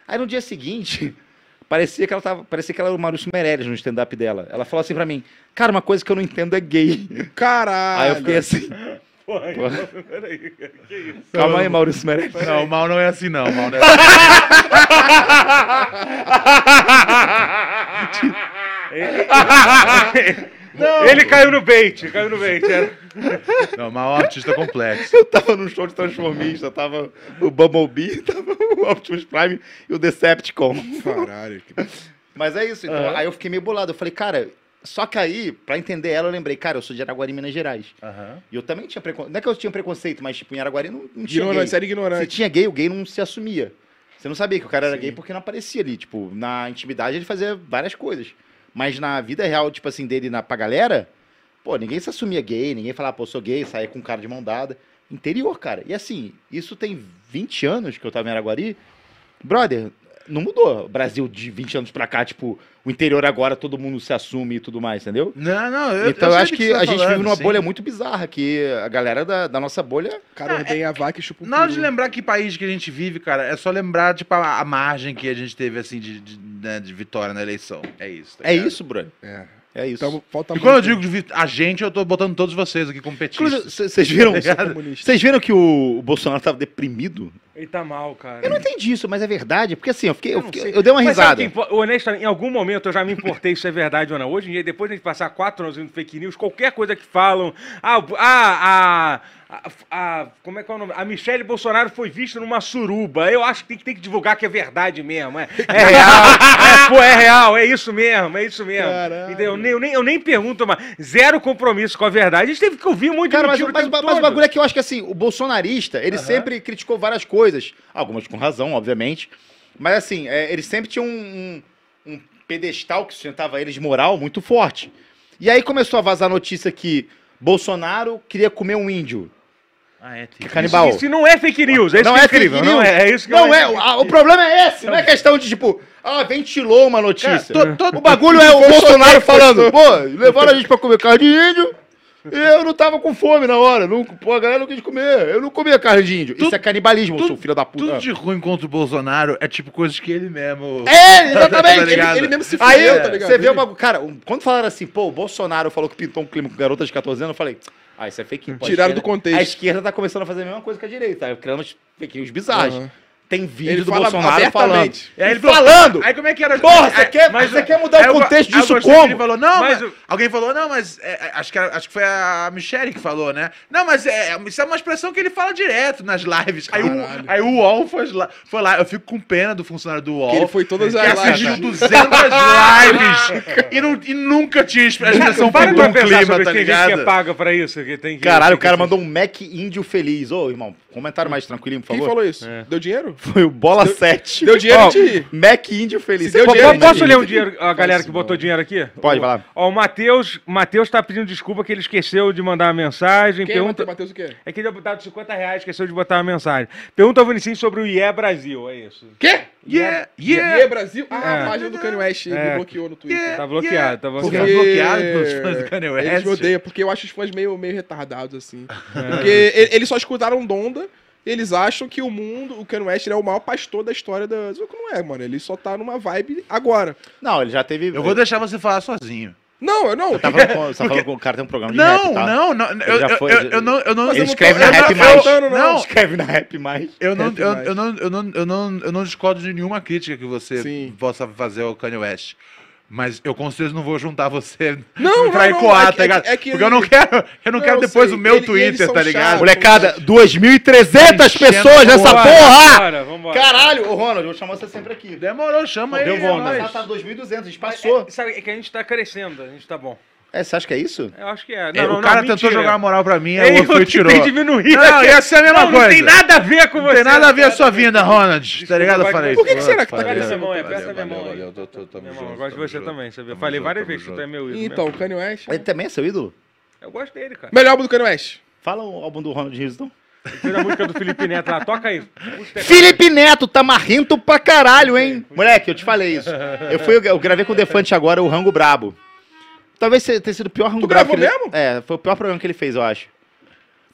Speaker 1: Aí no dia seguinte, parecia que ela tava, parecia que ela era o Maurício Meirelles no stand up dela. Ela falou assim pra mim: "Cara, uma coisa que eu não entendo é gay".
Speaker 2: Caralho.
Speaker 1: Aí eu fiquei assim:
Speaker 3: Porra,
Speaker 1: Porra.
Speaker 3: peraí, cara, que isso?
Speaker 1: "Calma aí, Maurício Meirelles".
Speaker 4: Não, o mal não é assim, não. o Mal não é assim.
Speaker 3: Ele- Ele caiu no bait, caiu no bait. é.
Speaker 4: Não, mas o artista é complexo.
Speaker 1: Eu tava num show de Transformista, tava o Bumblebee, tava o Optimus Prime e o Decepticon.
Speaker 6: Caralho. que-
Speaker 1: Mas é isso, então, aí eu fiquei meio bolado. Eu falei, cara, só que aí, pra entender ela, eu lembrei, cara, eu sou de Araguari, Minas Gerais. E eu também tinha preconceito. Não é que eu tinha preconceigno, mas tipo, em Araguari não, não tinha. gay.
Speaker 2: Ignorante, era
Speaker 1: Se
Speaker 2: ignorante.
Speaker 1: tinha gay, o gay não se assumia. Você não sabia que o cara era
Speaker 2: Sim.
Speaker 1: gay porque não aparecia ali. Tipo, na intimidade ele fazia várias coisas. Mas na vida real, tipo assim, dele na, pra galera, pô, ninguém se assumia gay, ninguém falava, pô, sou gay, saía com um cara de mão dada. Interior, cara. E assim, isso tem 20 anos que eu tava em Araguari. Brother, não mudou. Brasil de 20 anos pra cá, tipo, o interior agora todo mundo se assume e tudo mais, entendeu?
Speaker 4: Não, não, eu
Speaker 1: então eu
Speaker 4: eu sei
Speaker 1: acho
Speaker 4: do
Speaker 1: que,
Speaker 4: você
Speaker 1: a
Speaker 4: tá
Speaker 1: gente
Speaker 4: falando,
Speaker 1: vive numa
Speaker 4: sim.
Speaker 1: bolha muito bizarra, que a galera da, da nossa bolha.
Speaker 2: O cara ordenha a vaca e chupa um o
Speaker 4: Na hora de
Speaker 2: peru.
Speaker 4: lembrar que país que a gente vive, cara, é só lembrar, tipo, a, a margem que a gente teve, assim, de, de, né, de vitória na eleição. É isso. tá
Speaker 1: É
Speaker 4: ligado?
Speaker 1: isso, Bruno.
Speaker 2: É.
Speaker 1: É isso.
Speaker 2: Então, falta
Speaker 4: E quando eu
Speaker 2: muito.
Speaker 4: digo de vi- a gente, eu tô botando todos vocês aqui como
Speaker 1: Inclusive,
Speaker 4: petistas.
Speaker 1: c- vocês viram.
Speaker 4: Tá ligado?
Speaker 2: comunista.
Speaker 1: Vocês viram que o, o Bolsonaro tava deprimido?
Speaker 3: Ele tá mal, cara.
Speaker 1: Eu não entendi isso, mas é verdade. Porque assim, eu fiquei. Eu,
Speaker 3: não
Speaker 1: fiquei-
Speaker 3: sei.
Speaker 1: eu dei uma
Speaker 3: Mas
Speaker 1: risada.
Speaker 3: sabe que, impo- honestamente, em algum momento eu já me importei se é verdade ou não. Hoje em dia, depois de a gente passar quatro anos vendo fake news, qualquer coisa que falam. Ah, o- ah, a, a, a- Como é que é o nome? A Michelle Bolsonaro foi vista numa suruba. Eu acho que tem, que- tem que divulgar que é verdade mesmo. É, é real. é, pô, é real. É isso mesmo. É isso mesmo.
Speaker 2: Caralho.
Speaker 3: Entendeu? Eu nem, eu, nem, eu nem pergunto, mas zero compromisso com a verdade. A gente teve que ouvir muito
Speaker 1: Cara, mas,
Speaker 3: mentira
Speaker 1: mas-
Speaker 3: o tempo
Speaker 1: mas o
Speaker 3: todo.
Speaker 1: bagulho é que eu acho que assim, o bolsonarista, ele sempre criticou várias coisas. Algumas com razão, obviamente. Mas assim, é, ele sempre tinha um, um- um pedestal que sustentava ele de moral muito forte. E aí começou a vazar a notícia que Bolsonaro queria comer um índio.
Speaker 4: Ah, é, tem.
Speaker 1: Que é canibal.
Speaker 3: Isso não é fake news. É isso
Speaker 1: não
Speaker 3: que
Speaker 1: é
Speaker 3: incrível.
Speaker 1: fake news.
Speaker 3: Não é, é isso que
Speaker 1: Não
Speaker 3: eu-
Speaker 1: é, a- o problema é esse, não é questão de tipo, ah, ventilou uma notícia.
Speaker 4: Cara, to- to-
Speaker 1: o bagulho é o Bolsonaro falando, pô, levaram a gente pra comer carne de índio, e eu não tava com fome na hora, não, pô, a galera não quis comer, eu não comia carne de índio. Isso
Speaker 4: Tu-
Speaker 1: é canibalismo,
Speaker 4: tu-
Speaker 1: seu filho da
Speaker 4: Tudo
Speaker 1: puta.
Speaker 4: de ruim contra o Bolsonaro é tipo coisas que ele mesmo.
Speaker 1: É, exatamente!
Speaker 4: Tá
Speaker 1: ele-
Speaker 4: ligado?
Speaker 2: Ele mesmo se
Speaker 1: Ah, Aí é.
Speaker 2: fudeu, tá ligado?
Speaker 1: você vê
Speaker 2: Ele-
Speaker 1: o bagulho. Cara, um- quando falaram assim, pô, o Bolsonaro falou que pintou um clima com garota de 14 anos, eu falei, ah, isso é fake news. pô, a
Speaker 2: Tiraram
Speaker 1: esquerda-
Speaker 2: do contexto.
Speaker 1: A esquerda tá começando a fazer a mesma coisa que a direita, tá criando uns fake news bizarros.
Speaker 2: Aham.
Speaker 1: Tem vídeo
Speaker 2: Ele
Speaker 1: do
Speaker 2: fala
Speaker 1: Bolsonaro falando.
Speaker 2: abertamente.
Speaker 4: E aí ele falou-
Speaker 1: falando!
Speaker 4: Aí como é que era?
Speaker 1: Porra, você
Speaker 4: Aí-
Speaker 1: quer,
Speaker 3: mas
Speaker 1: você
Speaker 3: o-
Speaker 1: quer mudar
Speaker 4: aí
Speaker 1: o
Speaker 4: É, eu go-
Speaker 1: contexto
Speaker 4: aí
Speaker 1: Tá
Speaker 4: eu
Speaker 1: disso
Speaker 4: gostei que
Speaker 1: como?
Speaker 4: Ele falou, não,
Speaker 3: Mas
Speaker 4: mas-
Speaker 3: o-
Speaker 4: alguém falou, não, mas é, é, acho, que, era- acho que foi a Michelle que falou, né? Não, mas é, é- isso é uma expressão que ele fala direto nas lives. Aí o,
Speaker 2: Caralho.
Speaker 4: aí o UOL foi lá, foi lá, eu fico com pena do funcionário do UOL.
Speaker 2: Ele foi todas
Speaker 4: que
Speaker 2: as lives.
Speaker 4: assistiu 200 lives e, não- e nunca tinha exp- a expressão
Speaker 3: Para
Speaker 4: pintou
Speaker 3: pra
Speaker 4: um
Speaker 3: pensar
Speaker 4: clima,
Speaker 3: sobre
Speaker 4: tá
Speaker 3: quem diz que é
Speaker 4: ligado?
Speaker 3: paga pra isso. Que tem que,
Speaker 1: Caralho, o cara mandou um Mac índio feliz. Ô, irmão, comentário mais tranquilo, por
Speaker 2: Quem
Speaker 1: favor.
Speaker 2: falou isso? Deu dinheiro?
Speaker 1: Foi o Bola 7.
Speaker 2: deu dinheiro,
Speaker 1: Ó,
Speaker 2: eu te ri.
Speaker 1: Mac índio feliz.
Speaker 2: Se deu
Speaker 1: Você
Speaker 2: dinheiro,
Speaker 1: botou-
Speaker 2: eu
Speaker 3: Po-
Speaker 2: te ri.
Speaker 1: posso
Speaker 3: Posso
Speaker 1: ler?
Speaker 3: ler um dinheiro, a galera
Speaker 2: isso,
Speaker 3: que botou
Speaker 2: não.
Speaker 3: dinheiro aqui?
Speaker 1: Pode, vai lá.
Speaker 3: Ó, o Matheus, Matheus tá pedindo desculpa que ele esqueceu de mandar a mensagem.
Speaker 2: Quem
Speaker 3: pergunta...
Speaker 2: Pergunta... Matheus o quê?
Speaker 3: É que ele é dado 50 reais, esqueceu de botar a mensagem. Pergunta ao Vinicius sobre o IE Brasil, é isso.
Speaker 2: Quê?
Speaker 4: Yeah,
Speaker 2: Yeah.
Speaker 4: yeah,
Speaker 2: Brasil? Ah,
Speaker 3: É.
Speaker 2: a página do Kanye West
Speaker 3: É.
Speaker 2: me bloqueou no Twitter.
Speaker 4: yeah.
Speaker 3: Tá bloqueado, tá
Speaker 4: Porque
Speaker 3: bloqueado.
Speaker 4: é bloqueado pelos fãs do Kanye West. É.
Speaker 2: Eles me odeiam, porque eu acho os fãs meio, meio retardados, assim. Porque e- eles só escutaram Donda, eles acham que o mundo, o Kanye West, ele é o maior pastor da história da... Só que não é, mano. Ele só tá numa vibe agora.
Speaker 1: Não, ele já teve.
Speaker 4: Eu vou deixar você falar sozinho.
Speaker 2: Não, eu não.
Speaker 1: Você tá falando com, você tá falando com o cara tem um programa de
Speaker 4: Não,
Speaker 1: rap, tá?
Speaker 4: não, não. Eu,
Speaker 1: já
Speaker 4: eu-
Speaker 1: foi-
Speaker 4: eu- eu não, eu não.
Speaker 1: Ele
Speaker 4: eu não
Speaker 1: escreve
Speaker 4: tô-
Speaker 1: na
Speaker 4: eu
Speaker 1: Rap
Speaker 4: não-
Speaker 1: Mais.
Speaker 4: eu- Não,
Speaker 1: Escreve na rap mais.
Speaker 4: eu não,
Speaker 2: Rap
Speaker 4: eu,
Speaker 2: Mais.
Speaker 4: eu não, eu não, eu não, eu não discordo de nenhuma crítica que você
Speaker 2: Sim.
Speaker 4: possa fazer ao Kanye West. Mas eu com certeza não vou juntar você
Speaker 2: Não,
Speaker 4: pra
Speaker 2: não, não,
Speaker 4: ecoar,
Speaker 2: é que- é que-
Speaker 4: tá ligado?
Speaker 2: é que
Speaker 4: Porque eu
Speaker 2: ele-
Speaker 4: não quero, eu não
Speaker 2: Não,
Speaker 4: quero
Speaker 2: eu
Speaker 4: depois
Speaker 2: sei.
Speaker 4: o meu
Speaker 2: Ele- e eles
Speaker 4: Twitter,
Speaker 2: são
Speaker 4: tá ligado?
Speaker 2: chatos.
Speaker 1: Molecada, 2.300
Speaker 4: Enchendo
Speaker 1: pessoas nessa
Speaker 4: a
Speaker 1: porra!
Speaker 3: Bora, vambora.
Speaker 1: Caralho, ô Ronald, eu vou chamar você sempre aqui.
Speaker 4: Demorou, chama
Speaker 1: Deu
Speaker 4: ele.
Speaker 1: bom,
Speaker 3: né?
Speaker 1: mas
Speaker 4: é nóis.
Speaker 1: tá 2.200, a gente
Speaker 3: É,
Speaker 1: passou.
Speaker 3: sabe, é que a gente tá crescendo, a gente tá bom.
Speaker 1: É, você acha que é isso?
Speaker 3: Eu acho que é.
Speaker 4: É, o cara tentou
Speaker 3: mentira.
Speaker 4: jogar a moral pra mim, aí
Speaker 3: Ei,
Speaker 4: o outro
Speaker 3: eu
Speaker 4: me
Speaker 3: te
Speaker 4: tirou.
Speaker 3: dei diminuir.
Speaker 4: Não, ia ser é a mesma
Speaker 3: é Não, Não tem
Speaker 4: coisa.
Speaker 3: nada a ver com
Speaker 4: Não
Speaker 3: você.
Speaker 4: tem nada a ver a sua vinda, Ronald. Tá
Speaker 3: Desculpa,
Speaker 4: ligado? Eu
Speaker 3: vai-
Speaker 4: falei.
Speaker 2: Por que que será que tá
Speaker 4: valeu,
Speaker 2: crescendo?
Speaker 3: Aperta minha mão, aí,
Speaker 4: valeu,
Speaker 3: aperta minha mão.
Speaker 4: valeu,
Speaker 3: aí.
Speaker 4: valeu, tô- tô- tamo
Speaker 3: é Meu irmão, eu
Speaker 4: junto,
Speaker 2: tá
Speaker 3: gosto de
Speaker 4: tamo
Speaker 3: você
Speaker 4: junto.
Speaker 3: também, sabia?
Speaker 4: Tamo
Speaker 3: Falei
Speaker 4: junto,
Speaker 3: várias
Speaker 4: tamo
Speaker 3: vezes que tu é
Speaker 4: junto.
Speaker 3: meu ídolo.
Speaker 2: Então,
Speaker 3: mesmo.
Speaker 2: o Kanye West...
Speaker 1: Ele também é seu ídolo?
Speaker 3: Eu gosto dele, cara.
Speaker 2: Melhor álbum do Kanye West.
Speaker 1: Fala o álbum do Ronald então. Houston.
Speaker 3: Ele fez a música do Felipe Neto lá, toca aí. Puxa,
Speaker 1: Felipe Neto tá marrento pra caralho, hein? Moleque, eu te falei isso. Eu, fui, eu gravei com o Defante agora o Rango Brabo. Talvez se- tenha sido o pior Rango
Speaker 2: Tu
Speaker 1: Brabo.
Speaker 2: gravou
Speaker 1: que ele-
Speaker 2: mesmo?
Speaker 1: É, foi o pior programa que ele fez, eu acho.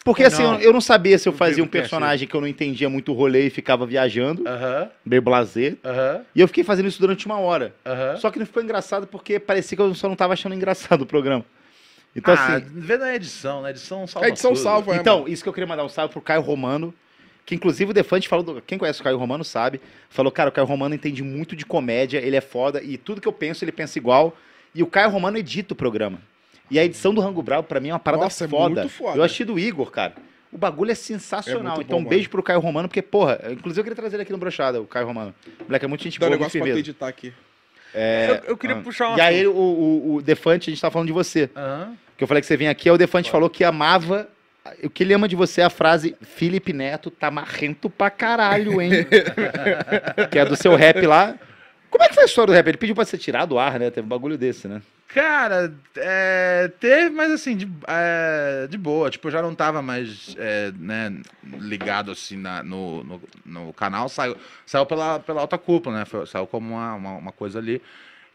Speaker 1: Porque assim, eu, eu não sabia se eu fazia um personagem que eu não entendia muito o rolê e ficava viajando,
Speaker 4: Aham,
Speaker 1: meio blazer.
Speaker 4: aham,
Speaker 1: E eu fiquei fazendo isso durante uma hora.
Speaker 4: ahã.
Speaker 1: Só que não ficou engraçado porque parecia que eu só não tava achando engraçado o programa. Então,
Speaker 4: ah,
Speaker 1: assim.
Speaker 4: vê na edição, na edição salva
Speaker 2: A edição
Speaker 4: tudo.
Speaker 2: salva, é,
Speaker 1: Então,
Speaker 2: mano.
Speaker 1: isso que eu queria mandar um salve pro Caio Romano, que inclusive o Defante falou, do- quem conhece o Caio Romano sabe, falou, cara, o Caio Romano entende muito de comédia, ele é foda, e tudo que eu penso, ele pensa igual, e o Caio Romano edita o programa. E a edição do Rango Brau, pra mim, é uma parada
Speaker 2: Nossa, é
Speaker 1: foda.
Speaker 2: muito foda.
Speaker 1: Eu achei do Igor, cara. O bagulho é sensacional.
Speaker 2: É muito
Speaker 1: então,
Speaker 2: bom,
Speaker 1: um beijo pro Caio Romano, porque, porra, inclusive eu queria trazer ele aqui no Brochada, o Caio Romano. O moleque é muito gente
Speaker 2: Dá um
Speaker 1: boa, muito
Speaker 2: negócio pra tu
Speaker 1: firmeza.
Speaker 2: editar aqui.
Speaker 1: É,
Speaker 3: eu, eu queria
Speaker 1: ah.
Speaker 3: puxar uma.
Speaker 1: E aí, o, o, o Defante, a gente tá falando de você. Que eu falei que você vinha aqui, aí o Defante falou que amava. O que ele ama de você é a frase Felipe Neto tá marrento pra caralho, hein? que é do seu rap lá. Como é que foi a história do rap? Ele pediu pra ser tirado do ar, né? Teve um bagulho desse, né?
Speaker 4: Cara, é, teve, mas assim, de, é, de boa. Tipo, eu já não tava mais é, né, ligado assim na- no, no, no canal. Saiu, saiu pela, pela alta cúpula, né? Foi- saiu como uma, uma, uma coisa ali.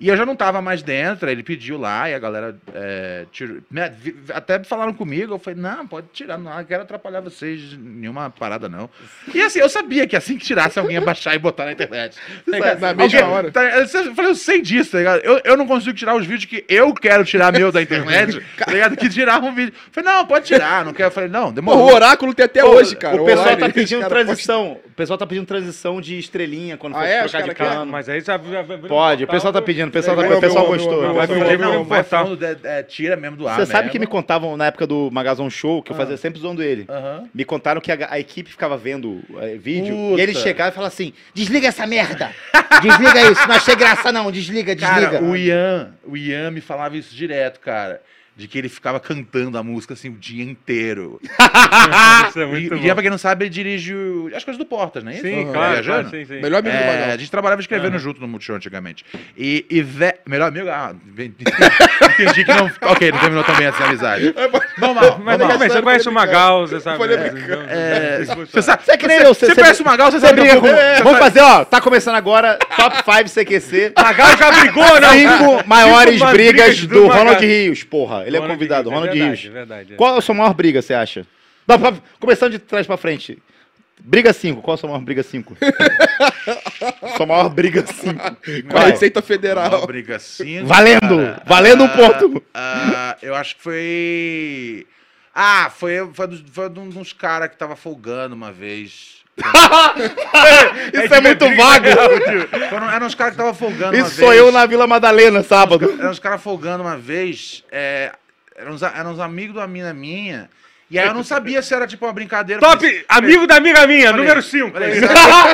Speaker 4: E eu já não tava mais dentro, aí ele pediu lá e a galera é, tirou- né, vi- até falaram comigo, eu falei, não, pode tirar, não não quero atrapalhar vocês, de nenhuma parada não. E assim, eu sabia que assim que tirasse, alguém ia baixar e botar na internet.
Speaker 2: Sabe,
Speaker 1: É
Speaker 2: na mesma
Speaker 4: Alguém-
Speaker 2: hora.
Speaker 4: tá ligado? eu falei, eu sei disso, tá ligado? Eu, eu não consigo tirar os vídeos que eu quero tirar meu da internet, tá ligado? Que tiraram um vídeo. Eu falei, não, pode tirar, não quero. Eu falei, não,
Speaker 2: Porra,
Speaker 4: demorou.
Speaker 2: o oráculo tem até hoje, cara.
Speaker 1: o pessoal
Speaker 2: online.
Speaker 1: tá pedindo
Speaker 2: Os caras
Speaker 1: transição. O pessoal tá pedindo transição de estrelinha quando
Speaker 2: Ah,
Speaker 1: for
Speaker 2: é? Os
Speaker 1: trocar de
Speaker 2: cara quer?
Speaker 1: cano.
Speaker 3: Mas aí já. já- já-
Speaker 1: Pode, o pessoal tá pedindo, o pessoal, tá,
Speaker 2: Meu,
Speaker 1: o pessoal
Speaker 2: um meu,
Speaker 1: gostou.
Speaker 2: meu,
Speaker 1: vai
Speaker 2: meu,
Speaker 1: pro-
Speaker 2: meu.
Speaker 4: falei, não, vai
Speaker 3: um botar.
Speaker 4: falando, de- é, tira mesmo do ar.
Speaker 1: Você
Speaker 2: né?
Speaker 1: sabe que me
Speaker 4: mesmo.
Speaker 1: contavam na época do Magazão Show, que eu fazia sempre zoando ele.
Speaker 4: Aham.
Speaker 1: Me contaram que a, a equipe ficava vendo eh, vídeo e
Speaker 4: Puta.
Speaker 1: ele chegava e falava assim: desliga essa merda! Desliga isso, não achei graça não, desliga, desliga.
Speaker 4: Cara, o Ian, o Ian me falava isso direto, cara. De que ele ficava cantando a música assim o dia inteiro.
Speaker 3: Isso é
Speaker 4: E
Speaker 3: muito
Speaker 4: o Ian,
Speaker 3: bom.
Speaker 4: pra quem não sabe, ele dirige o- as coisas do Portas, né?
Speaker 3: Sim,
Speaker 2: Uhum.
Speaker 3: claro,
Speaker 4: Viajando?
Speaker 3: claro, sim, sim.
Speaker 2: Melhor amigo do
Speaker 4: É, a
Speaker 2: Magal.
Speaker 4: gente trabalhava escrevendo junto no Multishow antigamente. E, e ve- melhor amigo. Ah, bem- entendi que não. Ok, não terminou também essa
Speaker 1: É,
Speaker 4: amizade. Normal.
Speaker 3: Mas
Speaker 4: normal.
Speaker 3: mas você conhece o Magal, você sabe.
Speaker 2: Falei
Speaker 3: né?
Speaker 2: brincando.
Speaker 4: É,
Speaker 3: Então,
Speaker 4: você sabe,
Speaker 1: Você é que nem eu, você-
Speaker 4: você,
Speaker 1: você-
Speaker 4: conhece o Magal, você
Speaker 1: Você
Speaker 4: sabe
Speaker 1: briga
Speaker 4: que
Speaker 1: com...
Speaker 4: eu- você
Speaker 1: Vamos
Speaker 4: sabe-
Speaker 1: fazer, ó, tá começando agora, Top 5 CQC.
Speaker 3: Magal já brigou,
Speaker 4: né?
Speaker 3: não? tipo
Speaker 1: Cinco maiores
Speaker 3: Cinco
Speaker 1: brigas do
Speaker 3: Magal.
Speaker 1: Ronald Rios, porra. Ele é
Speaker 3: Ronald
Speaker 1: convidado,
Speaker 3: Rios, é
Speaker 1: Ronald
Speaker 3: verdade,
Speaker 1: Rios.
Speaker 3: é verdade, é.
Speaker 1: Qual é a sua maior briga, você acha? Não, pra- começando de trás pra frente. Briga 5, qual a sua maior briga 5? sua maior briga 5.
Speaker 2: Com a Receita Federal.
Speaker 4: Briga assim,
Speaker 1: Valendo!
Speaker 4: cara.
Speaker 1: Valendo um
Speaker 4: Ah,
Speaker 1: ponto!
Speaker 4: ah, eu acho que foi. Ah, foi, foi, dos- foi de um- de uns caras que tava folgando uma vez.
Speaker 1: Isso é muito vago!
Speaker 4: Foram- Eram um, uns caras que tava folgando uma
Speaker 1: Isso
Speaker 4: vez.
Speaker 1: sou eu na Vila Madalena, sábado.
Speaker 4: Eram uns caras folgando uma vez. É, eram, uns, eram uns amigos de uma mina minha. E aí eu não sabia se era tipo uma brincadeira.
Speaker 3: Top! Amigo da amiga minha,
Speaker 4: Falei,
Speaker 3: número 5.
Speaker 4: Falei, isso é-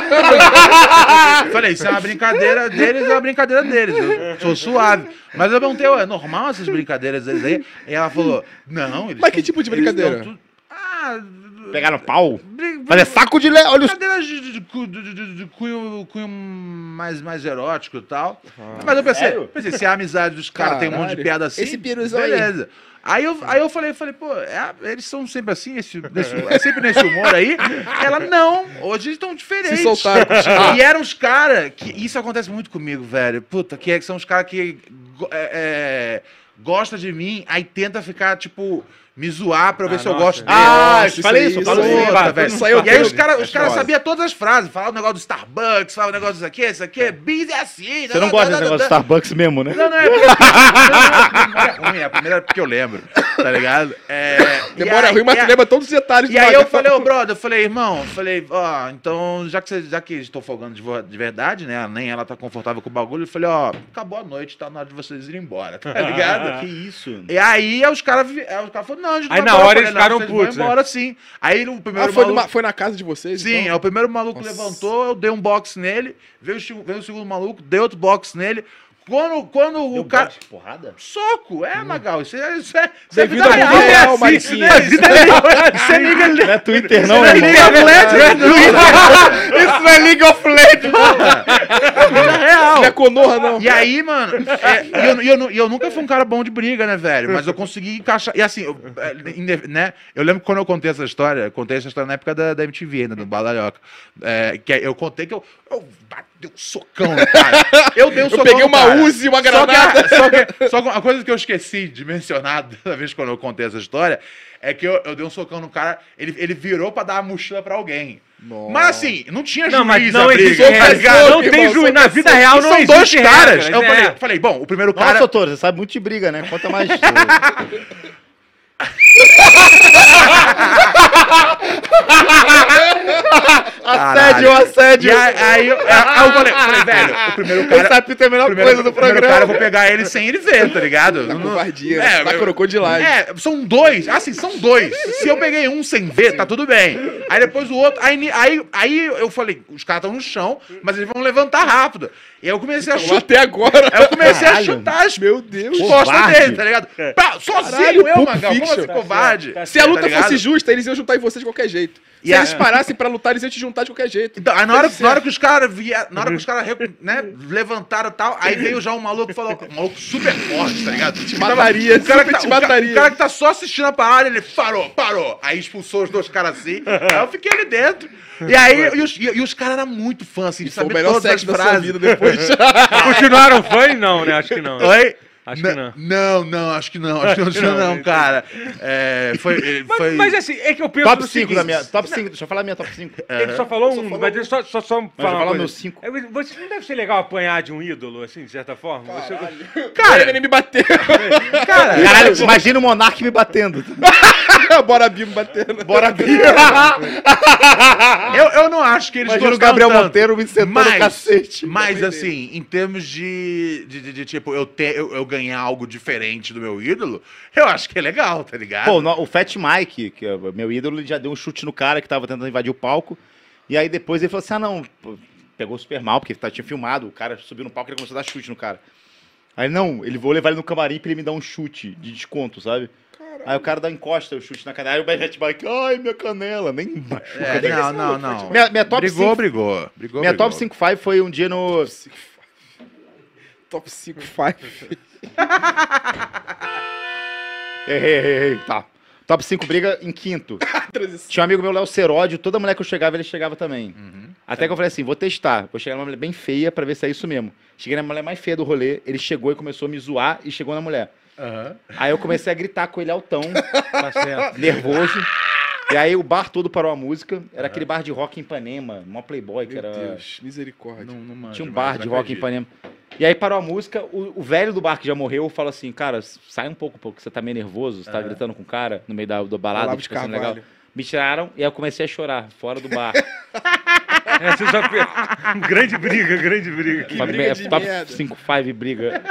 Speaker 4: Falei, isso é uma brincadeira deles, é uma brincadeira deles. Eu sou suave. Mas eu perguntei, "Ué, é normal essas brincadeiras deles aí? E ela falou, não, eles
Speaker 2: Mas que
Speaker 4: tão-
Speaker 2: tipo de
Speaker 4: eles tão
Speaker 2: brincadeira? "É
Speaker 4: tudo- Ah.
Speaker 1: Pegaram pau?
Speaker 4: brin-
Speaker 1: Fazer saco de le... Olha os...
Speaker 4: Brincadeiras de, de- de cu- de- de- de cunho, cunho mais, mais erótico e tal. Mas eu pensei,
Speaker 1: sério?
Speaker 4: pensei, se a amizade dos caras tem um monte de
Speaker 2: Caralho.
Speaker 4: piada assim,
Speaker 2: Esse piruzão aí.
Speaker 4: beleza. Aí eu, aí eu falei, falei, pô, é- eles são sempre assim, esse, nesse- é sempre nesse humor aí. Ela, não, hoje eles estão diferentes.
Speaker 2: Se soltaram.
Speaker 4: E eram os caras que. Isso acontece muito comigo, velho. Puta, que, é que são os caras que. go- É, é, gosta de mim, aí tenta ficar, tipo, me zoar pra eu ver
Speaker 3: Ah,
Speaker 4: se eu
Speaker 3: nossa.
Speaker 4: gosto dele.
Speaker 1: Ah,
Speaker 2: Nossa,
Speaker 1: falei isso,
Speaker 2: isso aí,
Speaker 1: falou
Speaker 2: isso aí.
Speaker 1: isso.
Speaker 4: Puta,
Speaker 2: Todo
Speaker 4: velho.
Speaker 2: mundo saiu
Speaker 4: assim, E aí
Speaker 2: dele.
Speaker 4: os caras os cara
Speaker 2: foda.
Speaker 4: sabiam todas as frases. Falava o negócio do Starbucks, falava o negócio disso aqui, isso aqui, bis é assim.
Speaker 1: Você não gosta desse negócio de Starbucks mesmo, né?
Speaker 4: Não, não, é porque- não, é ruim, é a primeira porque eu lembro, tá ligado? É,
Speaker 2: Memória
Speaker 4: e aí-
Speaker 2: ruim, mas
Speaker 4: e
Speaker 2: tu
Speaker 4: aí-
Speaker 2: lembra todos os detalhes
Speaker 4: E
Speaker 2: do
Speaker 4: aí eu
Speaker 2: Magal.
Speaker 4: falei, ô brother, eu falei, irmão, eu falei, ó, então, já que, você, já que estou folgando de, vo- de verdade, né, nem ela tá confortável com o bagulho, eu falei, ó, acabou a noite, tá na hora de vocês irem embora, tá ligado?
Speaker 1: Que isso?
Speaker 4: E aí aí os caras vi- aí os caras falaram, não, a gente
Speaker 3: Aí na
Speaker 4: vai embora.
Speaker 3: hora
Speaker 4: Eu
Speaker 3: eles
Speaker 4: falei,
Speaker 3: ficaram
Speaker 4: não, vocês vão
Speaker 3: putos, né?
Speaker 4: embora sim. Aí o
Speaker 2: Ah,
Speaker 4: primeiro
Speaker 2: foi,
Speaker 4: maluco-
Speaker 2: numa- foi na casa de vocês? então?
Speaker 4: Sim, é o primeiro maluco
Speaker 2: Nossa.
Speaker 4: levantou, eu dei um box nele, veio o, chi- veio o segundo maluco, dei outro box nele. Quando, quando o cara.
Speaker 1: Porrada?
Speaker 4: Soco! É, Magal, isso é. Isso é, isso
Speaker 2: Você
Speaker 4: é
Speaker 2: viu da vida
Speaker 4: é
Speaker 2: real,
Speaker 4: assim,
Speaker 2: Mariquinha.
Speaker 4: né? Isso é-
Speaker 3: Você liga ali.
Speaker 1: Não é Twitter não, irmão.
Speaker 4: Liga a LED,
Speaker 1: Isso não é League of Legends.
Speaker 4: vida real.
Speaker 2: Não é Konoha, não.
Speaker 4: E aí, mano, é, e eu, e eu nu- e eu nunca fui um cara bom de briga, né, velho? Mas eu consegui encaixar. E assim, eu, é, inde- né? Eu lembro que quando eu contei essa história, eu contei essa história na época da, da MTV, ainda, do Badalhoca. É, que eu contei que eu. Eu dei um socão, no cara. Eu dei um socão.
Speaker 2: peguei
Speaker 4: no
Speaker 2: uma
Speaker 4: cara.
Speaker 2: Uzi, uma
Speaker 4: Só que a-
Speaker 2: granada.
Speaker 4: Só que, só que uma coisa que eu esqueci de mencionar da vez quando eu contei essa história é que eu, eu dei um socão no cara, ele, ele virou pra dar a mochila pra alguém.
Speaker 2: Nossa.
Speaker 4: Mas assim, não tinha
Speaker 3: Não, mas
Speaker 4: juiz
Speaker 3: não
Speaker 4: a
Speaker 3: existe
Speaker 4: briga, tá
Speaker 3: regra.
Speaker 4: ligado?
Speaker 3: Não tem
Speaker 2: irmão,
Speaker 3: juiz.
Speaker 2: são
Speaker 3: Na vida real não
Speaker 4: É São
Speaker 3: existe
Speaker 4: dois caras.
Speaker 3: regras,
Speaker 4: Eu
Speaker 3: é.
Speaker 4: falei, falei, bom, o primeiro
Speaker 1: Nossa,
Speaker 4: cara.
Speaker 1: doutor, você sabe muito de briga, né? Conta mais. Assédio, assédio.
Speaker 4: E aí, aí eu, aí eu falei, falei, velho, o primeiro cara.
Speaker 1: Esse apito é a melhor
Speaker 4: primeiro,
Speaker 1: coisa do
Speaker 4: o primeiro
Speaker 1: programa.
Speaker 4: cara, eu vou pegar ele sem ele ver, tá ligado? Não- não-
Speaker 1: né?
Speaker 2: Covardia.
Speaker 4: É,
Speaker 2: tá
Speaker 4: eu-
Speaker 2: crocodilagem.
Speaker 4: É, são dois. Assim, são dois. Se eu peguei um sem ver, tá tudo bem. Aí depois o outro. Aí, ni- aí, aí eu falei, os caras estão no chão, mas eles vão levantar rápido. E aí eu comecei a
Speaker 2: Então,
Speaker 4: chutar.
Speaker 2: Até agora.
Speaker 4: Aí eu comecei
Speaker 1: Caralho.
Speaker 4: a chutar as
Speaker 2: Meu Deus.
Speaker 1: Pô,
Speaker 4: costas
Speaker 1: Covarde.
Speaker 4: dele, tá ligado? Pá, sozinho
Speaker 2: Caralho,
Speaker 4: eu,
Speaker 2: Pulp
Speaker 4: Magal. Como
Speaker 2: Fiction.
Speaker 4: assim, covarde?
Speaker 3: É. Tá certo,
Speaker 2: Se a luta
Speaker 4: Tá ligado?
Speaker 2: fosse justa, eles iam juntar em você de qualquer jeito. Se
Speaker 4: E a-
Speaker 2: eles parassem pra lutar, eles iam te juntar de qualquer jeito.
Speaker 4: Então, aí na hora,
Speaker 2: Fez
Speaker 4: na hora que os caras vieram, na hora que os caras recu- né, levantaram e tal, aí veio já um maluco e falou, um maluco super forte, tá ligado? Te
Speaker 2: mataria,
Speaker 4: o cara, que
Speaker 2: super
Speaker 4: tá,
Speaker 2: te
Speaker 4: o ca-
Speaker 2: mataria.
Speaker 4: o cara que tá só assistindo a parada, ele parou, parou. Aí expulsou os dois caras assim, aí eu fiquei ali dentro. E aí, e os, e- e os caras eram muito fãs, assim, de
Speaker 2: Foi o
Speaker 4: saber
Speaker 2: melhor
Speaker 4: todas as
Speaker 2: sexo da sua
Speaker 4: frases.
Speaker 2: vida depois.
Speaker 3: "Ah, Continuaram fãs? Não, né? Acho que não.
Speaker 4: Oi?
Speaker 3: Acho que não.
Speaker 4: N- Não, não, acho que não, acho que não, acho que não,
Speaker 3: não,
Speaker 4: cara. É, foi, eh,
Speaker 3: Mas,
Speaker 4: foi...
Speaker 3: mas assim, é que eu penso
Speaker 1: Top
Speaker 3: no
Speaker 1: 5
Speaker 3: seguinte,
Speaker 1: da minha. Top 5. Deixa eu falar a minha top 5.
Speaker 3: Ele só falou um, mas deixa eu só, só, só
Speaker 1: Mas eu
Speaker 3: falar
Speaker 1: falar
Speaker 3: uma
Speaker 1: meu
Speaker 3: coisa.
Speaker 1: 5.
Speaker 3: É, mas Você não deve ser legal apanhar de um ídolo, assim, de certa forma? Você-
Speaker 2: Cara, ele nem me bateu.
Speaker 4: cara,
Speaker 1: Caralho, imagina o Monark me batendo.
Speaker 2: Bora Bimbo batendo.
Speaker 1: Bora, Bia.
Speaker 4: eu, eu não acho que eles
Speaker 1: Imagina o
Speaker 4: gostaram
Speaker 1: Gabriel
Speaker 4: tanto.
Speaker 1: Monteiro me sentando tá no
Speaker 4: Mas,
Speaker 1: cacete.
Speaker 4: mas assim, em termos de, de, de- de, tipo, eu, ter, eu, eu ganhar algo diferente do meu ídolo, eu acho que é legal, tá ligado?
Speaker 1: Pô, no- o Fat Mike, que é o meu ídolo, ele já deu um chute no cara que tava tentando invadir o palco. E aí depois ele falou assim: ah, não, pô, pegou super mal, porque tá- tinha filmado, o cara subiu no palco e ele começou a dar chute no cara. Aí, não, ele vou levar ele no camarim pra ele me dar um chute de desconto, sabe? Aí o cara dá encosta o chute na canela. Aí o Fat Mike, ai, minha canela, nem machuca.
Speaker 4: É, não, não, não.
Speaker 1: Minha, minha top
Speaker 4: brigou,
Speaker 1: 5
Speaker 4: brigou, brigou.
Speaker 1: Minha
Speaker 4: brigou.
Speaker 1: top 5 5 foi um dia no.
Speaker 2: Top 5 5.
Speaker 1: Errei, errei, errei. Tá. Top 5 briga em quinto.
Speaker 3: Ah,
Speaker 1: Tinha um amigo meu, Léo Seródio, toda mulher que eu chegava, ele chegava também.
Speaker 3: Uhum.
Speaker 1: Até que eu falei assim: vou testar. Vou chegar numa mulher bem feia pra ver se é isso mesmo. Cheguei na mulher mais feia do rolê, ele chegou e começou a me zoar e chegou na mulher.
Speaker 4: Aham.
Speaker 1: Aí eu comecei a gritar com ele altão,
Speaker 3: Tá certo.
Speaker 1: nervoso. E aí o bar todo parou a música. Era aquele bar de rock em Ipanema, mó playboy, que era.
Speaker 2: misericórdia.
Speaker 4: Não- não manjo,
Speaker 1: Tinha um
Speaker 4: mas
Speaker 1: bar de
Speaker 4: não
Speaker 1: rock em
Speaker 4: acredito.
Speaker 1: Ipanema. E aí parou a música, o, o velho do bar que já morreu fala assim, cara, sai um pouco, porque você tá meio nervoso,
Speaker 2: É.
Speaker 1: você tá gritando com o cara no meio da, da balada,
Speaker 2: Olavo de
Speaker 1: tipo assim,
Speaker 2: Carvalho.
Speaker 1: legal. Me tiraram e aí eu comecei a chorar, fora do bar.
Speaker 3: É, você já... um grande briga, grande briga.
Speaker 1: Top-
Speaker 2: briga de
Speaker 1: top
Speaker 2: merda.
Speaker 1: 5, 5 briga.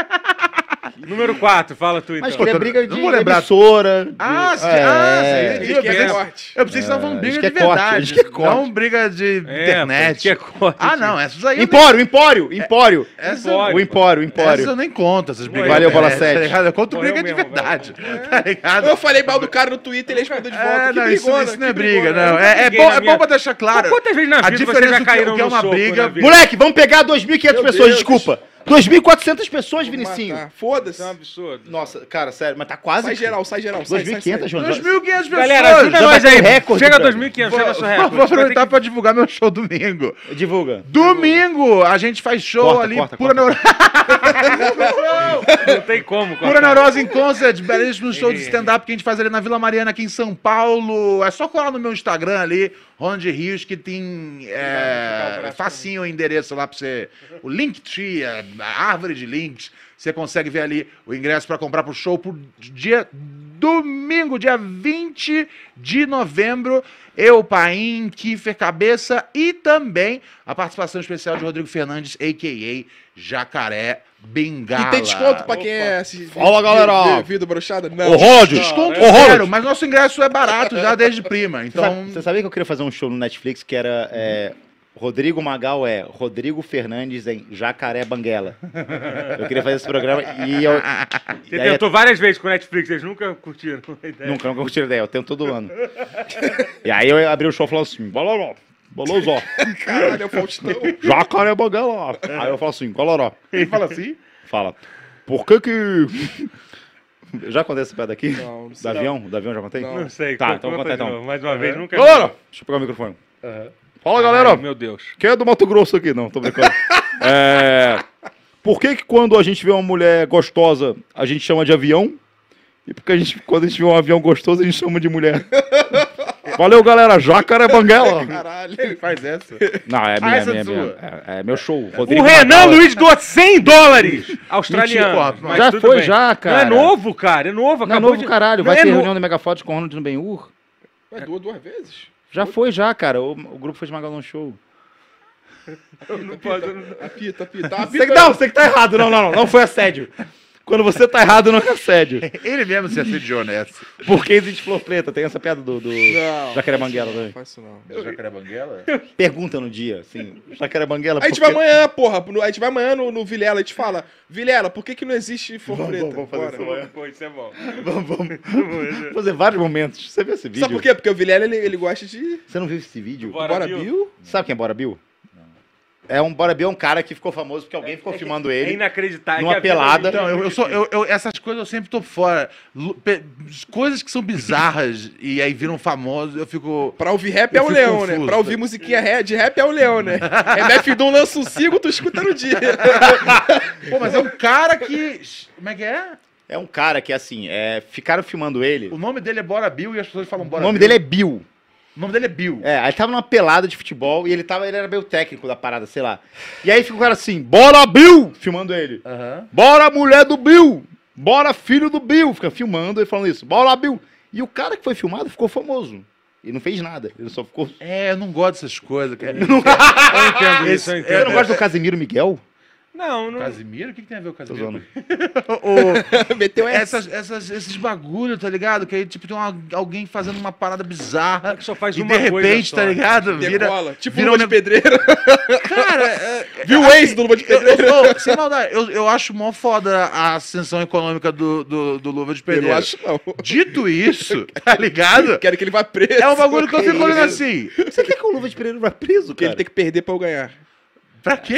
Speaker 3: Número 4, fala tu então.
Speaker 1: Mas que é
Speaker 4: tô-
Speaker 1: briga
Speaker 4: não
Speaker 1: de
Speaker 4: vou lembrar.
Speaker 1: emissora. de-
Speaker 4: Ah, sim,
Speaker 1: é, é.
Speaker 4: ah, sim.
Speaker 2: Eles querem
Speaker 4: Eu pensei-
Speaker 2: corte.
Speaker 4: Eu pensei que vocês estavam briga
Speaker 1: acho que
Speaker 4: de
Speaker 1: é corte,
Speaker 4: verdade.
Speaker 1: acho que é corte.
Speaker 4: não briga de
Speaker 3: É, assim.
Speaker 4: internet.
Speaker 3: pô, que corte.
Speaker 4: Ah, não, essas aí. eu nem-
Speaker 1: Empório, empório, empório.
Speaker 4: Essa,
Speaker 2: É.
Speaker 3: Empório.
Speaker 1: O empório, o
Speaker 4: essas eu
Speaker 1: empório.
Speaker 4: nem conto, essas brigas.
Speaker 1: Valeu,
Speaker 4: de
Speaker 1: bola
Speaker 4: internet,
Speaker 1: sete.
Speaker 4: Tá ligado? Eu conto
Speaker 3: Morreu
Speaker 4: briga de
Speaker 3: mesmo,
Speaker 4: verdade. Tá ligado?
Speaker 2: Eu falei mal do cara no Twitter, ele respondeu de volta.
Speaker 4: É,
Speaker 2: que
Speaker 4: não, isso,
Speaker 2: brigona,
Speaker 4: isso não é
Speaker 2: que
Speaker 4: briga,
Speaker 2: brigona.
Speaker 4: não. É, é
Speaker 3: briguei
Speaker 4: bom,
Speaker 3: na
Speaker 4: é
Speaker 3: minha-
Speaker 4: bom pra deixar claro.
Speaker 3: Quantas vezes na
Speaker 4: a
Speaker 3: vida vocês
Speaker 4: diferença
Speaker 3: já
Speaker 4: do que-
Speaker 3: caíram
Speaker 4: o que é
Speaker 3: no
Speaker 4: uma
Speaker 3: soco
Speaker 4: briga-
Speaker 3: na vida?
Speaker 1: Moleque, vamos pegar 2.500
Speaker 2: Meu
Speaker 1: pessoas,
Speaker 2: Deus.
Speaker 1: desculpa. 2.400 pessoas,
Speaker 2: Vou matar.
Speaker 1: Vinicinho.
Speaker 2: Foda-se.
Speaker 3: Isso é um absurdo.
Speaker 1: Nossa, cara, sério, mas tá quase.
Speaker 2: Sai
Speaker 1: aqui.
Speaker 2: geral, sai geral. sai, sai,
Speaker 1: 2.500,
Speaker 2: sai.
Speaker 1: João.
Speaker 4: 2.500 pessoas.
Speaker 3: Galera, ajuda
Speaker 1: já
Speaker 3: nós
Speaker 1: bateu
Speaker 3: aí.
Speaker 1: recorde,
Speaker 3: Chega a
Speaker 1: brother.
Speaker 3: 2.500, chega nosso recorde.
Speaker 4: Vou aproveitar pra divulgar meu show domingo.
Speaker 1: Divulga.
Speaker 4: Domingo a gente faz show
Speaker 1: Corta,
Speaker 4: ali,
Speaker 1: corta,
Speaker 4: pura,
Speaker 1: corta.
Speaker 3: Não tem como,
Speaker 4: neuro- pura neurose em concert, belíssimo show de stand-up que a gente faz ali na Vila Mariana, aqui em São Paulo. É só colar no meu Instagram ali, Ronald Rios, que tem é, facinho o endereço lá pra você. O Linktree, a a árvore de links. Você consegue ver ali o ingresso pra comprar pro show por dia domingo, dia 20 de novembro. Eu, Paim, Kiefer Cabeça e também a participação especial de Rodrigo Fernandes, a.k.a. Jacaré Bengala.
Speaker 2: E tem desconto pra quem é assistente.
Speaker 1: Fala, galera.
Speaker 2: Vida brochada? Não.
Speaker 1: Ô, Roger!
Speaker 4: Desconto
Speaker 1: Ô, Roger!
Speaker 4: zero, mas nosso ingresso é barato já desde prima. Então,
Speaker 1: Sabe- Você sabia que eu queria fazer um show no Netflix que era é, Rodrigo Magal é Rodrigo Fernandes em Jacaré Banguela. Eu queria fazer esse programa e eu
Speaker 3: Você
Speaker 1: E aí- é
Speaker 3: tentou várias vezes com o Netflix, eles nunca curtiram. a ideia.
Speaker 1: nunca, nunca curti a ideia, eu tento todo ano. E aí eu abri o show falando assim, boloró, bolozó,
Speaker 2: Caralho, é o Faustão.
Speaker 1: Jacaré Banguela. Aí eu falo assim, boloró,
Speaker 4: ele fala assim.
Speaker 1: fala, por que que... Eu já contei essa piada aqui?
Speaker 2: Não, não sei
Speaker 1: do avião? Do avião já contei?
Speaker 2: Não.
Speaker 3: Não sei.
Speaker 1: Tá,
Speaker 3: conta-
Speaker 1: então
Speaker 3: conta
Speaker 1: conta
Speaker 3: de
Speaker 1: então.
Speaker 3: novo. Mais uma vez, nunca...
Speaker 1: Galera! Deixa eu pegar o microfone. Fala, galera!
Speaker 3: Ai, Meu Deus.
Speaker 1: Quem é do Mato Grosso aqui? Não, tô brincando. É, Por que que quando a gente vê uma mulher gostosa, a gente chama de avião? E porque a gente, quando a gente vê um avião gostoso, a gente chama de mulher. Valeu, galera. Jacaré Banguela.
Speaker 2: Caralho.
Speaker 4: Ele faz essa.
Speaker 1: Não, é
Speaker 4: Ah,
Speaker 1: minha,
Speaker 4: essa
Speaker 1: minha, minha.
Speaker 4: é sua.
Speaker 1: É, é meu show.
Speaker 3: O Renan Luiz doou 100 dólares
Speaker 4: Mentira,
Speaker 3: australiano.
Speaker 4: pô,
Speaker 3: mas
Speaker 1: já
Speaker 3: tudo
Speaker 1: foi,
Speaker 3: bem.
Speaker 1: já, cara.
Speaker 3: Não é novo, cara. É novo.
Speaker 1: Não é
Speaker 3: Acabou
Speaker 1: novo,
Speaker 3: de...
Speaker 1: caralho.
Speaker 3: Não
Speaker 1: Vai
Speaker 3: é
Speaker 1: ter
Speaker 3: no-
Speaker 1: reunião do Megafote com o Ronald no Ben-Hur?
Speaker 2: Mas duas, duas vezes?
Speaker 1: Já foi, já, cara. O, o grupo foi esmagado no show.
Speaker 3: Eu não posso. eu não-
Speaker 2: Apita, apita.
Speaker 1: Você que,
Speaker 2: apita.
Speaker 1: não, você que tá errado. Não, não, não. Não foi assédio. Quando você tá errado, não é assédio.
Speaker 4: Ele mesmo se assediou nessa.
Speaker 1: Porque existe flor preta. Tem essa piada do, do
Speaker 2: Não.
Speaker 1: Jacaré né? Banguela
Speaker 2: Não
Speaker 1: também.
Speaker 2: faz isso não.
Speaker 4: Jacaré Banguela?
Speaker 1: Pergunta no dia, assim. Jacaré Banguela.
Speaker 2: A gente vai amanhã, porra. A gente vai amanhã no, no Vilela. A gente fala, Vilela, por que que não existe flor
Speaker 1: Vamos,
Speaker 2: preta?
Speaker 1: vamos, vamos fazer
Speaker 2: Bora.
Speaker 1: isso amanhã.
Speaker 3: Pô, isso é bom.
Speaker 1: Vamos, vamos fazer vários momentos. Você viu esse vídeo?
Speaker 2: Sabe por quê? Porque o Vilela, ele, ele gosta de...
Speaker 1: Você não viu esse vídeo?
Speaker 3: Bora,
Speaker 2: Bora,
Speaker 3: Bill.
Speaker 2: Bill?
Speaker 1: Sabe quem é Bora Bill? É um Bora Bill é um cara que ficou famoso porque alguém ficou filmando
Speaker 3: É
Speaker 1: ele.
Speaker 3: inacreditável.
Speaker 1: Numa
Speaker 3: que a vida
Speaker 1: pelada.
Speaker 3: dele-
Speaker 4: Então, eu, eu sou, eu, eu- essas coisas eu sempre tô fora. Lu- pe- Coisas que são bizarras e aí viram famosos, eu fico.
Speaker 2: Pra ouvir rap
Speaker 4: Eu
Speaker 2: é o
Speaker 4: fico
Speaker 2: leão, né?
Speaker 4: confuso,
Speaker 2: Pra ouvir
Speaker 4: tá?
Speaker 2: musiquinha ré- de rap é o leão, né? MF Doom lança um single, tu escuta no dia.
Speaker 4: Pô, mas é um cara que. Como é que é?
Speaker 1: É um cara que, assim, é, ficaram filmando ele.
Speaker 4: O nome dele é Bora Bill e as pessoas falam
Speaker 1: O
Speaker 4: Bora
Speaker 1: nome
Speaker 4: Bill.
Speaker 1: dele é Bill.
Speaker 4: O nome dele é Bill.
Speaker 1: É, aí tava numa pelada de futebol e ele tava, ele era meio técnico da parada, sei lá. E aí fica o cara assim, bora Bill! Filmando ele.
Speaker 4: Aham.
Speaker 1: Bora mulher do Bill! Bora filho do Bill! Fica filmando e falando isso, bora Bill! E o cara que foi filmado ficou famoso. E não fez nada. Ele só ficou.
Speaker 4: É, eu não gosto dessas coisas, cara.
Speaker 3: Eu entendo isso, eu
Speaker 1: Você
Speaker 3: entendo.
Speaker 1: não gosta do Casimiro Miguel?
Speaker 3: Não, não.
Speaker 4: Casimiro? O que, que tem a ver com
Speaker 1: Tô
Speaker 4: Casimiro?
Speaker 1: zoando.
Speaker 2: Meteu essa.
Speaker 4: Essas, essas- esses bagulho, tá ligado? Que aí, tipo, tem uma- alguém fazendo uma parada bizarra.
Speaker 3: que só faz
Speaker 4: e
Speaker 3: uma
Speaker 4: de
Speaker 3: coisa
Speaker 4: repente,
Speaker 3: só.
Speaker 2: né?
Speaker 4: tá ligado? Vira.
Speaker 2: Decola. tipo
Speaker 4: vira
Speaker 2: Luva
Speaker 4: um
Speaker 2: de Pedreiro.
Speaker 4: Cara, é-
Speaker 2: Viu o ex do Luva de
Speaker 4: eu,
Speaker 2: Pedreiro?
Speaker 4: eu, eu- sem maldade, eu, eu acho mó foda a ascensão econômica do, do, do Luva de
Speaker 2: Eu
Speaker 4: Pedreiro.
Speaker 2: não acho, não.
Speaker 4: Dito isso, tá ligado?
Speaker 2: Quero que ele vá preso.
Speaker 4: É um bagulho que eu fico
Speaker 1: Que
Speaker 4: olhando
Speaker 1: isso?
Speaker 4: assim.
Speaker 1: Você quer É que o Luva de Pereira vá preso,
Speaker 2: Que
Speaker 1: cara?
Speaker 2: ele tem que perder pra eu ganhar.
Speaker 4: Pra quê?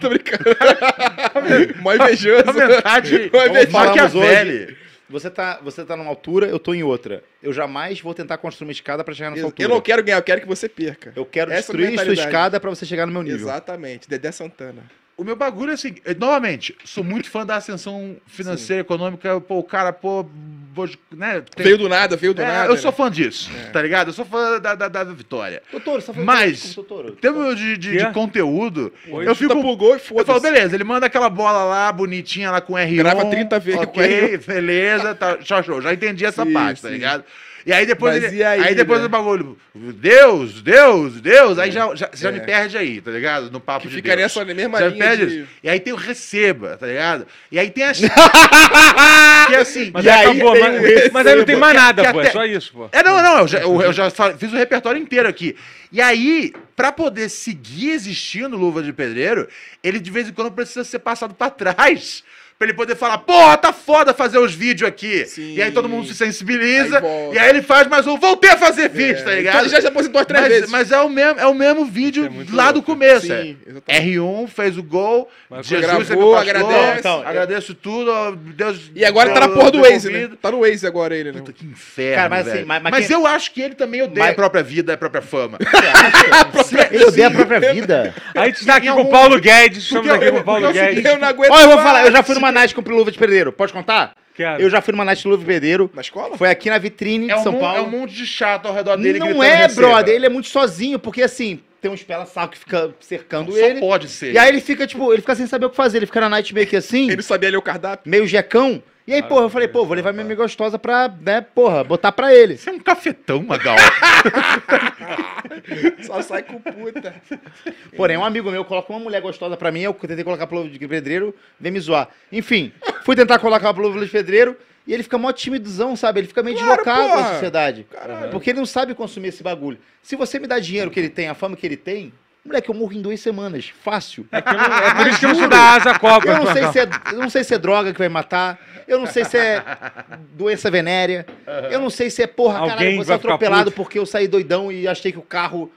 Speaker 2: Tô brincando.
Speaker 4: Tá
Speaker 2: Mó invejoso.
Speaker 4: Na verdade,
Speaker 2: Mó
Speaker 1: vamos
Speaker 2: invejoso.
Speaker 1: falar-
Speaker 4: Maquiavelli.
Speaker 1: Você tá, você tá numa altura, eu tô em outra. Eu jamais vou tentar construir uma escada pra chegar nessa altura.
Speaker 2: Eu não quero ganhar, eu quero que você
Speaker 4: É
Speaker 2: perca.
Speaker 1: Eu quero
Speaker 2: Essa
Speaker 1: destruir sua
Speaker 2: mentalidade.
Speaker 1: escada pra você chegar no meu nível.
Speaker 2: Exatamente. Dedé Santana.
Speaker 4: O meu bagulho é assim, eu, novamente, sou muito fã da ascensão financeira, econômica, pô, o cara, pô, vou- né? tem-
Speaker 2: Veio do nada, veio do
Speaker 4: É,
Speaker 2: nada.
Speaker 4: eu sou
Speaker 2: né?
Speaker 4: fã disso, tá ligado? Eu sou fã da, da, da vitória.
Speaker 1: Doutor, você tá falando
Speaker 4: Mas-
Speaker 1: com o doutor?
Speaker 4: Em termos de, de, de
Speaker 3: Quê?
Speaker 4: conteúdo,
Speaker 3: Oi.
Speaker 4: eu fico.
Speaker 2: Chuta pro gol e
Speaker 4: Eu falo,
Speaker 2: foda-se.
Speaker 4: beleza, ele manda aquela bola lá, bonitinha, lá com R1.
Speaker 2: Grava 30 vezes com
Speaker 4: Ok, beleza, tá, show, show. Já entendi essa
Speaker 2: Isso,
Speaker 4: parte, tá
Speaker 2: isso.
Speaker 4: ligado? E aí depois
Speaker 2: Mas e
Speaker 4: ele-
Speaker 2: aí,
Speaker 4: aí, depois
Speaker 2: né?
Speaker 4: do bagulho, Deus, Deus, Deus, aí já, já, você já
Speaker 2: É.
Speaker 4: me perde aí, tá ligado? No papo
Speaker 2: Que
Speaker 4: de
Speaker 2: ficaria
Speaker 4: Deus.
Speaker 2: só na mesma
Speaker 4: Você me
Speaker 2: linha
Speaker 4: perde
Speaker 2: de...
Speaker 4: isso. E aí tem o receba, tá ligado? E aí tem as... que é assim...
Speaker 3: Mas
Speaker 4: e
Speaker 3: aí,
Speaker 4: aí-
Speaker 3: acabou,
Speaker 1: tem
Speaker 3: mas,
Speaker 1: esse-
Speaker 3: mas aí não tem mais
Speaker 4: que-
Speaker 3: nada,
Speaker 4: que
Speaker 3: pô. É
Speaker 4: até-
Speaker 3: só isso, pô.
Speaker 4: É, não, não, eu já, eu-
Speaker 2: Uhum.
Speaker 4: eu já fa- fiz o repertório inteiro aqui. E aí, pra poder seguir existindo Luva de Pedreiro, ele de vez em quando precisa ser passado pra trás. Pra ele poder falar, porra, tá foda fazer os vídeos aqui.
Speaker 2: Sim.
Speaker 4: E aí todo mundo se sensibiliza.
Speaker 2: Aí volta.
Speaker 4: e aí ele faz mais um, voltei a fazer vídeo, tá ligado?
Speaker 2: Então, já se aposentou as três
Speaker 4: mas,
Speaker 2: vezes.
Speaker 4: mas é o mesmo, é o mesmo vídeo
Speaker 3: É muito
Speaker 4: lá do
Speaker 3: louco.
Speaker 4: começo. é.
Speaker 2: Sim, exatamente.
Speaker 4: R1 fez o gol,
Speaker 3: Mas
Speaker 4: Jesus
Speaker 2: gravou,
Speaker 4: é que pastor,
Speaker 2: agradece.
Speaker 4: então, agradeço tudo, ó, Deus.
Speaker 2: E agora tá na
Speaker 4: Deus
Speaker 2: porra do
Speaker 4: devolvido.
Speaker 2: Waze, né? Tá no Waze agora ele, né?
Speaker 4: Puta, que
Speaker 1: é
Speaker 4: inferno,
Speaker 1: um Cara, mas assim,
Speaker 4: velho.
Speaker 1: mas-
Speaker 4: mas,
Speaker 1: mas quem-
Speaker 4: eu acho que ele também odeia
Speaker 1: Mas-
Speaker 4: a própria vida, a própria fama.
Speaker 1: Ele odeia a própria vida.
Speaker 3: A gente tá aqui
Speaker 4: Em
Speaker 3: com o
Speaker 4: algum-
Speaker 3: Paulo Guedes, estamos
Speaker 4: Porque
Speaker 3: aqui
Speaker 4: eu-
Speaker 3: com o Paulo
Speaker 4: porque é o
Speaker 3: Guedes.
Speaker 2: Eu não aguento
Speaker 1: Ó, eu vou
Speaker 2: mais.
Speaker 1: falar, eu já fui numa night com o Luva de Pedreiro. Pode contar?
Speaker 3: Quero.
Speaker 1: Eu já fui numa night de Luva de Pedreiro.
Speaker 2: Na escola?
Speaker 1: Foi aqui na vitrine
Speaker 4: É
Speaker 1: de
Speaker 4: um,
Speaker 1: São
Speaker 4: mon-
Speaker 1: Paulo.
Speaker 4: é um monte de chato ao redor dele.
Speaker 1: não
Speaker 4: gritando,
Speaker 1: é,
Speaker 4: "Receba".
Speaker 1: brother. Ele é muito sozinho, porque assim, tem uns pela saco que fica cercando
Speaker 4: Só
Speaker 1: ele.
Speaker 4: pode ser.
Speaker 1: E aí ele fica, tipo, ele fica sem saber o que fazer. Ele fica na night meio que assim,
Speaker 2: Ele sabia ler o cardápio?
Speaker 1: meio jecão. E aí, porra, eu
Speaker 4: é
Speaker 1: falei, pô, vou levar minha amiga gostosa pra, né, porra, botar pra ele.
Speaker 4: Você é um cafetão, Magal.
Speaker 2: Só sai com puta.
Speaker 1: Porém, um amigo meu coloca uma mulher gostosa pra mim, eu tentei colocar pro Luva de Pedreiro, vem me zoar. Enfim, fui tentar colocar pro Luva de Pedreiro e ele fica mó timidozão, sabe? Ele fica meio
Speaker 2: Claro,
Speaker 1: deslocado
Speaker 2: porra.
Speaker 1: na sociedade.
Speaker 2: Caralho.
Speaker 1: Porque ele não sabe consumir esse bagulho. Se você me dá dinheiro que ele tem, a fama que ele tem, moleque, eu morro em duas semanas. Fácil.
Speaker 3: É por isso que eu não sou da Asa Copa.
Speaker 1: Eu não sei se é, eu não sei se é droga que vai matar. Eu não sei se é doença venérea. Eu não sei se é porra, caralho,
Speaker 3: Alguém
Speaker 1: você
Speaker 3: vai ficar
Speaker 1: atropelado
Speaker 3: puto.
Speaker 1: porque eu saí doidão e achei que o carro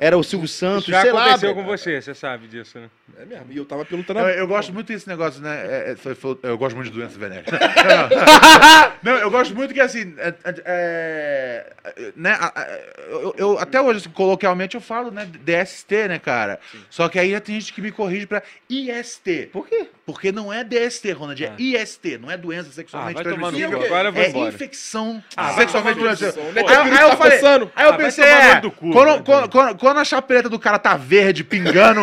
Speaker 1: era o Silvio Santos,
Speaker 3: Isso já
Speaker 1: sei lá.
Speaker 3: aconteceu
Speaker 1: velho.
Speaker 3: com você, você sabe disso, né?
Speaker 2: É mesmo. E eu tava
Speaker 3: Então
Speaker 2: pilotando
Speaker 4: eu,
Speaker 2: a...
Speaker 4: eu gosto muito desse negócio, né? É, é, foi- foi- eu gosto muito de doença venérea. Não, eu gosto muito que assim. é- é- é, né, a- a- eu, eu- até hoje, assim, coloquialmente, eu falo, né? DST, né, cara? Só que aí já tem gente que me corrige pra IST.
Speaker 1: Por quê?
Speaker 4: Porque não é DST, Ronald, é
Speaker 3: Ah.
Speaker 4: IST, não é doença sexualmente
Speaker 7: Ah, vai tomar no
Speaker 4: transmissível.
Speaker 7: cu,
Speaker 3: agora eu vou
Speaker 4: é
Speaker 3: embora.
Speaker 4: infecção
Speaker 3: Ah, vai
Speaker 4: sexualmente
Speaker 3: tomar no cu.
Speaker 4: transmissível.
Speaker 2: Não é que
Speaker 4: Aí,
Speaker 2: o
Speaker 4: aí
Speaker 2: vírus
Speaker 4: eu
Speaker 2: tá
Speaker 4: falei,
Speaker 2: coçando.
Speaker 4: aí eu
Speaker 3: Ah, vai
Speaker 4: pensei,
Speaker 3: tomar no
Speaker 4: é,
Speaker 3: do cu,
Speaker 4: quando,
Speaker 3: né,
Speaker 4: quando-
Speaker 3: cara?
Speaker 4: quando- quando a chapeleta do cara tá verde, pingando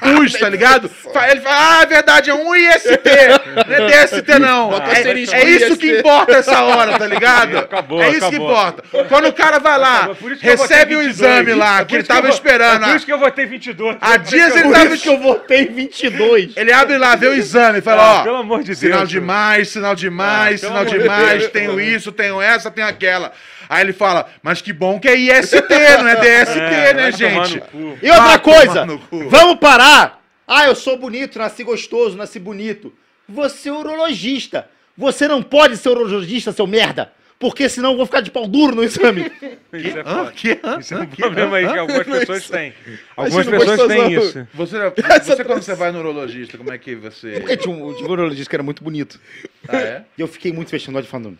Speaker 4: pus, tá ligado? Fa- Ele fala, ah, é verdade, é um IST, não é DST não.
Speaker 2: Bota
Speaker 4: É,
Speaker 2: asterisco,
Speaker 4: é isso que
Speaker 2: IST.
Speaker 4: importa essa hora, tá ligado?
Speaker 3: Acabou,
Speaker 4: é isso que
Speaker 3: acabou.
Speaker 4: importa. Quando o cara vai lá,
Speaker 3: Acabou. Por isso que eu
Speaker 4: recebe o
Speaker 3: botei 22.
Speaker 4: exame
Speaker 3: É
Speaker 4: lá,
Speaker 3: por
Speaker 4: que ele
Speaker 3: isso eu
Speaker 4: tava
Speaker 3: vou-
Speaker 4: esperando.
Speaker 3: É por
Speaker 4: ah,
Speaker 3: isso que eu votei 22.
Speaker 4: Há dias ele
Speaker 1: Por
Speaker 4: tava
Speaker 1: isso É, que eu votei em 22.
Speaker 4: ele abre lá, vê o exame,
Speaker 3: Ah,
Speaker 4: fala,
Speaker 3: pelo
Speaker 4: ó.
Speaker 3: amor de Deus.
Speaker 4: Sinal demais, sinal demais,
Speaker 3: Ah, pelo
Speaker 4: sinal
Speaker 3: amor de
Speaker 4: demais,
Speaker 3: Deus,
Speaker 4: tenho isso, tenho essa, tenho aquela. Aí ele fala, mas que bom que é IST, não é DST,
Speaker 3: É,
Speaker 4: né,
Speaker 3: vai tomar
Speaker 4: gente?
Speaker 3: no cu.
Speaker 1: E outra
Speaker 4: Vai
Speaker 1: coisa,
Speaker 4: tomar no cu.
Speaker 1: vamos parar. Ah, eu sou bonito, nasci gostoso, nasci bonito. Você é urologista. Você não pode ser urologista, seu merda. Porque senão eu vou ficar de pau duro no exame.
Speaker 3: Isso é
Speaker 4: Hã?
Speaker 3: foda.
Speaker 4: Que? Hã?
Speaker 3: Isso é um problema aí que algumas pessoas têm. Algumas
Speaker 2: Imagina,
Speaker 3: pessoas
Speaker 2: gostosão.
Speaker 3: têm isso.
Speaker 4: Você,
Speaker 2: Essa
Speaker 4: você quando você
Speaker 2: transição.
Speaker 4: vai no urologista, como é que você.
Speaker 1: Porque tinha um, tinha um urologista que era muito bonito.
Speaker 4: Ah, é?
Speaker 1: E eu fiquei muito fechando o olho falando...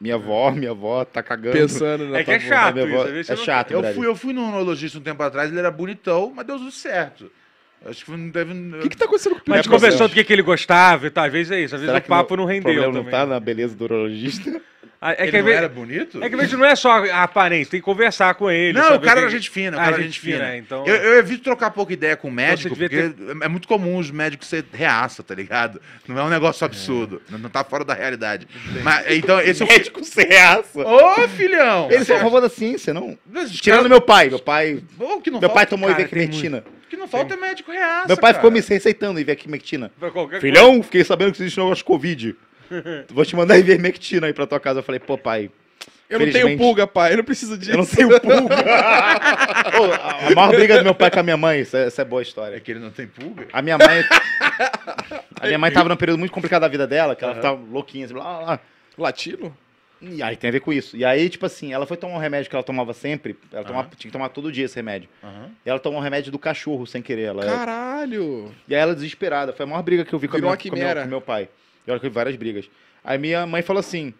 Speaker 1: Minha avó, minha avó, tá cagando.
Speaker 2: Pensando né? na
Speaker 3: É que é
Speaker 2: tua-
Speaker 1: Ah,
Speaker 3: chato
Speaker 1: minha
Speaker 3: isso.
Speaker 1: avó,
Speaker 3: às vezes
Speaker 1: é
Speaker 3: você não-
Speaker 1: chato,
Speaker 4: Eu
Speaker 1: Brasil.
Speaker 4: fui, eu fui num urologista um tempo atrás, ele era bonitão, mas deu tudo certo. Acho que não teve.
Speaker 2: O que, que tá acontecendo com o
Speaker 3: Mas a gente
Speaker 2: Pedro?
Speaker 3: conversou do que, que ele gostava e tal. Às vezes é isso. Às vezes
Speaker 1: Será
Speaker 3: o
Speaker 1: que
Speaker 3: papo
Speaker 1: meu
Speaker 3: não rendeu
Speaker 1: problema
Speaker 3: também.
Speaker 1: não tá na beleza do urologista?
Speaker 3: Ah, É que
Speaker 4: ele
Speaker 3: às
Speaker 4: não era
Speaker 3: vezes-
Speaker 4: bonito?
Speaker 3: é que às vezes não é só a aparência. Tem que conversar com ele.
Speaker 4: Não,
Speaker 3: saber
Speaker 4: o cara
Speaker 3: que-
Speaker 4: era gente fina, o
Speaker 3: Ah,
Speaker 4: cara era gente fina.
Speaker 3: é, então...
Speaker 4: Eu, eu evito trocar pouca ideia com o médico,
Speaker 3: devia
Speaker 4: porque é muito comum os médicos ser reaça, tá ligado? Não é um negócio absurdo. Não, não tá fora da realidade. Mas, então, esse é o.
Speaker 1: Médico sem aça.
Speaker 4: Ô, filhão!
Speaker 1: Eles são é a favor da ciência, não?
Speaker 4: Esses
Speaker 1: Tirando
Speaker 4: caras-
Speaker 1: meu pai. Meu pai,
Speaker 4: Ô, que não
Speaker 1: meu
Speaker 4: falta,
Speaker 1: pai tomou
Speaker 4: cara, tem
Speaker 1: ivermectina.
Speaker 4: muito. O que não falta é médico reaça.
Speaker 1: Meu pai
Speaker 4: cara.
Speaker 1: ficou me receitando ivermectina.
Speaker 3: Pra qualquer coisa.
Speaker 1: Filhão, fiquei sabendo que existe um negócio de Covid. Vou te mandar ivermectina aí pra tua casa. Eu falei, pô, pai,
Speaker 2: Eu não tenho
Speaker 1: Felizmente.
Speaker 2: pulga, pai. Eu não preciso disso.
Speaker 1: eu não tenho pulga. Pô, a a maior briga do meu pai com a minha mãe, essa, essa é boa
Speaker 4: É
Speaker 1: história.
Speaker 4: que ele não tem pulga?
Speaker 1: A minha mãe. A minha mãe tava num período muito complicado da vida dela, que ela tava louquinha, assim, blá, blá, blá.
Speaker 2: Latino?
Speaker 1: E aí tem a ver com isso. E aí, tipo assim, ela foi tomar um remédio que ela tomava sempre. Ela tomava- tinha que tomar todo dia esse remédio.
Speaker 4: Aham.
Speaker 1: E ela tomou um remédio do cachorro sem querer. Ela,
Speaker 2: Caralho.
Speaker 1: E aí ela desesperada. Foi a maior briga que eu vi com, a
Speaker 2: Virou
Speaker 1: minha,
Speaker 2: uma
Speaker 1: com, meu,
Speaker 2: quimera.
Speaker 1: com meu pai. E olha que eu vi várias brigas. Aí minha mãe falou assim: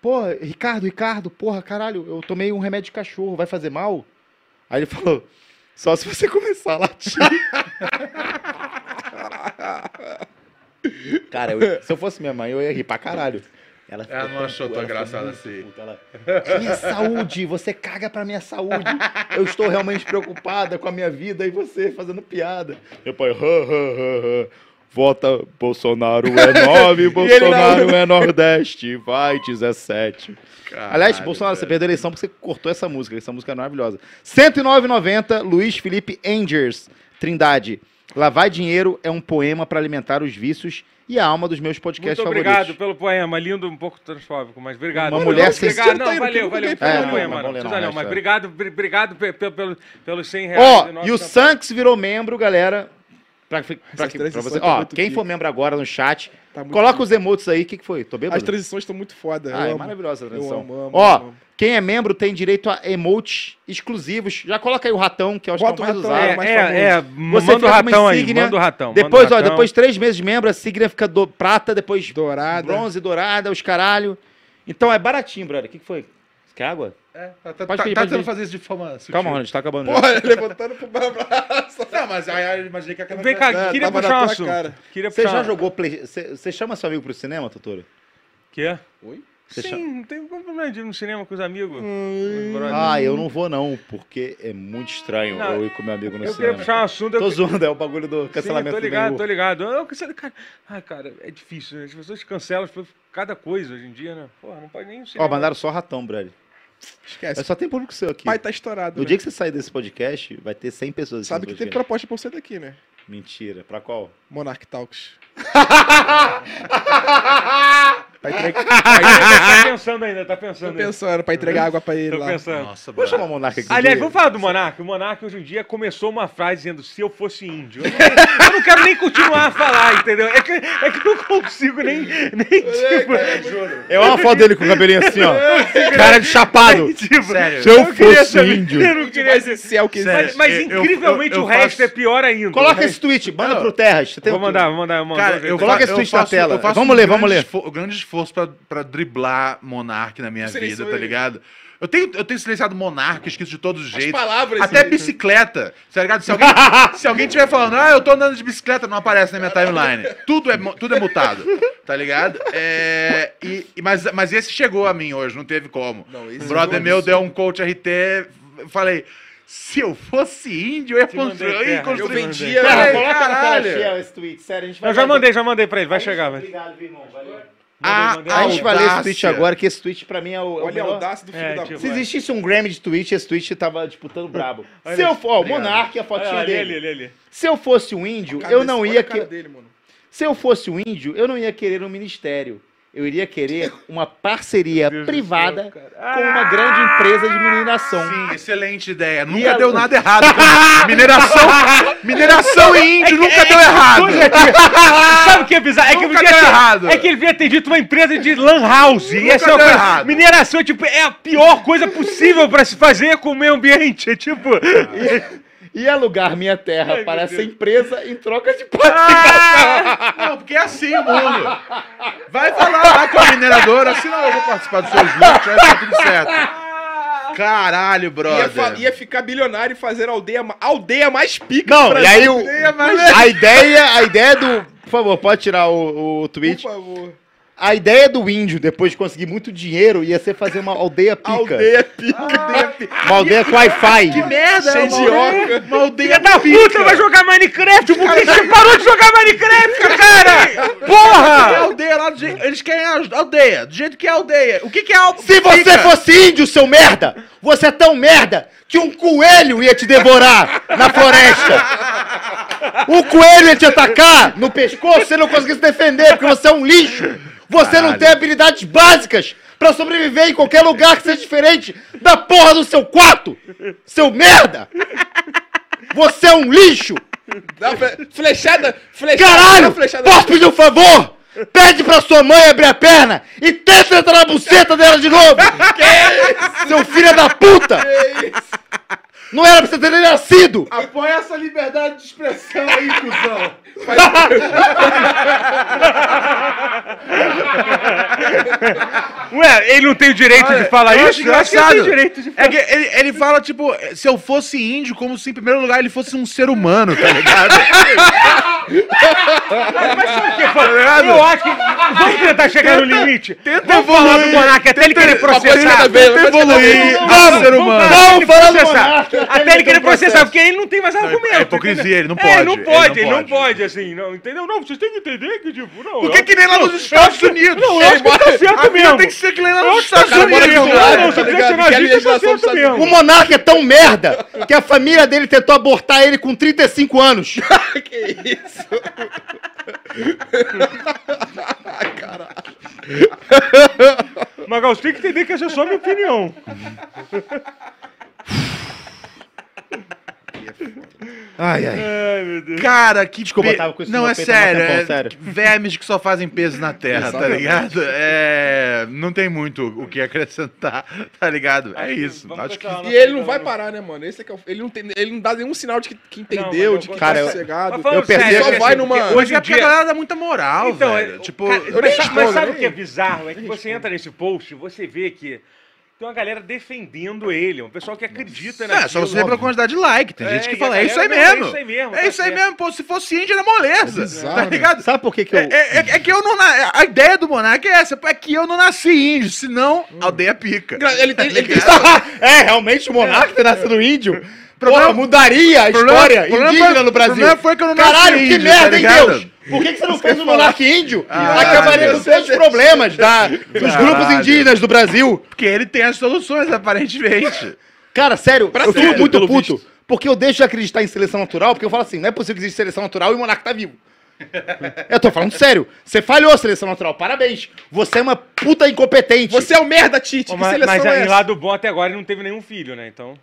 Speaker 1: Pô, Ricardo, Ricardo, porra, caralho, eu tomei um remédio de cachorro, vai fazer mal? Aí ele falou: Só se você começar a latir. Cara, eu- se eu fosse minha mãe, eu ia rir pra caralho. Ela, ficou
Speaker 4: Ela não
Speaker 1: tão
Speaker 4: achou
Speaker 1: pu-
Speaker 4: tão
Speaker 1: ela ficou
Speaker 4: engraçada
Speaker 1: muito
Speaker 4: assim.
Speaker 1: puta, Ela, minha saúde, você caga pra minha saúde. Eu estou realmente preocupada com a minha vida e você fazendo piada. Meu pai, hã, hã, hã, hã. Vota Bolsonaro é 9, Bolsonaro é Nordeste, vai 17. Aliás,
Speaker 4: Caralho,
Speaker 1: Bolsonaro, você
Speaker 4: velho.
Speaker 1: perdeu a eleição porque você cortou essa música. Essa música é maravilhosa. 109,90, Luiz Felipe Angers, Trindade. Lá vai dinheiro é um poema para alimentar os vícios e a alma dos meus podcasts
Speaker 3: Muito obrigado
Speaker 1: favoritos.
Speaker 3: pelo poema, lindo, um pouco transfóbico, mas obrigado.
Speaker 1: Uma mulher
Speaker 3: Não,
Speaker 1: sem-
Speaker 3: obrigado, não,
Speaker 2: Tá indo,
Speaker 3: valeu,
Speaker 2: que
Speaker 3: valeu.
Speaker 2: ninguém
Speaker 3: Foi um
Speaker 1: pegou. É, não,
Speaker 3: poema,
Speaker 1: não
Speaker 3: não,
Speaker 1: vou ler
Speaker 3: precisa
Speaker 1: não,
Speaker 3: não,
Speaker 1: é
Speaker 3: mas
Speaker 1: isso,
Speaker 3: obrigado, br- obrigado pe- pe- pelo- pelos 100 reais.
Speaker 1: Ó,
Speaker 3: de nosso
Speaker 1: e o
Speaker 3: campo.
Speaker 1: Sanks virou membro, galera. Pra, pra, pra,
Speaker 2: Essas
Speaker 1: pra você.
Speaker 2: transições tão
Speaker 1: Ó,
Speaker 2: muito
Speaker 1: quem
Speaker 2: pica.
Speaker 1: for membro agora no chat,
Speaker 2: Tá muito-
Speaker 1: coloca os emotes aí. O que, que foi? Tô bêbado?
Speaker 2: As transições estão muito foda.
Speaker 1: Ah,
Speaker 2: eu
Speaker 1: é
Speaker 2: amo.
Speaker 1: maravilhosa a
Speaker 2: Eu
Speaker 1: transição.
Speaker 2: amo, amo.
Speaker 1: Ó,
Speaker 2: amo.
Speaker 1: quem é membro tem direito a emotes exclusivos. Já coloca aí o ratão, que é o que
Speaker 2: Bota
Speaker 1: estão
Speaker 2: o
Speaker 1: mais
Speaker 2: ratão,
Speaker 1: usados.
Speaker 2: é, mais famoso.
Speaker 3: é, é,
Speaker 1: Você
Speaker 3: manda o
Speaker 1: fica com uma
Speaker 3: ratão aí,
Speaker 1: insígnia,
Speaker 3: manda o ratão. manda o
Speaker 1: Depois, ó,
Speaker 3: ratão.
Speaker 1: depois de três meses de membro, a signa fica do, prata, depois
Speaker 2: Dourada.
Speaker 1: bronze, dourada, os caralho. Então é baratinho, brother. O que, que foi? Você quer água?
Speaker 4: É, tá, tá,
Speaker 1: Pode
Speaker 4: tá-
Speaker 1: pedir,
Speaker 4: tá
Speaker 1: pode
Speaker 4: tentando
Speaker 1: pedir.
Speaker 4: fazer isso de forma sutil.
Speaker 1: Calma, Ronald, tá acabando. já.
Speaker 2: Olha, levantando pro braço.
Speaker 4: Não, mas aí eu imaginei que a câmera...
Speaker 3: Vem cá,
Speaker 2: É,
Speaker 3: queria
Speaker 2: tava na
Speaker 3: puxar um
Speaker 2: tua
Speaker 3: assunto.
Speaker 2: cara.
Speaker 3: Queria
Speaker 1: Você
Speaker 3: puxar
Speaker 1: já
Speaker 3: um-
Speaker 1: jogou Play... Você você chama seu amigo pro cinema, Totoro?
Speaker 3: Quê?
Speaker 2: Oi?
Speaker 1: Você
Speaker 3: Sim,
Speaker 1: chama-
Speaker 3: não tem problema de ir no cinema com os amigos.
Speaker 1: Ah, eu não vou não, porque é muito estranho
Speaker 3: Não,
Speaker 1: eu ir com meu amigo no
Speaker 3: Eu queria
Speaker 1: cinema.
Speaker 3: puxar um assunto. eu
Speaker 1: Tô zoando, é o bagulho do cancelamento
Speaker 3: Sim, tô
Speaker 1: do
Speaker 3: ligado,
Speaker 1: Benhur.
Speaker 3: tô ligado. Eu cancelo, cara. Ah, cara, é difícil, né? As pessoas cancelam por cada coisa hoje em dia, né? Porra, não pode nem ser.
Speaker 1: Ó, mandaram só ratão, brother.
Speaker 2: Esquece.
Speaker 1: É só tem público seu aqui.
Speaker 2: O pai tá estourado.
Speaker 1: No
Speaker 2: né?
Speaker 1: dia que você sair desse podcast, vai ter 100 pessoas.
Speaker 2: Sabe que
Speaker 1: assistindo
Speaker 2: tem
Speaker 1: podcast.
Speaker 2: proposta pra você daqui, né?
Speaker 1: Mentira, pra qual?
Speaker 2: Monarch Talks.
Speaker 3: tá pensando ainda, tá
Speaker 2: Tô
Speaker 3: pensando ainda.
Speaker 2: pensando pra entregar água pra ele
Speaker 3: Tô
Speaker 2: lá.
Speaker 3: pensando.
Speaker 4: Nossa,
Speaker 1: Vou
Speaker 4: brother.
Speaker 1: chamar o Monarca aqui.
Speaker 3: Aliás, vamos falar do Monark. O Monark hoje em dia começou uma frase dizendo se eu fosse índio. Eu não, eu não quero nem continuar a falar, entendeu? É que, é que eu não consigo nem, nem
Speaker 1: é,
Speaker 3: tipo.
Speaker 1: Eu amo a foto dele com o cabelinho assim, ó. Cara de chapado.
Speaker 3: tipo
Speaker 4: Sério.
Speaker 1: Se eu
Speaker 3: eu queria
Speaker 1: fosse
Speaker 3: saber-
Speaker 1: índio.
Speaker 3: Eu não queria
Speaker 2: Mas
Speaker 3: dizer.
Speaker 2: esse é o que
Speaker 4: Sério.
Speaker 3: Mas, mas
Speaker 4: eu- eu-
Speaker 3: incrivelmente
Speaker 4: eu
Speaker 3: o resto
Speaker 4: faço-
Speaker 3: é pior ainda.
Speaker 1: Coloca esse tweet, manda pro Terras. Você tem
Speaker 3: Vou
Speaker 1: o-
Speaker 3: mandar, vou mandar, vou mandar.
Speaker 4: Cara, eu
Speaker 1: Coloca
Speaker 4: fa-
Speaker 1: esse
Speaker 4: eu
Speaker 1: tweet na
Speaker 4: faço-
Speaker 1: tela.
Speaker 4: eu faço
Speaker 1: Vamos ler,
Speaker 4: um grande
Speaker 1: vamos ler.
Speaker 4: esfo- um grande esforço pra, pra driblar Monark na minha
Speaker 2: Silenciou
Speaker 4: vida, tá
Speaker 2: ele.
Speaker 4: ligado? Eu tenho, eu tenho silenciado Monark, escrito de todos os
Speaker 2: As
Speaker 4: jeitos.
Speaker 2: palavras.
Speaker 4: Até
Speaker 2: né?
Speaker 4: bicicleta, tá ligado? Se alguém, se alguém tiver falando, ah, eu tô andando de bicicleta, não aparece na minha timeline. Tudo é, mu- tudo é mutado, tá ligado? É, e- e- mas, mas esse chegou a mim hoje, não teve como.
Speaker 2: Não, esse
Speaker 4: O brother
Speaker 2: é um
Speaker 4: meu
Speaker 2: absurdo.
Speaker 4: deu um coach RT, falei, se eu fosse índio, eu ia
Speaker 3: Te mandei
Speaker 4: construir.
Speaker 3: terra,
Speaker 2: Eu
Speaker 4: construir-
Speaker 2: vendia.
Speaker 4: Cara,
Speaker 2: eu-
Speaker 4: Caralho.
Speaker 1: Shell, esse tweet, sério, a gente vai
Speaker 3: Eu já
Speaker 1: fazer-
Speaker 3: mandei, já mandei pra ele, vai chegar, vai.
Speaker 1: Obrigado, meu irmão, valeu.
Speaker 4: A
Speaker 3: Mandei, mandei.
Speaker 1: A gente vai ler esse tweet
Speaker 4: audácia.
Speaker 1: agora, que esse tweet pra mim é o. é o
Speaker 2: Olha a
Speaker 1: melhor.
Speaker 2: audácia do filho
Speaker 3: É,
Speaker 2: da
Speaker 3: tipo,
Speaker 1: Se
Speaker 2: puta.
Speaker 1: existisse um Grammy de tweet, esse tweet tava disputando brabo.
Speaker 3: Olha
Speaker 1: Se eu for, ó, o
Speaker 4: Obrigado.
Speaker 1: Monark, a fotinha
Speaker 3: Olha ali,
Speaker 1: dele.
Speaker 3: ali, ali, ali.
Speaker 1: Se eu fosse um índio,
Speaker 2: Cara,
Speaker 1: eu não
Speaker 2: olha
Speaker 1: ia.
Speaker 2: a cara
Speaker 1: Que...
Speaker 2: dele, mano.
Speaker 1: Se eu fosse um índio, eu não ia querer um ministério. Eu iria querer uma parceria
Speaker 3: Deus do
Speaker 1: privada
Speaker 3: céu, cara.
Speaker 1: com uma grande empresa de mineração.
Speaker 4: Sim, Hum, excelente ideia. Nunca
Speaker 1: a-
Speaker 4: deu nada errado. cara. mineração, mineração e
Speaker 1: É
Speaker 4: índio nunca deu errado.
Speaker 3: Sabe o que é bizarro? É que,
Speaker 4: Nunca
Speaker 3: ele devia
Speaker 4: deu
Speaker 3: ter-
Speaker 4: errado.
Speaker 3: é que ele devia ter dito uma empresa de lan house. E
Speaker 4: Nunca
Speaker 3: essa é uma
Speaker 4: deu
Speaker 3: coisa-
Speaker 4: errado.
Speaker 3: Mineração tipo, é a pior coisa possível pra se fazer com o meio ambiente. É tipo...
Speaker 4: Ah,
Speaker 1: E alugar minha terra
Speaker 3: meu
Speaker 1: para essa
Speaker 3: Deus.
Speaker 1: empresa em troca de participação.
Speaker 4: Não, porque é assim o mundo. Vai falar lá com a mineradora, assim não, eu vou participar dos seus lucros, vai ficar tudo certo.
Speaker 1: é
Speaker 4: Caralho,
Speaker 2: Ia, fa-
Speaker 4: brother.
Speaker 2: ia ficar bilionário e fazer a aldeia, ma- a aldeia mais pica do
Speaker 1: Não, e
Speaker 2: Brasil.
Speaker 1: aí o-
Speaker 4: Ideia, mas-
Speaker 1: a ideia, a ideia do. Por favor, pode tirar o, o
Speaker 2: Por
Speaker 1: tweet.
Speaker 2: favor.
Speaker 1: A ideia do índio, depois de conseguir muito dinheiro, ia ser fazer uma aldeia pica.
Speaker 2: Aldeia pica.
Speaker 1: Uma aldeia com Wi-Fi.
Speaker 4: Que merda,
Speaker 2: Cheio
Speaker 4: é
Speaker 2: de oca.
Speaker 4: Uma aldeia
Speaker 3: Filha da
Speaker 4: é.
Speaker 3: puta, vai jogar Minecraft! Por que você parou de jogar Minecraft, cara?
Speaker 4: É a
Speaker 3: Porra!
Speaker 4: aldeia lá do jeito. Eles querem a aldeia, do jeito que é a aldeia. O que, que é a aldeia?
Speaker 1: Se você fosse índio, seu merda, você é tão merda que um coelho ia te devorar na floresta. O coelho ia te atacar no pescoço, você não conseguia se defender porque você é um lixo. Você não tem habilidades básicas pra sobreviver em qualquer lugar que seja diferente da porra do seu quarto. Seu merda! Você é um lixo!
Speaker 2: Dá fle- flechada, flechada.
Speaker 1: Caralho!
Speaker 2: dá Flechada.
Speaker 1: Posso pedir um favor? Pede pra sua mãe abrir a perna e tenta entrar na buceta dela de novo!
Speaker 2: é
Speaker 1: Seu filho é da puta! Não era pra você ter nem nascido!
Speaker 2: Ah,
Speaker 4: Apoia essa liberdade de expressão aí, cuzão.
Speaker 3: Ué, ele não tem o direito de falar
Speaker 4: Eu
Speaker 3: isso?
Speaker 4: acho
Speaker 3: Eu acho que ele tem
Speaker 4: engraçado.
Speaker 3: o direito de
Speaker 4: É que ele, ele fala, tipo, se eu fosse índio, como se em primeiro lugar ele fosse um ser humano, tá ligado?
Speaker 3: falar. Eu acho que... Vamos tentar chegar no limite.
Speaker 4: Tá Tenta
Speaker 3: Falar do Monark até ele querer processar.
Speaker 4: Tenta evoluir
Speaker 3: Não,
Speaker 4: a
Speaker 3: não,
Speaker 4: ser
Speaker 3: vamos
Speaker 4: humano.
Speaker 3: parar
Speaker 1: Não,
Speaker 3: de
Speaker 1: falando
Speaker 3: processar.
Speaker 1: monarca,
Speaker 3: Até ele querer processar, porque ele não tem mais argumento.
Speaker 4: é hipocrisia, ele não
Speaker 3: entendeu? É,
Speaker 4: pode,
Speaker 3: não pode, ele não pode, assim, não, entendeu? Não, vocês têm que entender que, tipo, não...
Speaker 4: Porque
Speaker 3: eu-
Speaker 4: que nem lá nos Estados Unidos.
Speaker 3: Não, eu acho que ele tá certo
Speaker 4: A minha
Speaker 3: mesmo.
Speaker 4: tem que ser que nem lá nos
Speaker 3: Tá
Speaker 4: Estados
Speaker 3: certo
Speaker 2: mora
Speaker 4: Unidos.
Speaker 2: aqui do
Speaker 3: mesmo.
Speaker 2: lado,
Speaker 3: Não,
Speaker 2: tá
Speaker 3: se você
Speaker 2: ligado?
Speaker 3: tirar
Speaker 2: Que a
Speaker 3: a gente, tá
Speaker 2: legislação
Speaker 3: certo
Speaker 2: sabe-
Speaker 1: O
Speaker 3: mesmo.
Speaker 1: monarca é tão merda que a família dele tentou abortar ele com 35 anos!
Speaker 2: Que isso?
Speaker 3: Magal, você tem que entender que essa é só minha opinião.
Speaker 1: Ai, ai.
Speaker 3: Ai, meu Deus.
Speaker 4: Cara, que
Speaker 1: Desculpa,
Speaker 4: pe-
Speaker 1: tava com isso no
Speaker 4: Não,
Speaker 1: meu
Speaker 4: é
Speaker 1: peito há um
Speaker 4: sério,
Speaker 1: tempão,
Speaker 4: é
Speaker 1: sério.
Speaker 4: vermes que só fazem peso na terra, tá
Speaker 2: Exatamente.
Speaker 4: ligado? É, não tem muito o que acrescentar, tá ligado? É isso.
Speaker 3: Vamos
Speaker 4: Acho que
Speaker 3: continuar
Speaker 2: E
Speaker 3: nossa
Speaker 2: ele não vai
Speaker 3: conversa.
Speaker 2: parar, né, mano? Esse é que é o- ele, não tem, ele não dá nenhum sinal de que, que
Speaker 3: Não, mas
Speaker 2: entendeu,
Speaker 3: eu
Speaker 2: de que
Speaker 3: gosto-
Speaker 1: Cara,
Speaker 2: tá
Speaker 1: eu-
Speaker 2: sossegado.
Speaker 3: Mas falando
Speaker 1: Eu percebo-
Speaker 3: sério,
Speaker 1: Só
Speaker 3: assim,
Speaker 2: vai numa-
Speaker 3: porque
Speaker 4: Hoje é
Speaker 3: Hoje em
Speaker 4: a
Speaker 3: dia...
Speaker 4: galera dá muita moral,
Speaker 3: Então,
Speaker 4: velho.
Speaker 3: é-
Speaker 4: tipo,
Speaker 3: cara,
Speaker 4: eu
Speaker 3: mas,
Speaker 4: nem
Speaker 3: sabe-
Speaker 4: exponho,
Speaker 3: mas sabe
Speaker 4: nem-
Speaker 3: o que é bizarro? É que você entra nesse post e você vê que tem uma galera defendendo ele, um pessoal que acredita
Speaker 4: É, só você ver pela quantidade de like. Tem
Speaker 3: É,
Speaker 4: gente que
Speaker 3: e
Speaker 4: fala,
Speaker 3: a
Speaker 4: é isso aí
Speaker 3: galera,
Speaker 4: mesmo.
Speaker 3: não, é isso aí mesmo,
Speaker 4: É
Speaker 3: tá
Speaker 4: isso aí
Speaker 3: certo.
Speaker 4: mesmo, pô. Se fosse índio era moleza.
Speaker 2: bizarro,
Speaker 4: tá
Speaker 2: né?
Speaker 4: ligado?
Speaker 1: Sabe por que que eu...
Speaker 4: É, é- é- é que eu não. na- A ideia do Monark é essa, pô, é que eu não nasci índio, senão a aldeia pica.
Speaker 2: Gra- Ele tem, ele tem
Speaker 1: é, realmente o monarca ter nascido índio...
Speaker 4: É. Problema-
Speaker 1: Porra, mudaria a
Speaker 4: Problema-
Speaker 1: história
Speaker 4: problema
Speaker 1: indígena
Speaker 4: foi-
Speaker 1: no Brasil.
Speaker 4: problema foi que eu não nasci
Speaker 1: Caralho, que
Speaker 4: índio,
Speaker 1: merda,
Speaker 4: tá
Speaker 1: hein,
Speaker 4: ligado?
Speaker 1: Deus? Por que, que você não fez um monarca índio?
Speaker 4: Ah,
Speaker 1: Acabaria com
Speaker 4: Deus.
Speaker 1: todos os problemas da, dos
Speaker 4: Caralho.
Speaker 1: grupos indígenas do Brasil.
Speaker 4: Porque ele tem as soluções, aparentemente.
Speaker 1: Cara, sério, eu
Speaker 2: sério,
Speaker 1: fico muito
Speaker 2: pelo
Speaker 1: puto. Porque eu deixo de acreditar em seleção natural, porque eu falo assim, não é possível que exista seleção natural e o monarca tá vivo. eu tô falando sério. Você falhou a seleção natural, parabéns. Você é uma puta incompetente.
Speaker 2: Você é o merda, Tite.
Speaker 3: Pô,
Speaker 2: Que
Speaker 3: mas
Speaker 2: seleção
Speaker 3: mas
Speaker 2: é
Speaker 3: em
Speaker 2: essa?
Speaker 3: lado bom até agora ele não teve nenhum filho, né? Então,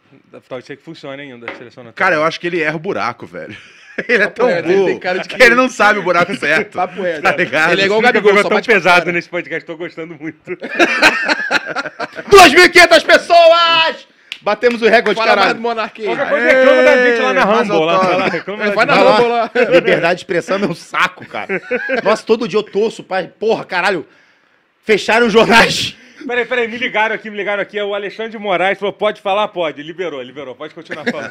Speaker 3: pode ser que funcione ainda a seleção natural.
Speaker 4: Cara, eu acho que ele erra o buraco, velho. Ele é tão
Speaker 2: reto, ele
Speaker 4: burro
Speaker 2: tem cara de
Speaker 4: que
Speaker 2: que-
Speaker 4: ele não sabe o buraco certo.
Speaker 2: Papo reto.
Speaker 4: Tá ligado?
Speaker 2: Ele é igual o
Speaker 3: Nunca
Speaker 2: Gabigol,
Speaker 3: pegou
Speaker 2: só
Speaker 3: tão
Speaker 2: bate pra
Speaker 3: pesado
Speaker 2: cara.
Speaker 3: nesse podcast, tô gostando muito.
Speaker 1: 2.500 pessoas! Batemos o recorde,
Speaker 2: Fala mais do
Speaker 1: caralho.
Speaker 2: Monark aí.
Speaker 3: Qualquer coisa é reclama da gente lá na
Speaker 4: mais
Speaker 3: Rumble. Lá,
Speaker 4: autógrafo.
Speaker 3: vai lá, reclama
Speaker 2: É,
Speaker 3: lá
Speaker 2: vai
Speaker 3: de-
Speaker 2: na
Speaker 1: Vai lá.
Speaker 2: Rumble lá.
Speaker 1: Liberdade de expressão é meu saco, cara. Nossa, todo dia eu torço, pai. Porra, caralho. Fecharam os jornais.
Speaker 3: Peraí, peraí, me ligaram aqui, me ligaram aqui. É o Alexandre de Moraes falou: pode falar? Pode. Liberou, liberou. Pode continuar falando.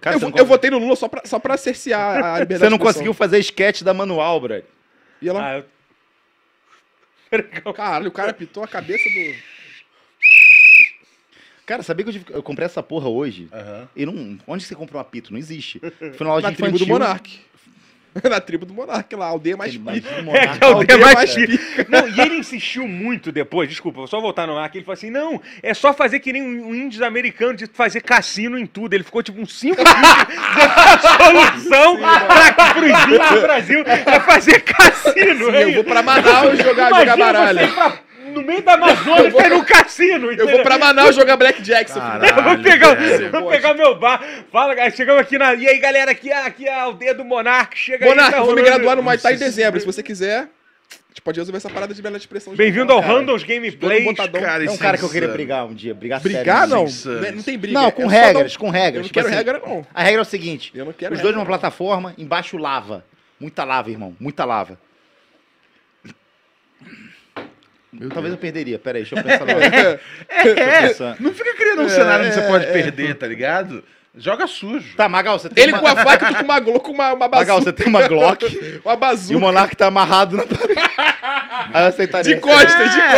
Speaker 1: Cara,
Speaker 2: Eu,
Speaker 1: você não,
Speaker 2: vo- eu
Speaker 1: cons-
Speaker 2: votei no Lula só pra, só pra cercear
Speaker 1: você
Speaker 2: a liberdade
Speaker 1: não
Speaker 2: de expressão.
Speaker 1: conseguiu fazer sketch da Manual, brother.
Speaker 2: E ela,
Speaker 3: Ah, eu-
Speaker 2: caralho, o cara pitou a cabeça do...
Speaker 1: Cara, sabia que eu, tive- eu comprei essa porra hoje? E não, onde você compra um apito? Não existe. Foi na loja
Speaker 2: Na
Speaker 1: infantil.
Speaker 2: tribo do Monark. Na tribo do Monark, lá, a aldeia mais
Speaker 1: Ele imagina
Speaker 2: pica.
Speaker 1: o
Speaker 3: É,
Speaker 1: Monark.
Speaker 3: que é o
Speaker 2: Aldeia
Speaker 3: tema
Speaker 2: mais
Speaker 3: chique. Não, e ele insistiu muito depois, desculpa, vou só voltar no ar, que ele falou assim, não, é só fazer que nem um, um índios americanos de fazer cassino em tudo. Ele ficou tipo uns 5 dias de solução pra, pros índios do Brasil é fazer cassino.
Speaker 2: Eu vou pra Manaus jogar, jogar baralho.
Speaker 3: você ir pra- no meio da Amazônia
Speaker 2: Eu vou
Speaker 3: pra
Speaker 2: pra-
Speaker 3: ir num cassino,
Speaker 2: Eu vou
Speaker 3: entendeu?
Speaker 2: pra Manaus jogar Blackjack, seu filho.
Speaker 4: Caralho,
Speaker 3: Eu vou pegar,
Speaker 4: velho.
Speaker 3: vou pegar meu bar. Fala, cara, chegamos aqui na. E aí, galera, aqui, é- aqui é a aldeia do Monarca. Chega aí,
Speaker 2: Monark,
Speaker 3: tá
Speaker 2: eu vou me
Speaker 3: rolando-
Speaker 2: graduar no Muay Thai em dezembro. Se você quiser, a gente pode resolver essa parada de bela expressão.
Speaker 3: Bem-vindo ao
Speaker 2: Cara,
Speaker 3: Randoms
Speaker 2: Todo
Speaker 3: Gameplays.
Speaker 2: botadão.
Speaker 1: É um
Speaker 4: isso
Speaker 1: cara que eu queria
Speaker 4: insano.
Speaker 1: brigar um dia. Brigar
Speaker 2: Brigar,
Speaker 1: sério.
Speaker 2: não.
Speaker 4: insano.
Speaker 2: Não tem briga.
Speaker 1: Não,
Speaker 2: é
Speaker 1: com
Speaker 2: só
Speaker 1: regras,
Speaker 2: dar
Speaker 1: com
Speaker 2: um- Eu
Speaker 1: regras.
Speaker 2: não
Speaker 1: Tipo
Speaker 2: quero
Speaker 1: assim,
Speaker 2: regra, não.
Speaker 1: A regra é o seguinte:
Speaker 2: Eu não quero
Speaker 1: os dois
Speaker 2: regra.
Speaker 1: numa plataforma, embaixo lava. Muita lava, irmão. Muita lava. Talvez eu perderia. Pera aí, deixa eu pensar na hora.
Speaker 6: É,
Speaker 1: Pensar.
Speaker 6: não fica criando
Speaker 2: É,
Speaker 6: um cenário que você pode perder, tá ligado? Joga sujo.
Speaker 1: Tá, Magal, você tem
Speaker 2: Ele
Speaker 1: uma...
Speaker 2: com a faca, tu com uma Glock, com uma, uma
Speaker 1: Magal,
Speaker 2: bazuca.
Speaker 1: você tem uma Glock
Speaker 2: Uma
Speaker 1: e o
Speaker 2: bazuca.
Speaker 1: Monark tá amarrado na... Aí eu aceitaria.
Speaker 2: De costas,
Speaker 4: É,
Speaker 2: de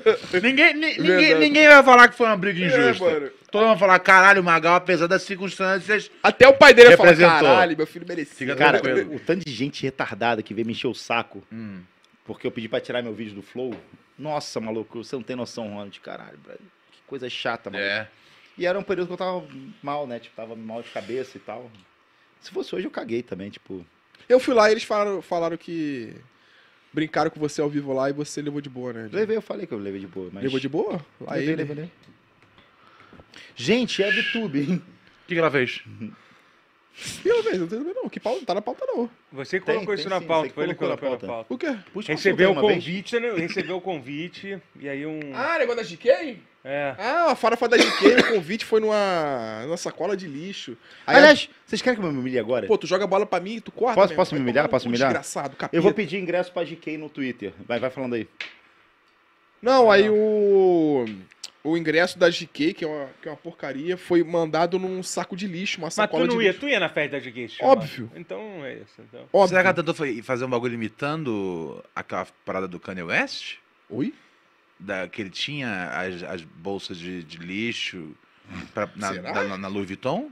Speaker 2: costas.
Speaker 6: É, é. ninguém, ni- ninguém,
Speaker 2: Verdade.
Speaker 6: ninguém vai falar que foi uma briga injusta.
Speaker 2: É, mano.
Speaker 6: Todo mundo vai falar, caralho, Magal, apesar das circunstâncias.
Speaker 2: Até o pai dele fala,
Speaker 6: Representou.
Speaker 2: caralho, meu filho merecia.
Speaker 6: Fica
Speaker 1: Cara,
Speaker 6: tranquilo.
Speaker 1: o tanto de gente retardada que veio me encher o saco porque eu pedi pra tirar meu vídeo do Flow. Nossa, maluco, você não tem noção, Ronald. Caralho, brother. Que coisa chata, maluco.
Speaker 6: É.
Speaker 1: E era um período que eu tava mal, né? Tipo, tava mal de cabeça e tal. Se fosse hoje, eu caguei também, tipo.
Speaker 2: Eu fui lá e eles falaram, falaram que brincaram com você ao vivo lá e você levou de boa, né?
Speaker 1: Levei, eu falei que eu levei de boa, mas.
Speaker 2: Levou de boa? Lá
Speaker 1: Levei,
Speaker 2: ele.
Speaker 1: levei, levei. Gente, é VTube, hein?
Speaker 6: O que, que ela fez?
Speaker 2: Pela vez, não tem problema não. Que pauta, não tá na pauta não.
Speaker 3: Você que
Speaker 1: Tem,
Speaker 3: colocou
Speaker 1: tem
Speaker 3: isso na
Speaker 1: sim,
Speaker 3: pauta,
Speaker 1: você
Speaker 3: foi ele que
Speaker 1: colocou na
Speaker 3: colocou na
Speaker 1: pauta.
Speaker 3: pauta.
Speaker 2: O quê?
Speaker 1: Puxa,
Speaker 3: Recebeu o convite, né? Recebeu o convite, e aí um.
Speaker 2: Ah, negócio da GK?
Speaker 3: É.
Speaker 2: Ah, a farofa da GK, o convite foi numa, numa sacola de lixo. Aí,
Speaker 1: Aliás, vocês querem que eu me humilhe agora?
Speaker 2: pô, tu joga bola pra mim, tu corta
Speaker 1: Posso-
Speaker 2: mesmo.
Speaker 1: posso
Speaker 2: Vai
Speaker 1: me humilhar?
Speaker 2: tomar no
Speaker 1: Posso
Speaker 2: cu,
Speaker 1: me humilhar?
Speaker 2: Desgraçado, capeta.
Speaker 1: eu vou pedir ingresso pra GK no Twitter. Vai, vai falando aí. Ah,
Speaker 2: Não, aí o... O ingresso da GK, que é, uma, que é uma porcaria, foi mandado num saco de lixo, uma
Speaker 3: Mas
Speaker 2: sacola
Speaker 3: tu
Speaker 2: de
Speaker 3: não ia,
Speaker 2: lixo.
Speaker 3: tu ia na festa de gays.
Speaker 2: Óbvio.
Speaker 3: Então é isso. Então.
Speaker 2: Óbvio.
Speaker 4: Será que ela tentou fa- fazer um bagulho imitando aquela parada do Kanye West?
Speaker 2: Oi?
Speaker 4: Da, que ele tinha as, as bolsas de, de lixo pra- na,
Speaker 2: Será?
Speaker 4: da- na- na Louis Vuitton?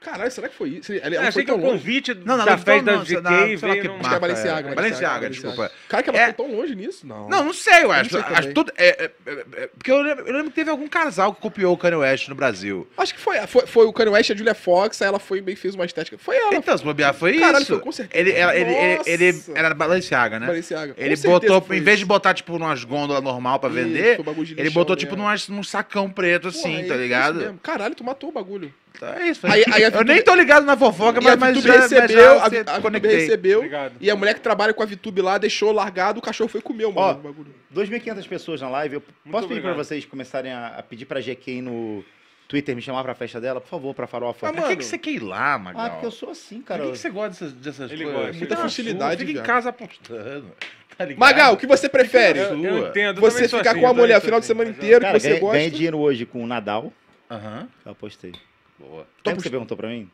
Speaker 2: Caralho, será que foi isso? Ele,
Speaker 3: Eu
Speaker 2: ela
Speaker 3: Ah, achei
Speaker 2: foi
Speaker 3: que o
Speaker 2: tão longe.
Speaker 3: convite
Speaker 4: Não, não,
Speaker 3: da
Speaker 4: não,
Speaker 3: festa
Speaker 4: não,
Speaker 3: da
Speaker 4: sei lá,
Speaker 3: GK
Speaker 4: sei lá
Speaker 3: veio
Speaker 4: que
Speaker 3: num...
Speaker 2: Acho que é
Speaker 4: Marca,
Speaker 2: Balenciaga.
Speaker 4: é. Balenciaga, desculpa.
Speaker 2: Cara, que ela
Speaker 4: É.
Speaker 2: foi tão longe nisso? Não.
Speaker 4: Não, não sei, eu
Speaker 2: não
Speaker 4: acho.
Speaker 2: sei
Speaker 4: acho
Speaker 2: também.
Speaker 4: tudo- é, é, é, é, porque eu lembro, eu lembro que teve algum casal que copiou o Kanye West no Brasil.
Speaker 2: Acho que foi, foi, foi o Kanye West e a Julia Fox, aí ela foi bem fez uma estética. Foi ela,
Speaker 4: Então, se bobear, foi
Speaker 2: Caralho,
Speaker 4: isso.
Speaker 2: É, foi, com certeza.
Speaker 4: Ele, ela- ele, ele, ele
Speaker 2: Nossa.
Speaker 4: era Balenciaga, né?
Speaker 2: Balenciaga.
Speaker 4: Ele
Speaker 2: Com certeza
Speaker 4: botou,
Speaker 2: foi
Speaker 4: em vez de
Speaker 2: isso.
Speaker 4: botar, tipo, numas gôndolas normal pra vender,
Speaker 2: Isso, bagulho de
Speaker 4: ele
Speaker 2: lixão
Speaker 4: botou, tipo,
Speaker 2: mesmo.
Speaker 4: numas, num sacão preto,
Speaker 2: Porra,
Speaker 4: assim,
Speaker 2: aí
Speaker 4: tá
Speaker 2: foi
Speaker 4: ligado?
Speaker 2: isso mesmo. Caralho, tu matou o bagulho.
Speaker 4: Então é isso.
Speaker 2: Aí- aí a
Speaker 4: eu
Speaker 2: Vitube-
Speaker 4: nem tô ligado na fofoca,
Speaker 2: E a
Speaker 4: mas, mas
Speaker 2: Vitube
Speaker 4: já, mas já
Speaker 2: recebeu, a,
Speaker 4: se
Speaker 2: Vi- a Vitube
Speaker 4: conectei.
Speaker 2: recebeu,
Speaker 3: Obrigado.
Speaker 2: e a mulher que trabalha com a Vitube lá deixou largado, o cachorro foi comer, mano,
Speaker 1: Ó.
Speaker 2: o bagulho.
Speaker 1: 2.500 pessoas na live. Eu posso pedir pra
Speaker 3: obrigado.
Speaker 1: vocês começarem a, a pedir pra GK no Twitter me chamar pra festa dela? Por favor, pra farofa.
Speaker 2: Ah,
Speaker 4: Por que,
Speaker 2: mano.
Speaker 4: que você quer ir lá, Magal?
Speaker 1: Ah, porque eu sou assim,
Speaker 4: Por
Speaker 1: cara.
Speaker 4: que, que você gosta dessas, dessas
Speaker 3: Ele
Speaker 4: coisas?
Speaker 3: gosta,
Speaker 2: ele
Speaker 4: na
Speaker 2: gosta.
Speaker 4: sua,
Speaker 2: Facilidade,
Speaker 4: Fica em
Speaker 2: cara.
Speaker 4: casa apostando, tá ligado?
Speaker 2: Magal, o que você prefere?
Speaker 4: Eu-
Speaker 3: Eu
Speaker 4: Sua.
Speaker 3: entendo, eu
Speaker 2: Você
Speaker 3: também sou
Speaker 2: ficar
Speaker 3: assim,
Speaker 2: com a
Speaker 3: eu também
Speaker 2: mulher
Speaker 3: sou
Speaker 2: final de
Speaker 3: assim,
Speaker 2: semana
Speaker 3: mas eu-
Speaker 2: inteiro,
Speaker 1: Cara,
Speaker 2: que você
Speaker 1: ganhei, ganhei
Speaker 2: gosta.
Speaker 1: dinheiro hoje com o Nadal.
Speaker 4: Aham,
Speaker 1: Eu apostei.
Speaker 4: boa.
Speaker 1: Lembra que você perguntou pra mim?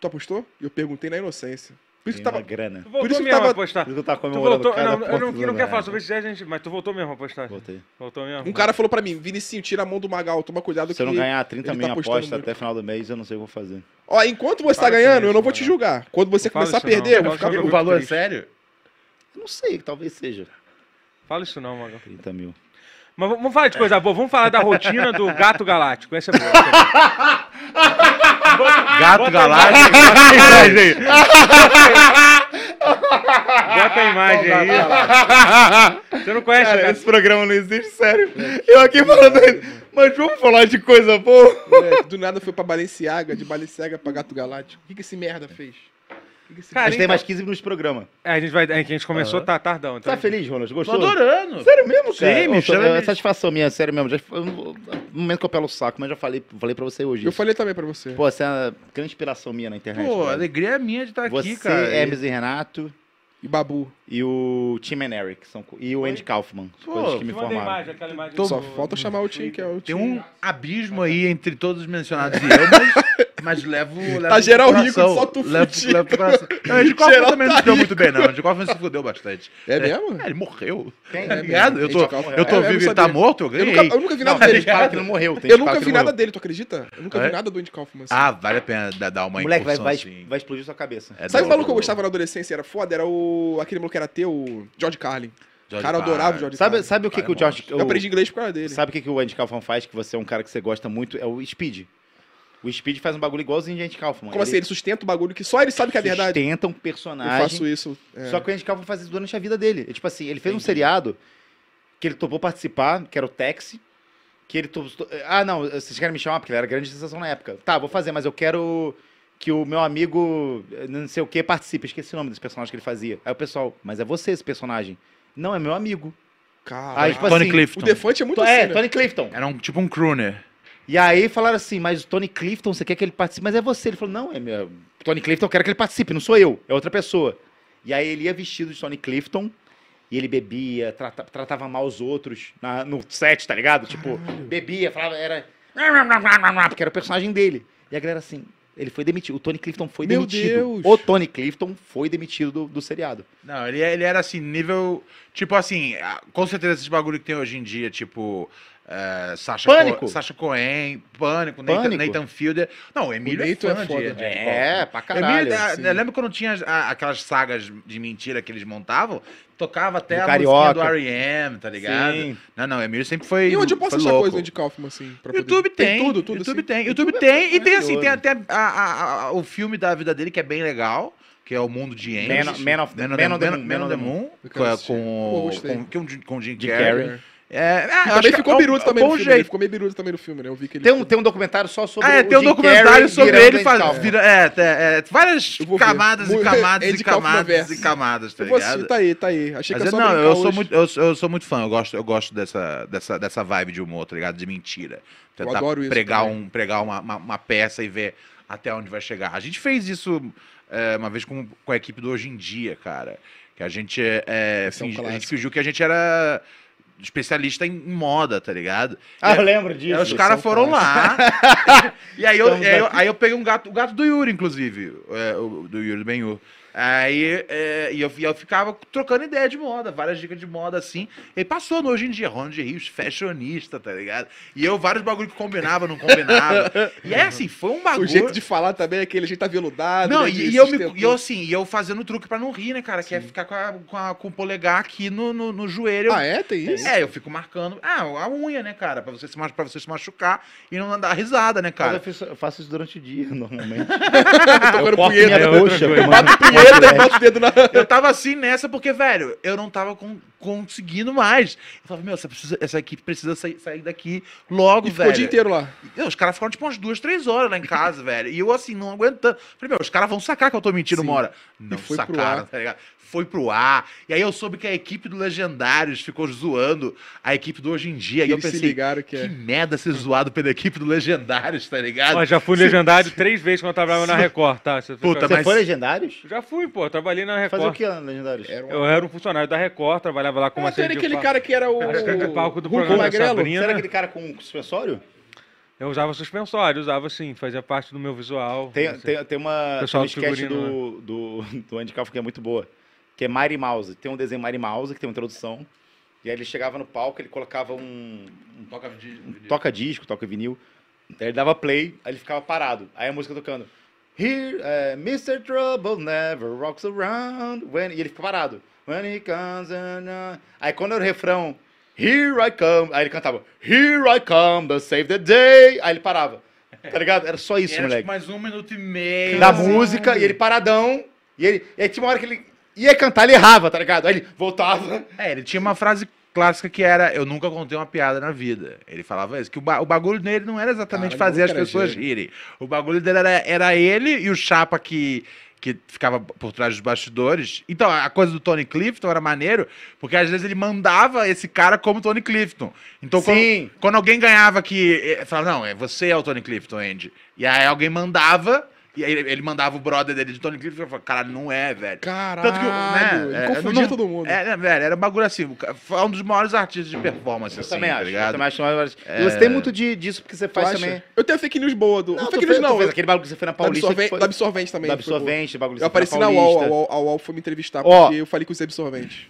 Speaker 2: Tu apostou? Eu perguntei na inocência. Por isso que
Speaker 1: Ganhei
Speaker 2: tava...
Speaker 1: uma grana.
Speaker 3: Tu
Speaker 1: Por
Speaker 3: voltou
Speaker 2: isso que
Speaker 3: mesmo a
Speaker 2: tava-
Speaker 3: apostar.
Speaker 1: isso que eu tava
Speaker 3: Tu
Speaker 1: comemorando
Speaker 3: voltou.
Speaker 1: cada
Speaker 3: Não, eu não,
Speaker 1: ponto
Speaker 3: eu não
Speaker 1: do
Speaker 3: quero falar
Speaker 1: Nadal.
Speaker 3: sobre isso, a gente, mas tu voltou mesmo a apostar.
Speaker 1: Voltei.
Speaker 3: Voltou mesmo.
Speaker 2: Um cara falou pra mim, Vinicinho, tira a mão do Magal, toma cuidado
Speaker 1: Se eu não
Speaker 2: que-
Speaker 1: ganhar 30
Speaker 2: ele
Speaker 1: mil
Speaker 2: tá apostando
Speaker 1: aposta
Speaker 2: muito.
Speaker 1: até final do mês, eu não sei o que eu vou fazer.
Speaker 2: Ó, enquanto você
Speaker 3: Para
Speaker 2: tá
Speaker 3: com
Speaker 2: ganhando,
Speaker 4: é
Speaker 2: eu
Speaker 3: isso,
Speaker 2: não vou te
Speaker 3: cara.
Speaker 2: julgar. Quando você
Speaker 3: Não fala
Speaker 2: começar a
Speaker 3: isso não,
Speaker 2: perder, eu
Speaker 3: não
Speaker 2: vou ficar...
Speaker 3: fala isso
Speaker 2: meio-
Speaker 4: O valor é
Speaker 3: triste.
Speaker 4: sério?
Speaker 1: Eu não sei, talvez seja.
Speaker 3: Fala isso não, Magal.
Speaker 1: 30 mil.
Speaker 3: Mas v- vamos falar de coisa boa, vamos falar da rotina do gato galáctico. Essa é boa. essa é boa.
Speaker 4: Gato galáctico.
Speaker 3: Bota a imagem aí. Bota a imagem aí. Você não conhece o gato?
Speaker 1: programa não existe, sério. Eu aqui falando. Mas vamos falar de coisa boa.
Speaker 2: Moleque, é, do nada foi pra Balenciaga, de Balenciaga pra Gato Galáctico. O que, que esse merda fez? O que que esse-
Speaker 3: Cara,
Speaker 1: Mas tem
Speaker 3: então-
Speaker 1: mais 15 minutos de programa.
Speaker 3: É, a gente vai, a gente começou tá tardão.
Speaker 1: Tá
Speaker 3: Então
Speaker 1: feliz, Ronald?
Speaker 4: Tô
Speaker 1: Gostou?
Speaker 4: adorando.
Speaker 1: Sério mesmo,
Speaker 4: Sim,
Speaker 1: cara?
Speaker 4: me
Speaker 1: Ô, tô-
Speaker 4: chama
Speaker 1: é
Speaker 4: de-
Speaker 1: satisfação minha, sério mesmo. Já, eu não- no momento que eu pelo o saco, mas já falei, falei pra você hoje.
Speaker 2: Eu falei também pra você.
Speaker 1: Pô, você é uma grande inspiração minha na internet.
Speaker 4: Pô, a
Speaker 1: velho.
Speaker 4: alegria é minha de estar
Speaker 1: você,
Speaker 4: aqui, cara.
Speaker 1: Hermes e Renato.
Speaker 2: E Babu.
Speaker 1: E o Tim and Eric. São, co- e o Andy Kaufman.
Speaker 4: Pô,
Speaker 1: coisas que me
Speaker 3: Te mandei a
Speaker 1: formaram.
Speaker 3: imagem, aquela imagem.
Speaker 2: Só
Speaker 3: do-
Speaker 2: falta chamar o Tim, que é o Tim.
Speaker 4: Tem um abismo aí entre todos os mencionados e eu, mas, mas levo, levo
Speaker 2: Tá geral
Speaker 4: pro
Speaker 2: rico,
Speaker 4: coração.
Speaker 2: só tu
Speaker 4: levo,
Speaker 2: fudido.
Speaker 4: levo pro coração. Não, de Kaufman
Speaker 2: Geral tá
Speaker 4: também não se deu muito bem, não. De Kaufman se fudeu bastante.
Speaker 2: É mesmo?
Speaker 4: É, ele morreu.
Speaker 1: Tem,
Speaker 4: Tá
Speaker 1: é
Speaker 4: ligado? Eu tô,
Speaker 2: Andy Kaufman.
Speaker 4: eu tô
Speaker 2: É, eu não
Speaker 4: vivo e ele
Speaker 2: sabia.
Speaker 4: tá morto, tá eu
Speaker 2: Eu
Speaker 4: ganhei.
Speaker 2: nunca, eu nunca vi
Speaker 1: Não,
Speaker 2: nada
Speaker 1: tem
Speaker 2: dele.
Speaker 1: gente que fala que não morreu. Tem
Speaker 2: Eu
Speaker 1: gente que
Speaker 2: nunca
Speaker 1: fala que
Speaker 2: vi
Speaker 1: não
Speaker 2: nada
Speaker 1: morreu.
Speaker 2: dele, tu acredita? Eu nunca
Speaker 4: É?
Speaker 2: vi nada do Andy Kaufman. Assim.
Speaker 4: Ah, vale a pena dar- dar uma
Speaker 1: Moleque, vai,
Speaker 4: incursão,
Speaker 1: vai,
Speaker 4: assim.
Speaker 1: vai explodir sua cabeça.
Speaker 4: É
Speaker 2: Sabe o
Speaker 4: do-
Speaker 2: maluco que eu gostava na adolescência? e Era foda? Era o. aquele maluco que era teu, o George Carlin.
Speaker 4: George
Speaker 2: cara, eu adorava o
Speaker 4: Carlin.
Speaker 2: George
Speaker 1: Sabe,
Speaker 2: Carlin.
Speaker 1: sabe o que,
Speaker 4: Cara,
Speaker 1: que o George...
Speaker 2: Eu aprendi inglês por causa dele.
Speaker 1: Sabe o que, que o Andy Kaufman faz? Que você é um cara que você gosta muito. É o Speed. O Speed faz um bagulho igualzinho de Andy Kaufman.
Speaker 2: Como assim? Ele sustenta o bagulho que só ele sabe que é verdade.
Speaker 1: Sustenta um
Speaker 2: Eu
Speaker 1: personagem.
Speaker 2: faço isso. é.
Speaker 1: Só que o Andy Kaufman faz isso durante a vida dele. É tipo assim, ele fez um seriado que ele topou participar, que era o Taxi. Que ele topou. Ah, não, vocês querem me chamar? Porque ele era grande sensação na época. Tá, vou fazer, mas eu quero que o meu amigo, eh, não sei o que, participe. Esqueci o nome desse personagem que ele fazia. Aí o pessoal, mas é você esse personagem. Não, é meu amigo.
Speaker 2: Caralho.
Speaker 1: Aí, tipo
Speaker 4: Tony
Speaker 1: assim.
Speaker 4: Clifton.
Speaker 2: O Defante é muito
Speaker 1: to- é,
Speaker 2: assim, né?
Speaker 1: Tony Clifton.
Speaker 4: Era um, tipo um crooner.
Speaker 1: E aí falaram assim, mas o Tony Clifton, você quer que ele participe? Mas é você. Ele falou, não, é meu. Tony Clifton, eu quero que ele participe, não sou eu, é outra pessoa. E aí ele ia vestido de Tony Clifton e ele bebia, trata- tratava mal os outros na- no set, tá ligado? Tipo, bebia, falava, era. Porque era o personagem dele. E a galera assim, ele foi demitido. O Tony Clifton foi
Speaker 2: Meu
Speaker 1: demitido.
Speaker 2: Deus.
Speaker 1: O Tony Clifton foi demitido do, do seriado.
Speaker 4: Não, ele, ele era assim, nível. Tipo assim, ah, com certeza esses bagulho que tem hoje em dia, tipo. eh, Sacha,
Speaker 1: Pânico.
Speaker 4: Co Sacha Cohen, Pânico, Nathan,
Speaker 1: Pânico.
Speaker 4: Nathan Fielder. Não, o Emílio
Speaker 2: O
Speaker 4: é
Speaker 2: Nathan
Speaker 4: fã
Speaker 2: é
Speaker 4: de-
Speaker 2: foda.
Speaker 4: de-
Speaker 1: É, pra
Speaker 4: Emílio,
Speaker 1: caralho.
Speaker 4: ah,
Speaker 2: sim.
Speaker 4: eu lembro quando tinha ah, aquelas sagas de mentira que eles montavam, tocava até
Speaker 1: Do
Speaker 4: a
Speaker 1: Carioca.
Speaker 4: música do R.E.M., tá ligado?
Speaker 1: Sim.
Speaker 4: Não, não, o Emílio sempre foi
Speaker 2: E onde eu posso
Speaker 4: assim, foi
Speaker 2: achar
Speaker 4: louco.
Speaker 2: coisa do Andy Kaufman, assim? pra poder-
Speaker 4: YouTube tem,
Speaker 2: tudo, tudo.
Speaker 4: YouTube
Speaker 2: assim?
Speaker 4: tem, YouTube
Speaker 2: é
Speaker 4: tem, e tem assim, tem
Speaker 2: maravilhoso.
Speaker 4: até a- a- a- o filme da vida dele que é bem legal, que é o mundo de Andy.
Speaker 1: Man of- Man of the- Man of the Moon, Man
Speaker 4: Man
Speaker 1: of
Speaker 4: of the
Speaker 1: the
Speaker 4: Moon,
Speaker 2: Eu
Speaker 4: com
Speaker 2: quero
Speaker 4: é,
Speaker 2: assistir. Pô,
Speaker 4: com,
Speaker 2: gostei.
Speaker 4: com, que é um Jim- com o Jim
Speaker 1: Jim
Speaker 4: Carrey.
Speaker 1: Carrey.
Speaker 4: É, ah, eu
Speaker 2: E
Speaker 4: acho
Speaker 2: né? também
Speaker 4: que
Speaker 2: ficou
Speaker 4: é um-
Speaker 2: biruta
Speaker 4: é um
Speaker 2: também no
Speaker 4: bom
Speaker 2: filme. Ele
Speaker 4: jeito.
Speaker 2: ficou meio biruta também no filme, né? Eu vi que ele.
Speaker 1: Tem um, tem um documentário só sobre
Speaker 4: Ah, é,
Speaker 1: o
Speaker 4: tem um
Speaker 1: Jim Carrey
Speaker 4: documentário sobre
Speaker 1: virando um
Speaker 4: ele
Speaker 1: Andy
Speaker 4: faz,
Speaker 1: Kaufman.
Speaker 4: vira, é, tem- é, várias
Speaker 2: Eu vou ver. é
Speaker 4: camadas e
Speaker 2: Muito-
Speaker 4: camadas
Speaker 2: Andy
Speaker 4: e
Speaker 2: Kaufman
Speaker 4: camadas e
Speaker 2: verso.
Speaker 4: camadas, tá
Speaker 2: Eu vou assistir,
Speaker 4: ligado?
Speaker 2: tá aí, tá aí. Achei
Speaker 4: Mas
Speaker 2: que
Speaker 4: eu,
Speaker 2: era só
Speaker 4: não,
Speaker 2: brincar
Speaker 4: eu sou,
Speaker 2: hoje.
Speaker 4: muito, eu, sou- eu sou muito fã, eu gosto, eu gosto dessa, dessa, dessa vibe de humor, tá ligado? De mentira.
Speaker 2: Eu
Speaker 4: Tentar
Speaker 2: adoro isso
Speaker 4: pregar,
Speaker 2: também.
Speaker 4: um, pregar uma, uma, uma peça e ver até onde vai chegar. A gente fez isso é, uma vez com, com a equipe do Hoje em Dia, cara. Que a gente, é,
Speaker 2: Esse é um
Speaker 4: fingi- a gente
Speaker 2: clássico.
Speaker 4: fingiu que a gente era especialista em moda, tá ligado?
Speaker 1: Ah, eu lembro disso.
Speaker 4: E aí os caras foram lá. e aí eu, e aí eu, aí eu peguei um gato, o gato do Yuri, inclusive. é, o- do Yuri do Benhur. Aí é, e eu, e eu ficava trocando ideia de moda, várias dicas de moda assim. E passou no hoje em dia, Ronald Rios, fashionista, tá ligado? E eu, vários bagulho que combinava, não combinava. e é assim, foi um bagulho.
Speaker 2: Ah, O jeito de falar também é aquele jeito aveludado.
Speaker 4: Não,
Speaker 2: né,
Speaker 4: e,
Speaker 2: de
Speaker 4: e eu, me-
Speaker 2: sustento.
Speaker 4: e eu assim, e eu fazendo truque pra não rir, né, cara? Que é ficar com, a- com, a- com o polegar aqui no, no, no joelho. Eu-
Speaker 2: Ah, é? Tem isso?
Speaker 4: é, eu fico marcando. Ah, a unha, né, cara? Pra você se, mach... pra você se machucar e não dar risada, né,
Speaker 1: Mas
Speaker 4: cara?
Speaker 1: eu, fiz- eu faço isso durante o dia, normalmente.
Speaker 2: Tá Tocando
Speaker 1: Corpo
Speaker 2: punheta.
Speaker 1: minha coxa, eu mando
Speaker 2: Punheta e bota o dedo na.
Speaker 4: Eu tava assim nessa porque, velho, eu não tava com- conseguindo mais. Eu falava, meu, essa, precisa- essa equipe precisa sair, sair daqui logo,
Speaker 2: E ficou
Speaker 4: velho.
Speaker 2: o dia inteiro lá.
Speaker 4: E, os caras ficaram tipo umas duas, três horas lá em casa, velho. E eu assim, não aguentando. Falei, meu, os caras vão sacar que eu tô mentindo
Speaker 2: Sim.
Speaker 4: uma hora. Não
Speaker 2: foi pro
Speaker 4: sacaram,
Speaker 2: ar.
Speaker 4: tá ligado? Foi pro ar. E aí eu soube que a equipe do Legendários ficou zoando a equipe do Hoje em Dia.
Speaker 2: E
Speaker 4: e eu
Speaker 2: eles se
Speaker 4: pensei,
Speaker 2: ligaram que
Speaker 4: Que
Speaker 2: é.
Speaker 4: merda ser zoado pela equipe do Legendários, tá ligado?
Speaker 3: Ó, já fui legendário três vezes quando eu trabalhava na Record, tá? Você-
Speaker 4: Puta,
Speaker 1: Você
Speaker 4: mas-
Speaker 1: foi legendários?
Speaker 3: Já fui, pô. eu Trabalhei na
Speaker 1: Fazer É, o
Speaker 3: Record.
Speaker 1: que lá no Legendários?
Speaker 2: Era um.
Speaker 3: Eu era um funcionário da Record, trabalhava lá como
Speaker 2: Ah, tu era
Speaker 3: assistente de
Speaker 2: aquele
Speaker 3: palco.
Speaker 2: cara que era o.
Speaker 3: Assistente de palco do
Speaker 2: Hulk
Speaker 3: programa da
Speaker 2: Magrelo?
Speaker 3: Sabrina. né?
Speaker 1: Será aquele cara com suspensório?
Speaker 3: Eu usava suspensório, usava sim, fazia parte do meu visual.
Speaker 1: Tem,
Speaker 3: assim.
Speaker 1: tem, tem uma tem
Speaker 3: Pessoal
Speaker 1: um sketch
Speaker 3: figurino,
Speaker 1: do,
Speaker 2: né?
Speaker 1: do, do Andy Kaufman que é muito boa. Que é Mary Mouse. Tem um desenho Mary Mouse, que tem uma introdução. E aí ele chegava no palco, ele colocava um, um toca-disco, toca vinil. Aí ele dava play, aí ele ficava parado. Aí a música tocando. Here, eh, Mr. Trouble never rocks around. When... E ele fica parado. When he comes and, uh... Aí quando era o refrão. Here I come. Aí ele cantava. Here I come to save the day. Aí ele parava. Tá ligado? Era só isso,
Speaker 4: Era, tipo,
Speaker 1: moleque.
Speaker 4: mais um minuto e meio.
Speaker 1: Da
Speaker 4: assim.
Speaker 1: música, e ele paradão. E, ele... e aí tinha uma hora que ele ia cantar, ele errava, tá ligado? Aí ele voltava.
Speaker 4: É, ele tinha uma frase clássica que era Eu nunca contei uma piada na vida. Ele falava isso, que o, ba- o bagulho dele não era exatamente
Speaker 2: Caralho,
Speaker 4: fazer as
Speaker 2: o maluco era
Speaker 4: pessoas
Speaker 2: gênio.
Speaker 4: rirem. O bagulho dele era, era ele e o Chapa que, que ficava por trás dos bastidores. Então, a coisa do Tony Clifton era maneiro, porque às vezes ele mandava esse cara como Tony Clifton. Então, quando-
Speaker 1: Sim.
Speaker 4: Quando alguém ganhava que. eh, Falava, não, é você é o Tony Clifton, Andy. E aí alguém mandava. E E aí ele, ele mandava o brother dele de Tony Cliff e eu falava, caralho, não é, velho.
Speaker 2: Caralho,
Speaker 4: Tanto que, o- né,
Speaker 2: ele
Speaker 4: é,
Speaker 2: confundia
Speaker 4: não-
Speaker 2: todo mundo.
Speaker 4: É, né, velho, era um bagulho assim, o ca- foi um dos maiores artistas de performance,
Speaker 1: Eu
Speaker 4: assim,
Speaker 1: também
Speaker 4: tá
Speaker 1: acho. Eu
Speaker 4: ligado? É.
Speaker 1: também acho. E você tem muito de, disso porque você
Speaker 2: Tu
Speaker 1: faz
Speaker 2: acha?
Speaker 1: também.
Speaker 2: Eu tenho fake news boa do.
Speaker 1: tu
Speaker 2: fake
Speaker 1: fez-
Speaker 2: news
Speaker 1: tu
Speaker 2: não.
Speaker 1: fez
Speaker 2: Da
Speaker 1: aquele bagulho que você fez na Paulista. que
Speaker 2: tá absorvente,
Speaker 1: foi-
Speaker 2: da absorvente também.
Speaker 1: da
Speaker 2: foi boa.
Speaker 1: absorvente, bagulho que
Speaker 2: Eu
Speaker 1: você fez
Speaker 2: apareci na UOL, a
Speaker 1: Paulista.
Speaker 2: UOL, a UOL foi me entrevistar,
Speaker 1: Ó.
Speaker 2: porque eu falei com os absorventes.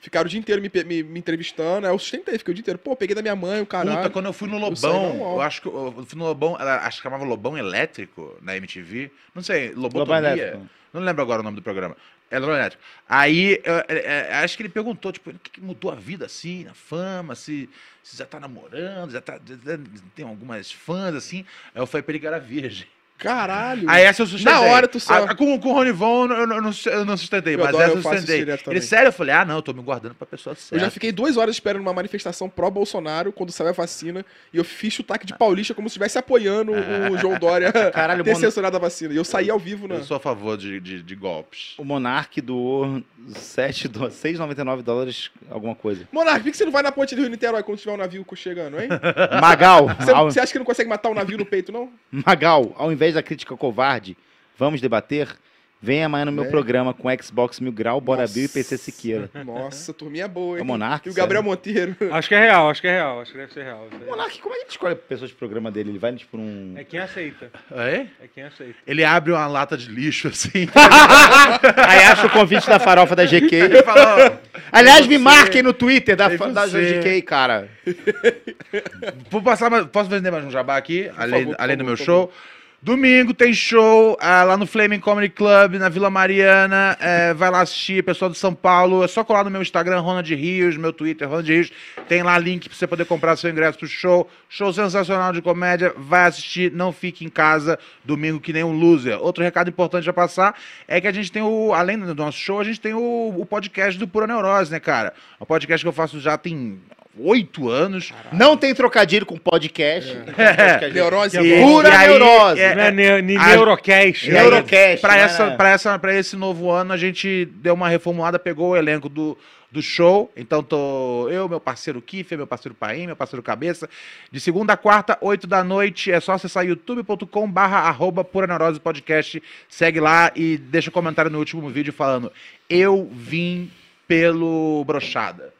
Speaker 2: Ficaram o dia inteiro me, pe- me, me entrevistando, aí eu sustentei, fiquei o dia inteiro. Pô, peguei da minha mãe, o
Speaker 4: Puta,
Speaker 2: caralho.
Speaker 4: quando eu fui no
Speaker 2: Eu saí na
Speaker 1: é
Speaker 4: Lobão,
Speaker 1: um
Speaker 4: eu,
Speaker 2: UOL.
Speaker 4: acho que eu eu fui no Lobão, ela, acho que chamava Lobão Elétrico na MTV. Não sei,
Speaker 1: Lobão
Speaker 4: Lobotomia.
Speaker 1: Elétrico.
Speaker 4: Não lembro agora o nome do programa. É Lobão Elétrico. Aí, eu- é, é, acho que ele perguntou, tipo, o que, que mudou a vida assim, na fama, se, se já tá namorando, já tá. já- já tem algumas fãs assim. Aí eu falei pra ele que era virgem.
Speaker 2: Caralho.
Speaker 4: Aí essa eu sustentei.
Speaker 2: Na hora tu só-
Speaker 4: Ah, com, com o Ronivon eu, não- eu não- eu não sustentei,
Speaker 2: Eu
Speaker 4: mas
Speaker 2: adoro,
Speaker 4: essa
Speaker 2: eu
Speaker 4: eu
Speaker 2: faço isso
Speaker 4: sustentei.
Speaker 2: direto
Speaker 4: Ele
Speaker 2: também.
Speaker 4: sério, eu falei, ah, não, eu tô me guardando pra pessoa
Speaker 2: Eu
Speaker 4: certa.
Speaker 1: é.
Speaker 2: já fiquei duas horas esperando uma manifestação pró-Bolsonaro quando saiu a vacina e eu fiz sotaque de paulista como se estivesse apoiando o João Dória
Speaker 1: Caralho,
Speaker 2: ter
Speaker 1: mano.
Speaker 2: censurado a vacina. E eu saí ao vivo, né?
Speaker 4: Eu sou a favor de, de, de golpes.
Speaker 1: O Monark doou 7 do- 6,99 dólares, alguma coisa.
Speaker 2: Monark, por que você não vai na ponte do Rio Niterói quando tiver um navio chegando, hein?
Speaker 1: Magal,
Speaker 2: Você,
Speaker 1: ao,
Speaker 2: você acha que não consegue matar um navio no peito, não?
Speaker 1: Magal, ao invés da crítica covarde, vamos debater? Vem amanhã no meu
Speaker 2: É.
Speaker 1: programa com Xbox Mil Grau, Bora
Speaker 2: Nossa.
Speaker 1: Bill e PC Siqueira.
Speaker 2: Nossa, turminha boa, hein?
Speaker 1: É o Monark,
Speaker 2: E o Gabriel Monteiro.
Speaker 3: Acho que é real, acho que é real, acho que deve ser real.
Speaker 1: O Monark, como é que ele escolhe pessoas de programa dele? Ele vai, tipo, um...
Speaker 3: É quem aceita.
Speaker 4: É?
Speaker 3: É quem aceita.
Speaker 4: Ele abre uma lata de lixo, assim.
Speaker 1: Aí acha o convite da farofa da GK.
Speaker 4: e fala,
Speaker 1: Aliás, me marquem no Twitter da,
Speaker 4: E
Speaker 1: fa- da
Speaker 4: você?
Speaker 1: GK, cara.
Speaker 4: ó, vou passar mais- posso vender mais um jabá aqui, além,
Speaker 2: favor, por
Speaker 4: além do
Speaker 2: favor,
Speaker 4: meu
Speaker 2: por
Speaker 4: show? Domingo tem show ah, lá no Flaming Comedy Club, na Vila Mariana. É, vai lá assistir, pessoal de São Paulo. É só colar no meu Instagram, Ronald Rios, meu Twitter, Ronald Rios. Tem lá link pra você poder comprar seu ingresso pro show. Show sensacional de comédia. Vai assistir, não fique em casa domingo que nem um loser. Outro recado importante a passar é que a gente tem o. Além do nosso show, a gente tem o, o podcast do Pura Neurose, né, cara? Um podcast que eu faço já tem oito anos.
Speaker 1: Não tem trocadilho com podcast.
Speaker 2: Neurose.
Speaker 4: E-
Speaker 1: Pura
Speaker 4: e aí,
Speaker 1: neurose.
Speaker 4: é-
Speaker 3: Não é ne ne
Speaker 4: a-
Speaker 3: Neurocast.
Speaker 4: E
Speaker 3: né?
Speaker 4: aí,
Speaker 1: Neurocast,
Speaker 4: pra
Speaker 1: né?
Speaker 4: essa, pra essa, pra esse novo ano, a gente deu uma reformulada, pegou o elenco do, do show. Então, tô eu, meu parceiro Kiffer, meu parceiro Paim, meu parceiro Cabeça. De segunda a quarta, oito da noite. É só acessar youtube.com barra arroba Pura Neurose Podcast. Segue lá e deixa um comentário no último vídeo falando eu vim pelo brochada.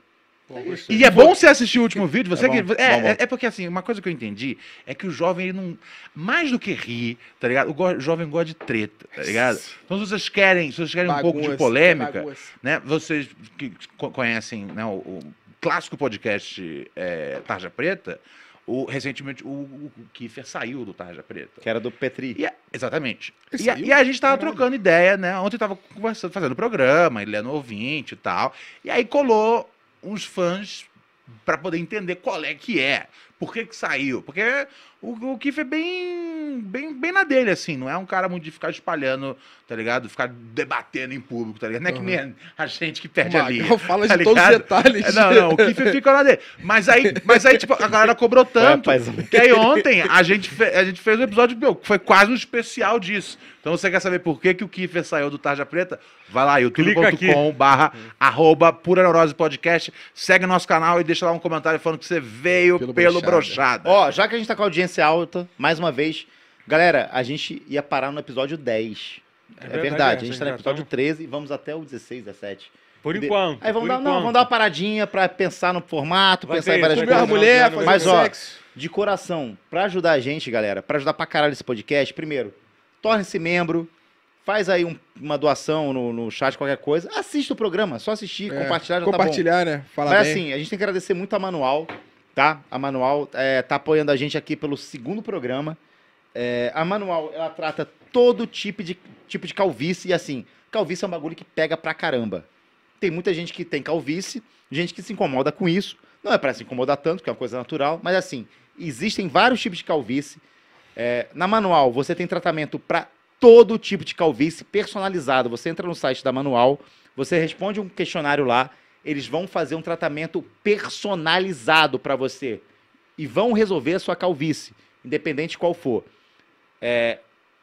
Speaker 4: E é bom você assistir o último vídeo, você
Speaker 1: É
Speaker 4: que.
Speaker 1: bom,
Speaker 4: É,
Speaker 1: bom, bom.
Speaker 4: é- é porque assim, uma coisa que eu entendi é que o jovem, ele não. Mais do que rir, tá ligado? O, go- o jovem gosta de treta, tá ligado? Então, se vocês querem, se vocês querem um pouco de
Speaker 2: Bagunça,
Speaker 4: polêmica,
Speaker 2: bagunça.
Speaker 4: né? Vocês que co- conhecem né, o, o clássico podcast é, Tarja Preta, o, recentemente o, o o Kiefer saiu do Tarja Preta.
Speaker 1: Que era do Petri.
Speaker 4: E a- exatamente.
Speaker 2: Ele
Speaker 4: E a,
Speaker 2: saiu?
Speaker 4: e a gente tava
Speaker 2: Caralho.
Speaker 4: trocando ideia, né? Ontem tava conversando, fazendo programa, ele é no ouvinte e tal. E aí colou uns fãs pra poder entender qual é que é. Por que que saiu? Porque o, o Kiff é bem, bem, bem na dele, assim. Não é um cara muito de ficar espalhando, tá ligado? Ficar debatendo em público, tá ligado? Não é que
Speaker 2: Uhum.
Speaker 4: nem a- a gente que perde a linha.
Speaker 2: Magal fala
Speaker 4: tá
Speaker 2: de todos os
Speaker 4: ligado?
Speaker 2: detalhes.
Speaker 4: É, Não, não, o Kiff fica na dele. Mas aí, mas aí tipo, a galera cobrou
Speaker 1: Olha,
Speaker 4: tanto.
Speaker 1: paizão.
Speaker 4: Que aí ontem a gente, fe- a gente fez um episódio, meu, que foi quase um especial disso. Então você quer saber por que, que o Kiffer saiu do Tarja Preta? Vai lá, youtube.com barra arroba Pura Neurose Podcast. Segue nosso canal e deixa lá um comentário falando que você veio
Speaker 2: Pelo
Speaker 4: pelo,
Speaker 2: brochado.
Speaker 4: brochado.
Speaker 1: Ó, já que a gente tá com a audiência alta, mais uma vez, galera, a gente ia parar no episódio 10. É, verdade, a gente tá no
Speaker 3: já
Speaker 1: episódio
Speaker 3: tamo-
Speaker 1: 13 e vamos até o 16, 17.
Speaker 3: Por
Speaker 1: De-
Speaker 3: enquanto.
Speaker 1: Aí vamos dar,
Speaker 3: por
Speaker 1: não,
Speaker 3: enquanto.
Speaker 1: vamos dar uma paradinha pra pensar no formato,
Speaker 3: Vai
Speaker 1: pensar
Speaker 3: ter
Speaker 1: em várias
Speaker 3: isso,
Speaker 2: Comer
Speaker 3: vai
Speaker 2: uma
Speaker 1: coisas.
Speaker 3: ter
Speaker 2: mulher,
Speaker 3: Mas,
Speaker 2: fazer
Speaker 1: Mas, ó,
Speaker 2: sexo.
Speaker 1: de coração, pra ajudar a gente, galera, pra ajudar pra caralho esse podcast, primeiro, torne-se membro, faz aí um- uma doação no, no chat, qualquer coisa, assista o programa, só assistir,
Speaker 2: É,
Speaker 1: compartilhar já tá bom.
Speaker 2: compartilhar, né? Falar
Speaker 1: Mas
Speaker 2: bem.
Speaker 1: assim, a gente tem que agradecer muito a Manual, tá? A Manual é, tá apoiando a gente aqui pelo segundo programa. É, a Manual, ela trata todo tipo de, tipo de calvície e assim, calvície é um bagulho que pega pra caramba. Tem muita gente que tem calvície, gente que se incomoda com isso. Não é pra se incomodar tanto, que é uma coisa natural, mas assim, existem vários tipos de calvície. É, na Manual, você tem tratamento pra todo tipo de calvície personalizado. Você entra no site da Manual, você responde um questionário lá, eles vão fazer um tratamento personalizado para você e vão resolver a sua calvície, independente de qual for. É,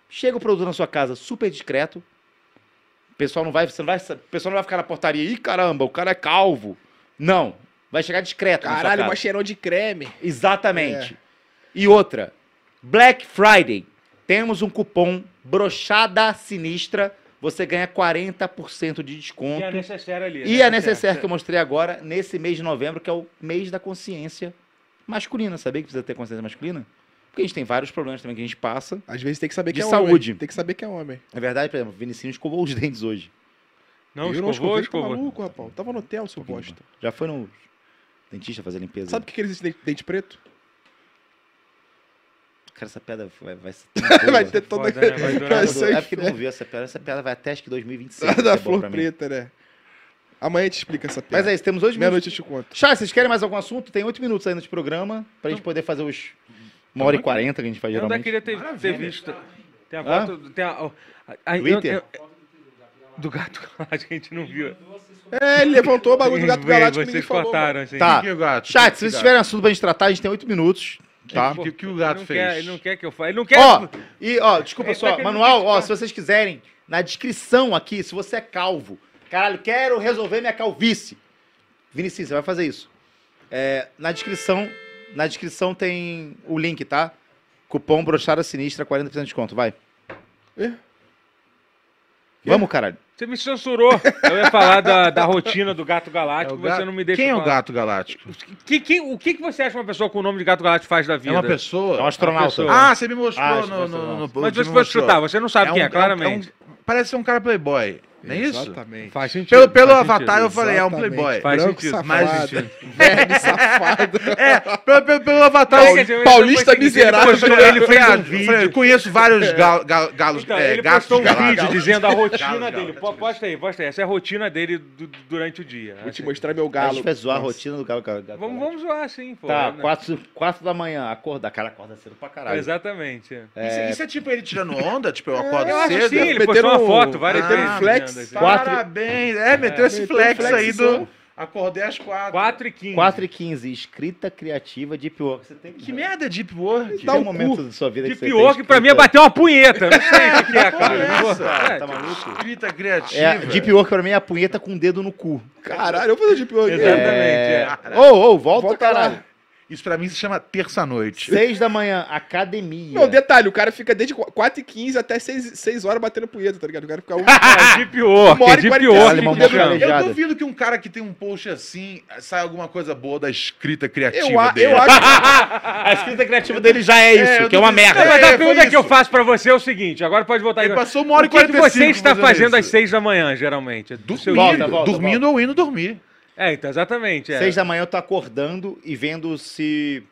Speaker 1: chega o produto na sua casa super discreto. O pessoal não vai, você não vai, o pessoal não vai ficar na portaria, ih caramba, o cara é calvo. Não, vai chegar discreto na sua
Speaker 2: Caralho,
Speaker 1: casa.
Speaker 2: uma cheirão de creme.
Speaker 1: Exatamente. E outra, Black Friday. Temos um cupom Brochada Sinistra. Você ganha 40% de
Speaker 3: E
Speaker 1: desconto.
Speaker 3: a necessária ali.
Speaker 1: um
Speaker 3: é
Speaker 1: E a necessaire que eu mostrei agora, nesse mês de novembro, que é o mês da consciência masculina. Sabia que precisa ter consciência masculina? Porque a gente tem vários problemas também que a gente passa.
Speaker 2: Às vezes tem que saber que
Speaker 1: De
Speaker 2: é
Speaker 1: saúde.
Speaker 2: homem. Tem que saber que é homem.
Speaker 1: É verdade, por exemplo, o Vinicinho escovou os dentes hoje.
Speaker 3: Não,
Speaker 2: eu
Speaker 3: escovou, escovou.
Speaker 2: Tá maluco, rapaz. Tava no hotel, seu bosta.
Speaker 1: Já foi no dentista fazer limpeza?
Speaker 2: Sabe o que eles têm dente preto?
Speaker 1: Cara, essa pedra vai, vai ser.
Speaker 2: Vai ter toda...
Speaker 3: Foda, né? Vai durar
Speaker 2: Vai
Speaker 3: tudo.
Speaker 2: sair
Speaker 1: É porque não viu essa pedra. Essa pedra vai até acho que 2026.
Speaker 2: da,
Speaker 1: isso é bom
Speaker 2: flor
Speaker 1: pra mim.
Speaker 2: preta, né? Amanhã te explica essa piada.
Speaker 1: Mas é isso, temos hoje minutos.
Speaker 2: Meia-noite eu te conto.
Speaker 1: Chá, vocês querem mais algum assunto? Tem oito minutos ainda de programa pra gente poder fazer os uma hora e quarenta que a gente faz
Speaker 3: Eu ainda
Speaker 1: geralmente.
Speaker 3: queria ter, ter visto. Tem a
Speaker 1: Hã?
Speaker 3: foto. Tem a, a- a-
Speaker 1: Twitter?
Speaker 3: eu- eu- do gato galáctico, a gente não viu.
Speaker 2: É, ele levantou o bagulho do gato galáctico e ninguém
Speaker 3: Vocês
Speaker 2: falou. mano.
Speaker 3: cortaram, assim.
Speaker 1: Tá.
Speaker 4: Que gato?
Speaker 1: Chat, se
Speaker 4: Que
Speaker 1: vocês
Speaker 4: gato?
Speaker 1: tiverem assunto pra gente tratar, a gente tem oito minutos, tá?
Speaker 4: Que- que o
Speaker 3: Ele
Speaker 4: gato
Speaker 3: não quer-
Speaker 4: fez?
Speaker 3: ele não quer que eu fale. Ele não quer.
Speaker 1: Ó, e ó, desculpa
Speaker 3: Ele tá
Speaker 1: só,
Speaker 3: querendo
Speaker 1: manual, ó,
Speaker 3: criticar.
Speaker 1: se vocês quiserem, na descrição aqui, se você é calvo, caralho, quero resolver minha calvície. Vinicius, você vai fazer isso. É, na descrição, na descrição tem o link, tá? Cupom brochada sinistra, 40% de desconto, vai.
Speaker 2: Ih.
Speaker 1: Vamos, caralho.
Speaker 3: Você me censurou. Eu ia falar da, da rotina do gato
Speaker 4: É
Speaker 3: galáctico,
Speaker 4: o
Speaker 3: você
Speaker 4: gato-
Speaker 3: não me deixa.
Speaker 4: Quem é o
Speaker 3: falar.
Speaker 4: gato galáctico?
Speaker 3: Que- que- o que, que você acha que uma pessoa com o nome de gato galáctico faz da vida?
Speaker 4: É uma pessoa?
Speaker 1: É um astronauta.
Speaker 3: pessoa.
Speaker 4: Ah, você me mostrou
Speaker 1: Ah, acho que
Speaker 4: no, no,
Speaker 1: você não.
Speaker 4: no, no-
Speaker 3: Mas
Speaker 4: você
Speaker 3: você
Speaker 4: me
Speaker 3: pode
Speaker 4: mostrou.
Speaker 3: chutar, você não sabe quem é,
Speaker 4: um-
Speaker 3: claramente.
Speaker 4: é um- parece ser um cara playboy, não é isso?
Speaker 2: Exatamente.
Speaker 3: Faz sentido.
Speaker 4: Pelo, pelo
Speaker 3: faz sentido.
Speaker 4: avatar eu falei, é um
Speaker 2: Exatamente.
Speaker 4: playboy.
Speaker 3: Faz
Speaker 2: Branco
Speaker 3: sentido,
Speaker 2: safado.
Speaker 4: faz
Speaker 2: Verme safado.
Speaker 4: É, pelo, pelo, pelo avatar
Speaker 3: Não,
Speaker 4: eu-
Speaker 3: quer dizer,
Speaker 2: paulista
Speaker 3: depois tem-
Speaker 2: miserável.
Speaker 3: Então, Ele postou, ele fez um
Speaker 4: Eu falei, eu
Speaker 3: vídeo.
Speaker 4: conheço vários gal, gal, galos,
Speaker 3: Então,
Speaker 4: é,
Speaker 3: ele
Speaker 4: gatos
Speaker 3: postou um
Speaker 4: galácticos.
Speaker 3: vídeo dizendo a rotina
Speaker 4: Galos,
Speaker 3: dele.
Speaker 4: galos.
Speaker 3: Pô, Posta aí, posta aí. Essa é a rotina dele du- durante o dia.
Speaker 2: Vou te
Speaker 3: Assim.
Speaker 2: mostrar meu
Speaker 1: A
Speaker 2: galo.
Speaker 1: gente vai zoar a
Speaker 2: Nossa.
Speaker 1: rotina do galo. galo, galo
Speaker 3: Vamos, vamos zoar sim, pô.
Speaker 1: né? Tá,
Speaker 3: Né?
Speaker 1: quatro, quatro da manhã, acordar. Cara, acorda cedo pra caralho.
Speaker 3: Exatamente. é.
Speaker 4: Isso, isso é tipo ele tirando onda? Tipo, eu
Speaker 2: É,
Speaker 4: acordo
Speaker 3: Eu acho
Speaker 4: cedo?
Speaker 3: sim, ele
Speaker 2: meteram
Speaker 3: postou uma
Speaker 2: um-
Speaker 3: foto, várias
Speaker 4: meteram
Speaker 3: vezes.
Speaker 4: um
Speaker 2: flex,
Speaker 3: né,
Speaker 1: tá? Quatro-
Speaker 4: Parabéns. É, meteu esse
Speaker 2: Meteu
Speaker 4: flex,
Speaker 2: flex
Speaker 4: aí do...
Speaker 2: só.
Speaker 4: Acordei às quatro.
Speaker 3: 4 e 15.
Speaker 1: 4 e 15, escrita criativa de pior. Você tem
Speaker 4: Que merda, Deep Work.
Speaker 1: Dá
Speaker 2: Dá
Speaker 1: um
Speaker 2: o
Speaker 1: momento da sua vida
Speaker 3: De
Speaker 1: você
Speaker 3: pior
Speaker 1: tem
Speaker 3: que pra mim é
Speaker 1: escrita-
Speaker 3: bater uma punheta. Não sei o que, que é, cara.
Speaker 4: porra é
Speaker 3: Porra,
Speaker 4: essa?
Speaker 3: é,
Speaker 1: Tá maluco?
Speaker 4: Escrita criativa.
Speaker 1: É, deep work pra mim é a punheta com o dedo no cu.
Speaker 2: Caralho, eu vou fazer de pior.
Speaker 3: Exatamente.
Speaker 1: É...
Speaker 3: é.
Speaker 1: Ô, ô, volta,
Speaker 2: Volta
Speaker 1: caralho.
Speaker 4: Isso pra mim se chama terça-noite.
Speaker 1: 6 da manhã, academia.
Speaker 2: Não, detalhe, o cara fica desde 4h15 até 6, 6 horas batendo punheta, tá ligado? O cara fica um...
Speaker 3: Ah, Deep Work,
Speaker 2: Uma hora e
Speaker 3: Deep
Speaker 2: quarenta e
Speaker 3: Work.
Speaker 1: cinco
Speaker 3: que chama.
Speaker 1: minutos.
Speaker 4: Eu
Speaker 1: Beijada.
Speaker 4: duvido que um cara que tem um post assim sai alguma coisa boa da escrita criativa
Speaker 2: eu, a-
Speaker 4: dele.
Speaker 2: eu acho
Speaker 1: a escrita criativa dele já é isso,
Speaker 4: eu
Speaker 1: que é uma
Speaker 4: duvido.
Speaker 1: merda.
Speaker 3: Não, mas a
Speaker 4: É, foi
Speaker 3: pergunta que eu
Speaker 4: isso.
Speaker 3: faço pra você é o seguinte, agora pode voltar aí.
Speaker 4: Ele passou uma hora
Speaker 3: o
Speaker 4: e
Speaker 3: que, que
Speaker 4: 45
Speaker 3: você está
Speaker 4: tá fazendo
Speaker 3: fazendo às
Speaker 4: isso?
Speaker 3: 6 da manhã, geralmente? É Do seu
Speaker 1: Volta,
Speaker 3: dia?
Speaker 1: volta.
Speaker 4: dormindo ou indo dormir.
Speaker 3: É, então, exatamente. É.
Speaker 1: 6 da manhã eu tô acordando e vendo se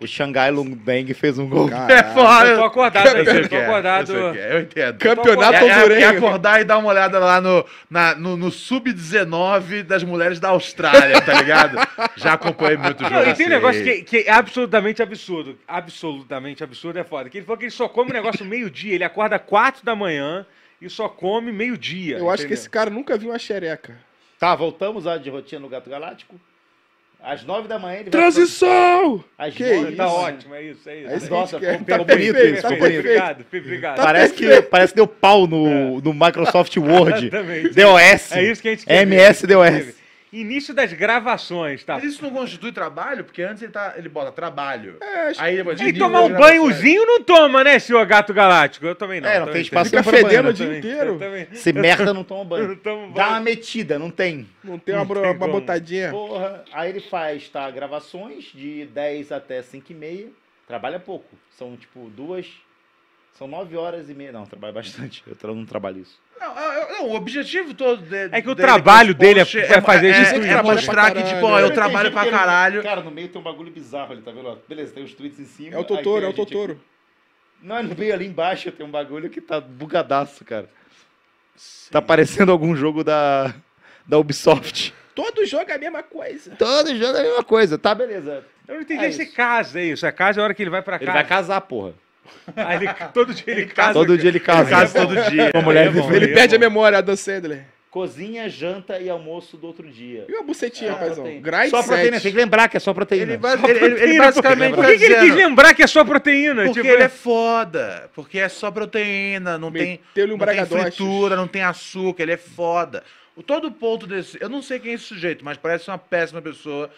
Speaker 1: o Xangai Lungbang fez um gol.
Speaker 2: Caralho.
Speaker 4: É,
Speaker 3: Eu tô acordado aí,
Speaker 4: sei
Speaker 3: eu
Speaker 4: o que
Speaker 3: tô
Speaker 4: é,
Speaker 3: acordado.
Speaker 4: Eu, sei o que é, eu entendo.
Speaker 2: campeonato
Speaker 4: É, é, é
Speaker 2: hondurenho.
Speaker 4: acordar e dar uma olhada lá no, na- no, no sub-19 das mulheres da Austrália, tá ligado? Já acompanhei muito jogo.
Speaker 3: Não, e tem um
Speaker 4: assim.
Speaker 3: negócio que, que é absolutamente absurdo. Absolutamente absurdo é foda. Que ele falou que ele só come negócio meio-dia. Ele acorda 4 da manhã e só come meio-dia.
Speaker 2: Eu acho que
Speaker 3: entendeu?
Speaker 2: esse cara nunca viu uma xereca.
Speaker 1: Tá, voltamos à de rotina no Gato Galáctico. Às 9 da manhã ele vai-
Speaker 2: Transição!
Speaker 1: Às
Speaker 2: Que
Speaker 1: nove
Speaker 2: isso?
Speaker 1: da
Speaker 3: Tá
Speaker 1: manhã.
Speaker 3: ótimo, é isso, é isso.
Speaker 2: É isso
Speaker 1: Nossa,
Speaker 2: que é.
Speaker 1: ficou
Speaker 2: Tá
Speaker 1: bonito
Speaker 2: perfeito,
Speaker 1: isso,
Speaker 2: tá
Speaker 1: ficou
Speaker 2: perfeito.
Speaker 1: bonito.
Speaker 3: Obrigado, obrigado.
Speaker 2: Tá
Speaker 1: Parece que, parece que deu pau no, no Microsoft Word.
Speaker 3: Exatamente.
Speaker 1: DOS.
Speaker 3: É isso que a gente quer ver.
Speaker 1: MSDOS.
Speaker 3: Início das gravações, tá?
Speaker 4: Mas isso não constitui trabalho? Porque antes ele, tá, ele bota trabalho.
Speaker 2: É, acho
Speaker 4: Aí depois
Speaker 3: E tomar um banhozinho não toma, né, senhor gato galáctico? Eu também não.
Speaker 1: É, não
Speaker 3: também
Speaker 1: tem espaço
Speaker 2: Fica
Speaker 1: pra banho,
Speaker 2: fedendo
Speaker 1: né?
Speaker 2: o dia
Speaker 3: Também,
Speaker 2: inteiro.
Speaker 3: eu também.
Speaker 1: Se merda, não toma
Speaker 3: Eu
Speaker 1: banho.
Speaker 3: tomo
Speaker 1: Dá uma
Speaker 3: banho.
Speaker 1: metida, não tem.
Speaker 2: Não tem uma,
Speaker 3: tem
Speaker 2: uma
Speaker 3: como.
Speaker 2: botadinha.
Speaker 1: Porra, aí ele faz, tá, gravações de 10 até 5 e meia. Trabalha pouco. São, tipo, duas... São 9 horas e meia. Não, trabalha bastante. Eu tra- não trabalho isso.
Speaker 4: Não, eu- eu- não, o objetivo todo de-
Speaker 3: É que o
Speaker 4: dele
Speaker 3: trabalho
Speaker 4: com esse
Speaker 3: dele é-
Speaker 4: post
Speaker 3: é fazer isso,
Speaker 4: É,
Speaker 2: isso.
Speaker 4: é mostrar que, tipo, ó,
Speaker 2: Eu
Speaker 4: eu trabalho pra caralho.
Speaker 1: Cara, no meio tem um bagulho bizarro ali, tá vendo? Beleza, tem os tweets em cima.
Speaker 2: É o Totoro, é o Totoro.
Speaker 1: Não, é no meio ali embaixo tem um bagulho que tá bugadaço, cara. Tá parecendo algum jogo da, da Ubisoft.
Speaker 2: Todo jogo é a mesma coisa.
Speaker 1: Todo jogo é a mesma coisa. Tá, beleza.
Speaker 3: Eu não entendi
Speaker 1: É
Speaker 3: esse
Speaker 1: isso.
Speaker 3: casa, é isso. A casa é a hora que ele vai pra
Speaker 1: Ele
Speaker 3: casa.
Speaker 1: vai casar, porra.
Speaker 3: Aí ele- todo dia ele casa.
Speaker 1: Todo dia ele casa.
Speaker 4: Caso todo dia.
Speaker 1: Com a mulher
Speaker 3: Aí é bom,
Speaker 1: dele.
Speaker 2: Ele
Speaker 3: aí é
Speaker 2: perde a
Speaker 3: bom.
Speaker 2: memória, Adam Sandler.
Speaker 1: Cozinha, janta e almoço do outro dia.
Speaker 2: E uma bucetinha,
Speaker 1: Ah,
Speaker 2: paizão?
Speaker 1: proteína.
Speaker 2: Grind
Speaker 1: Só proteína, tem que lembrar que é só proteína.
Speaker 4: Ele, bas- ele- ele- ele
Speaker 3: Proteína,
Speaker 4: basicamente
Speaker 3: pô. Por
Speaker 4: tá
Speaker 3: que, que ele quis
Speaker 4: dizendo-
Speaker 3: lembrar que é só proteína?
Speaker 4: Porque
Speaker 3: Tipo,
Speaker 4: ele é foda. Porque é só proteína, não tem,
Speaker 2: Meteu-lhe um
Speaker 4: não tem
Speaker 2: bragadote.
Speaker 4: fritura, não tem açúcar, ele é foda. O- Todo ponto desse. Eu não sei quem é esse sujeito, mas parece uma péssima pessoa.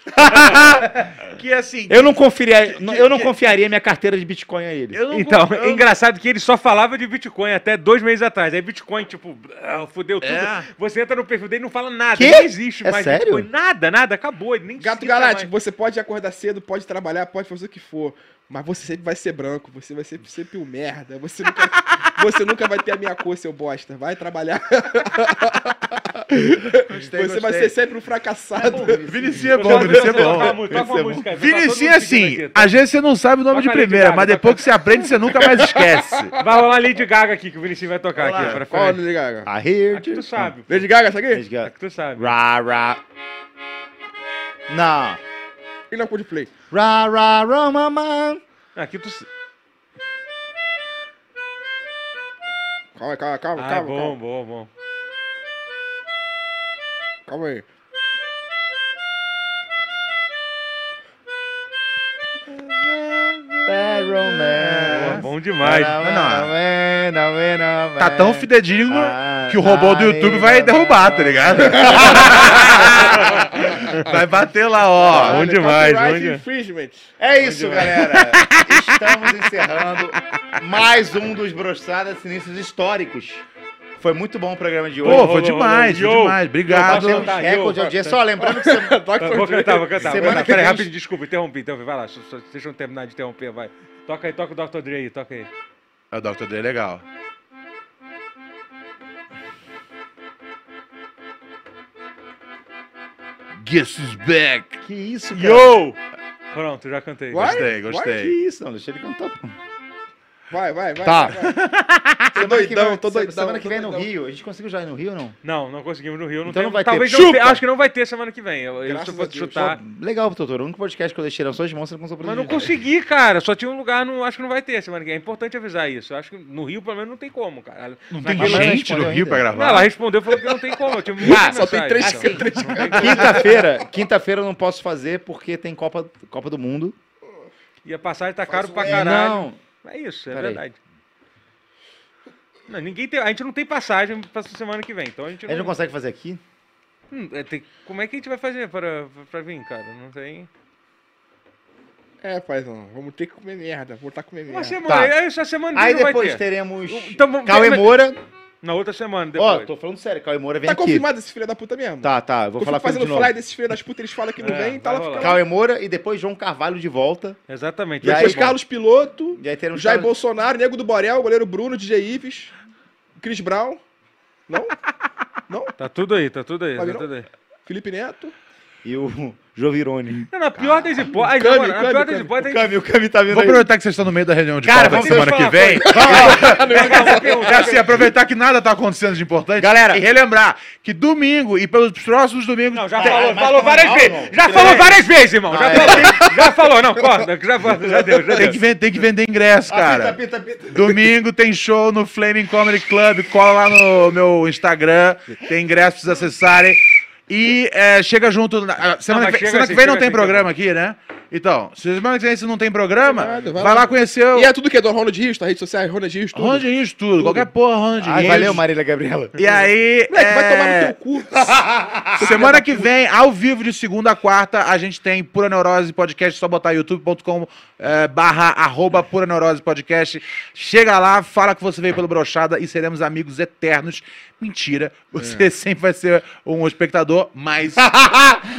Speaker 4: que assim.
Speaker 1: Eu não confiaria,
Speaker 4: que-
Speaker 1: eu não
Speaker 4: que-
Speaker 1: confiaria minha carteira de Bitcoin a ele.
Speaker 4: eu não
Speaker 3: Então,
Speaker 4: con- eu
Speaker 3: é engraçado que ele só falava de Bitcoin até dois meses atrás. Aí Bitcoin, tipo, ah, fudeu tudo.
Speaker 4: É.
Speaker 3: Você entra no perfil dele e não fala nada.
Speaker 1: Quê?
Speaker 3: Não existe
Speaker 1: É
Speaker 3: mais
Speaker 1: sério?
Speaker 3: Bitcoin. Nada, nada. Acabou. Ele nem
Speaker 2: Gato
Speaker 3: cita
Speaker 2: Galate,
Speaker 3: mais.
Speaker 2: você pode acordar cedo, pode trabalhar, pode fazer o que for, mas você sempre vai ser branco, você vai ser sempre um merda, você nunca, você nunca vai ter a minha cor, seu bosta. Vai trabalhar,
Speaker 4: Gostei,
Speaker 2: você vai ser
Speaker 4: gostei.
Speaker 2: sempre um fracassado.
Speaker 4: Vinicius é bom,
Speaker 3: tá Toca-
Speaker 4: Vinicius é bom.
Speaker 3: toca a mu- toca uma música aí, vai tá todo
Speaker 4: Vinicius,
Speaker 3: mundo seguindo
Speaker 4: assim,
Speaker 3: aqui, tá?
Speaker 4: às vezes você não sabe o nome
Speaker 3: Toca
Speaker 4: de
Speaker 3: Lady
Speaker 4: primeira,
Speaker 3: Gaga,
Speaker 4: mas depois que você aprende, você nunca mais esquece.
Speaker 3: Vai rolar Lady Gaga aqui, que o Vinicius vai tocar
Speaker 4: Olá.
Speaker 3: aqui. Pra
Speaker 2: Qual,
Speaker 3: frente.
Speaker 2: Lady Gaga?
Speaker 1: I hear
Speaker 3: Aqui
Speaker 1: you.
Speaker 3: tu sabe.
Speaker 2: Lady Gaga, essa aqui?
Speaker 1: Lady Gaga.
Speaker 3: Aqui tu sabe.
Speaker 1: Rá, rá. Não.
Speaker 2: E não é Coldplay?
Speaker 1: Rá, rá, rá, mamã.
Speaker 3: Aqui tu... s-
Speaker 2: Calma, calma, calma,
Speaker 3: Ah,
Speaker 2: calma,
Speaker 3: bom,
Speaker 2: calma,
Speaker 3: bom, bom.
Speaker 2: calma aí.
Speaker 1: Bad
Speaker 3: Pô,
Speaker 1: romance.
Speaker 3: bom demais.
Speaker 1: não.
Speaker 4: Tá tão fidedigno
Speaker 1: né? Ah,
Speaker 4: que o robô do
Speaker 1: ah,
Speaker 4: YouTube vai
Speaker 1: ah,
Speaker 4: derrubar,
Speaker 1: ah,
Speaker 4: tá ligado? vai bater lá, ó.
Speaker 2: tá
Speaker 3: Bom demais,
Speaker 2: Copyright
Speaker 3: bom demais.
Speaker 2: infringement.
Speaker 1: É isso, galera. Estamos encerrando mais um dos Brochadas Sinistros Históricos. Foi muito bom o programa de hoje.
Speaker 4: Pô, ah,
Speaker 3: rolou,
Speaker 4: foi demais, foi
Speaker 3: rolou. Yo.
Speaker 4: demais.
Speaker 1: Nós
Speaker 4: Obrigado.
Speaker 1: temos
Speaker 3: tá,
Speaker 1: recorde de
Speaker 3: eu-
Speaker 1: audiência. Só lembrando que você... Tá,
Speaker 3: Tá, Vou cantar, vou
Speaker 1: Semana
Speaker 3: cantar. Semana
Speaker 1: que
Speaker 3: Peraí,
Speaker 1: vem-
Speaker 3: rapidinho, desculpa, interrompi. Então, vai lá, só- só- deixa eu terminar de interromper, vai. Toca aí, toca o Dr. Dre aí, toca aí.
Speaker 4: O Dr. Dre é legal. Guess is back.
Speaker 1: Que isso, cara?
Speaker 3: Yo! Pronto, já cantei.
Speaker 2: What?
Speaker 4: Gostei,
Speaker 1: Que
Speaker 4: gostei.
Speaker 1: isso? Não, deixa ele cantar. pô.
Speaker 2: Vai, vai, vai.
Speaker 1: Tá.
Speaker 2: vai.
Speaker 1: Semana
Speaker 2: doidão,
Speaker 1: que vem,
Speaker 2: tô
Speaker 1: se-
Speaker 2: doidão,
Speaker 1: Semana que
Speaker 2: tô
Speaker 1: vem no
Speaker 2: doidão.
Speaker 1: Rio. A gente conseguiu já ir no Rio ou não?
Speaker 3: Não, não conseguimos no Rio. Não
Speaker 1: Então
Speaker 3: tem-
Speaker 1: não vai ter.
Speaker 3: Talvez não
Speaker 1: Chupa!
Speaker 3: tenha- acho que não vai ter semana que vem. Eu, eu
Speaker 2: Graças
Speaker 3: se eu
Speaker 2: a
Speaker 3: fosse
Speaker 2: Deus.
Speaker 3: chutar.
Speaker 1: Legal, doutor. O único podcast que eu deixei eram só as mãos, você não conseguiu
Speaker 3: Mas não
Speaker 1: produzir.
Speaker 3: consegui, cara. Só tinha um lugar, no, acho que não vai ter semana que vem. É importante avisar isso. Eu Acho que no Rio, pelo menos, não tem como, cara.
Speaker 4: Não
Speaker 3: Naquele-
Speaker 4: tem gente no
Speaker 1: respondeu
Speaker 4: Rio pra
Speaker 1: ainda.
Speaker 3: Não, ela
Speaker 4: gravar.
Speaker 3: respondeu, falou que não tem como. Eu tinha
Speaker 1: Ah,
Speaker 3: muita
Speaker 2: só tem
Speaker 3: mensagem.
Speaker 2: três-
Speaker 3: Assim,
Speaker 2: três-
Speaker 3: não tem como.
Speaker 1: Quinta-feira, quinta-feira eu não posso fazer porque tem Copa, Copa do Mundo.
Speaker 3: E a passagem tá caro
Speaker 2: um
Speaker 3: pra
Speaker 2: L.
Speaker 3: caralho.
Speaker 1: Não,
Speaker 3: É isso, é
Speaker 1: Peraí.
Speaker 3: verdade. Não, ninguém tem, a gente não tem passagem pra semana que vem, então a gente
Speaker 1: a gente não
Speaker 3: não...
Speaker 1: consegue fazer aqui.
Speaker 3: Hum, é, tem- como é que a gente vai fazer para, para vir, cara? Não tem...
Speaker 2: É, paizão, vamos ter que comer merda, vou estar comendo
Speaker 3: Uma
Speaker 2: merda.
Speaker 3: semana,
Speaker 1: Tá.
Speaker 3: aí essa semana
Speaker 1: Aí
Speaker 3: que não
Speaker 1: depois
Speaker 3: vai ter.
Speaker 1: teremos
Speaker 3: Então vamos-
Speaker 1: Cauê
Speaker 3: mas-
Speaker 1: Moura.
Speaker 3: Na outra semana,
Speaker 1: Ó,
Speaker 3: depois.
Speaker 1: tô falando sério, Cauê Moura vem
Speaker 2: Tá
Speaker 1: aqui.
Speaker 2: confirmado esse filho da puta mesmo?
Speaker 1: Tá, tá, eu vou
Speaker 2: Eu
Speaker 1: falar
Speaker 2: fico
Speaker 1: com ele de
Speaker 2: fazendo
Speaker 1: novo.
Speaker 2: fly desses filhos das putas, eles falam que não
Speaker 3: É,
Speaker 2: vem, tá
Speaker 3: vai
Speaker 2: lá
Speaker 3: rolar.
Speaker 2: ficando.
Speaker 1: Cauê Moura e depois João Carvalho de volta.
Speaker 3: Exatamente.
Speaker 1: E aí, tá-
Speaker 2: Depois
Speaker 1: bom.
Speaker 2: Carlos Piloto,
Speaker 1: E aí teremos
Speaker 2: Jair
Speaker 1: Carlos-
Speaker 2: Bolsonaro, Nego do Borel, goleiro Bruno, DJ Ives, Cris Brown, não? não?
Speaker 3: Tá tudo aí, tá tudo aí,
Speaker 2: Vai
Speaker 3: tá
Speaker 2: virar?
Speaker 3: tudo aí.
Speaker 2: Felipe Neto.
Speaker 1: e o Jovirone.
Speaker 3: Não, na pior das hipóteses.
Speaker 2: Cami,
Speaker 3: mano, na
Speaker 2: Cami,
Speaker 3: pior é das
Speaker 2: Cami.
Speaker 1: O
Speaker 3: hipóteses.
Speaker 1: Cami, o Cami tá vindo
Speaker 4: Vou
Speaker 1: aí.
Speaker 4: aproveitar que vocês estão no meio da reunião de
Speaker 1: Cara,
Speaker 4: pauta da
Speaker 1: vamos
Speaker 4: semana
Speaker 3: falar
Speaker 4: que
Speaker 3: uma
Speaker 4: vem.
Speaker 3: Cara,
Speaker 2: Então,
Speaker 4: Pra se É aproveitar que nada tá acontecendo de importante.
Speaker 1: Galera.
Speaker 4: e relembrar que domingo e pelos próximos domingos.
Speaker 3: Não, já
Speaker 4: Tá,
Speaker 3: falou,
Speaker 1: mas
Speaker 3: falou
Speaker 1: tá
Speaker 3: várias
Speaker 1: mal,
Speaker 3: vezes.
Speaker 1: não.
Speaker 3: Já
Speaker 1: Tudo
Speaker 3: falou
Speaker 1: bem.
Speaker 3: várias vezes, irmão.
Speaker 1: Ah,
Speaker 3: Já
Speaker 1: é.
Speaker 3: falou, já falou, não, corta. Já, falou, já deu, já
Speaker 4: Tem que,
Speaker 3: deu.
Speaker 4: ven- tem que vender ingresso,
Speaker 2: Ah,
Speaker 4: cara.
Speaker 1: Pita, pita, pita.
Speaker 4: Domingo tem show no Flaming Comedy Club. Cola lá no meu Instagram. Tem ingresso pra vocês acessarem. E é, chega junto. na- ah, semana
Speaker 3: mas
Speaker 4: que
Speaker 3: chega
Speaker 4: vem, semana
Speaker 3: assim,
Speaker 4: que vem não
Speaker 3: chega
Speaker 4: tem
Speaker 3: assim,
Speaker 4: programa aqui, né? Então, se semana que vem se não tem programa,
Speaker 2: Vai lá, vai
Speaker 4: vai,
Speaker 2: lá.
Speaker 4: lá conhecer o
Speaker 2: E é tudo que é do Ronald Rios, tá? Redes sociais, Ronald Rios, tudo.
Speaker 4: Ronald Rios, tudo. Qualquer porra, Ronald
Speaker 1: Ai,
Speaker 4: Rios.
Speaker 1: Ah, valeu, Marília Gabriela.
Speaker 4: E aí.
Speaker 2: Moleque, vai tomar
Speaker 4: é,
Speaker 2: no teu cu.
Speaker 1: Ah,
Speaker 4: Semana que vem, ao vivo de segunda a quarta, a gente tem Pura Neurose Podcast, só botar youtube.com eh, barra arroba Pura Neurose Podcast. Chega lá, fala que você veio pelo Brochada e seremos amigos eternos. Mentira,
Speaker 1: É.
Speaker 4: você sempre vai ser um espectador mais,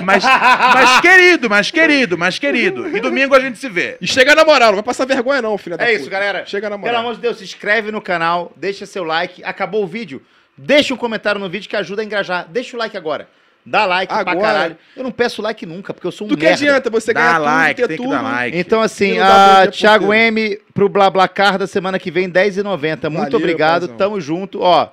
Speaker 4: mais, mais querido, mais querido, mais querido. E domingo a gente se vê.
Speaker 2: E chega na moral, não vai passar vergonha não, filha da
Speaker 1: É
Speaker 2: puta.
Speaker 1: isso, galera.
Speaker 2: Chega na
Speaker 1: Pelo
Speaker 2: moral.
Speaker 1: amor de Deus, se inscreve no canal, deixa seu like. Acabou o vídeo. Deixa um comentário no vídeo que ajuda a engajar. Deixa o like agora. Dá like
Speaker 2: Agora.
Speaker 1: pra caralho. Eu não peço like nunca, porque eu sou um
Speaker 2: Do que
Speaker 1: merda.
Speaker 2: adianta você ganhar
Speaker 4: Dá
Speaker 2: tudo,
Speaker 4: like,
Speaker 2: ter
Speaker 4: tem que
Speaker 2: tudo?
Speaker 4: dar like.
Speaker 1: Então,
Speaker 2: E
Speaker 1: assim,
Speaker 2: não dá pra
Speaker 1: a
Speaker 2: ver
Speaker 1: Thiago
Speaker 2: porteiro.
Speaker 1: M pro BlaBlaCar da semana que vem, 10,90. Muito
Speaker 2: Valeu,
Speaker 1: obrigado,
Speaker 2: paizão.
Speaker 1: tamo junto. Ó,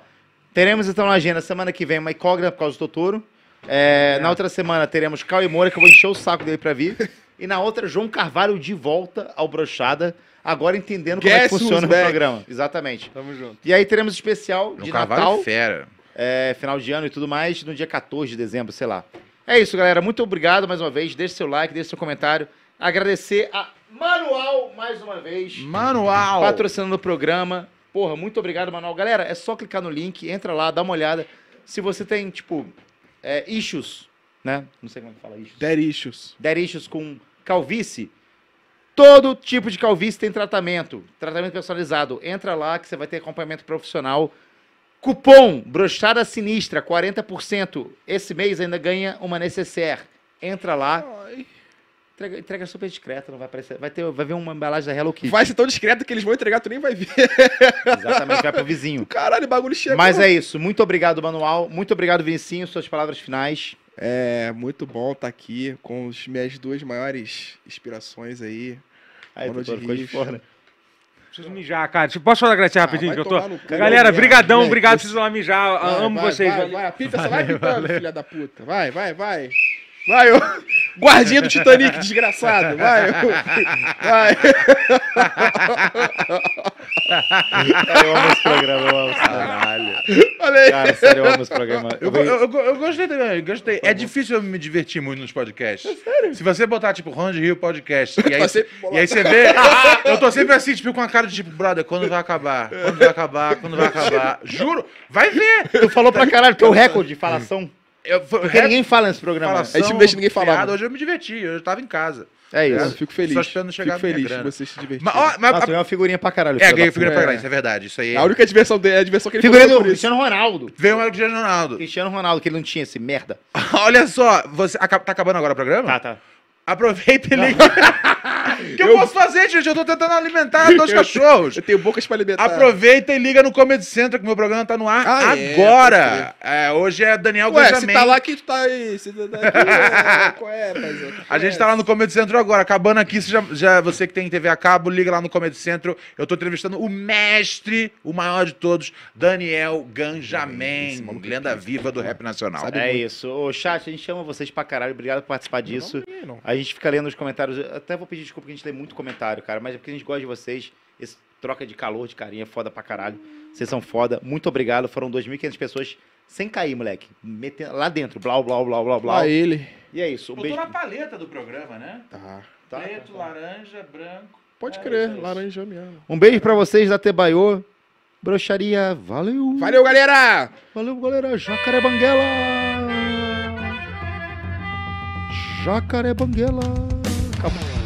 Speaker 1: teremos então na agenda semana que vem uma incógnita por causa do Totoro. É, Na outra semana teremos Cauê Moura, que eu vou encher o saco dele pra vir. E na outra, João Carvalho de volta ao Brochada, agora entendendo como é que
Speaker 2: Guess who's
Speaker 1: funciona o
Speaker 2: back.
Speaker 1: programa. Exatamente.
Speaker 3: Tamo junto.
Speaker 1: E aí teremos especial de
Speaker 4: O
Speaker 1: Natal,
Speaker 4: Carvalho é fera.
Speaker 1: é, final de ano e tudo mais, no dia 14 de dezembro, sei lá. É isso, galera. Muito obrigado mais uma vez. Deixe seu like, deixe seu comentário. Agradecer a Manual mais uma vez,
Speaker 4: Manual.
Speaker 1: patrocinando o programa. Porra, muito obrigado, Manual. Galera, é só clicar no link, entra lá, dá uma olhada. se você tem, tipo, é, issues, né? Não sei como é que fala issues.
Speaker 2: Dead issues.
Speaker 1: Der issues com calvície, todo tipo de calvície tem tratamento. Tratamento personalizado. Entra lá que você vai ter acompanhamento profissional. Cupom Brochada Sinistra, 40%. Esse mês ainda ganha uma necessaire. Entra lá.
Speaker 2: Ai.
Speaker 1: Entrega, entrega super discreta, não vai aparecer. Vai ter, vai ver uma embalagem da Hello Kitty.
Speaker 2: Vai ser tão discreto que eles vão entregar, tu nem vai ver.
Speaker 1: Exatamente, vai pro vizinho.
Speaker 2: Caralho, o bagulho chega.
Speaker 1: Mas é isso. Muito obrigado, Manual. Muito obrigado, Vincinho. Suas palavras finais.
Speaker 2: É muito bom estar aqui com as minhas duas maiores inspirações aí.
Speaker 1: Aí,
Speaker 2: Ronald
Speaker 1: doutor, ficou de
Speaker 2: Rios.
Speaker 1: fora.
Speaker 3: Preciso mijar, cara. Tipo, Posso falar agradecer
Speaker 2: Ah, vai
Speaker 3: rapidinho que eu tô.
Speaker 2: tomar no cu.
Speaker 3: Galera,
Speaker 2: Vai,
Speaker 3: brigadão,
Speaker 2: vai,
Speaker 3: obrigado, preciso ir lá mijar.
Speaker 2: é vai,
Speaker 3: Amo
Speaker 2: vai,
Speaker 3: vocês.
Speaker 2: Vai, vai, apita, só vai pitando, filha da puta. Vai, vai, vai. Vai, ô. Guardinha do Titanic, desgraçado. Vai, ô. Vai.
Speaker 1: Eu amo esse programa, eu amo esse programa.
Speaker 2: Falei.
Speaker 1: Cara, sério, eu amo esse programa.
Speaker 4: Eu, go- eu, go- eu gostei também, eu gostei. É difícil eu me divertir muito nos podcasts. sério? Se você botar, tipo, Ronald Rio Podcast, e aí,
Speaker 2: É Tá sempre bolado.
Speaker 4: e aí você vê. eu tô sempre assim, tipo, com a cara de tipo, brother, quando vai acabar? Quando vai acabar? Quando vai acabar? Juro, vai ver!
Speaker 1: Tu falou pra caralho, teu recorde de falação.
Speaker 4: Eu, foi-
Speaker 1: Hum. Porque ninguém fala nesse programa.
Speaker 4: falação,
Speaker 2: A gente não deixa ninguém falar, né?
Speaker 4: piada,
Speaker 2: mano.
Speaker 4: Hoje eu me diverti, hoje eu tava em casa.
Speaker 1: É
Speaker 2: Eu
Speaker 1: isso.
Speaker 2: fico feliz.
Speaker 4: Só esperando chegar
Speaker 2: fico
Speaker 4: a minha
Speaker 2: feliz que
Speaker 4: grana.
Speaker 2: vocês se divertirem.
Speaker 4: Mas, ó, mas-
Speaker 1: Nossa, é uma figurinha pra caralho.
Speaker 4: é,
Speaker 1: filho
Speaker 4: ganhei
Speaker 1: da
Speaker 4: figurinha
Speaker 1: puta.
Speaker 4: pra caralho,
Speaker 2: né?
Speaker 4: isso é verdade. Isso aí.
Speaker 2: A única diversão dele é a diversão que ele
Speaker 1: Figurinha
Speaker 2: passou
Speaker 1: do
Speaker 2: por isso.
Speaker 1: Cristiano Ronaldo.
Speaker 4: Veio o Mário Cristiano Ronaldo.
Speaker 1: Cristiano Ronaldo, que ele não tinha esse merda.
Speaker 4: Olha só, você aca- tá acabando agora o programa?
Speaker 1: tá.
Speaker 4: Aproveita e liga. O que eu, posso fazer, gente? Eu tô tentando alimentar dois cachorros.
Speaker 2: Eu tenho bocas pra libertar.
Speaker 4: Aproveita e liga no Comedy Central que meu programa tá no ar
Speaker 2: tá- Ah, é,
Speaker 4: agora. É, hoje é Daniel
Speaker 2: Ué, se
Speaker 4: Benjamin.
Speaker 2: tá lá que tu tá aí. Se tu tá aqui, é, qual é, paizão?
Speaker 4: A gente tá lá no Comedy Central agora. Acabando aqui, você, já, já- você que tem TV a cabo, liga lá no Comedy Central. Eu tô entrevistando o mestre, o maior de todos, Daniel Ganjamin, lenda viva do rap nacional.
Speaker 2: é Sabe
Speaker 1: É isso. Ô, chat, a gente chama vocês pra caralho. Obrigado por participar disso.
Speaker 2: Não, não.
Speaker 1: A gente fica lendo os comentários. Eu Até vou pedir desculpa que a gente lê muito comentário, cara. Mas é porque a gente gosta de vocês. Esse troca de calor, de carinho é foda pra caralho. Vocês são foda. Muito obrigado. Foram 2.500 pessoas sem cair, moleque. Mete- Lá dentro. Blau, blau, blau, blau, blau.
Speaker 2: Lá ele.
Speaker 1: E é isso. Um beijo.
Speaker 4: paleta do programa, né?
Speaker 2: Tá.
Speaker 1: Tá?
Speaker 4: laranja, branco.
Speaker 2: Pode
Speaker 4: É
Speaker 2: crer,
Speaker 4: isso, é
Speaker 2: laranja mesmo.
Speaker 1: Um beijo pra vocês da Tebaiô. Broxaria. Valeu.
Speaker 2: Valeu, galera!
Speaker 1: Valeu, galera. Jacaré Banguela. Jacaré Banguela. Acabou.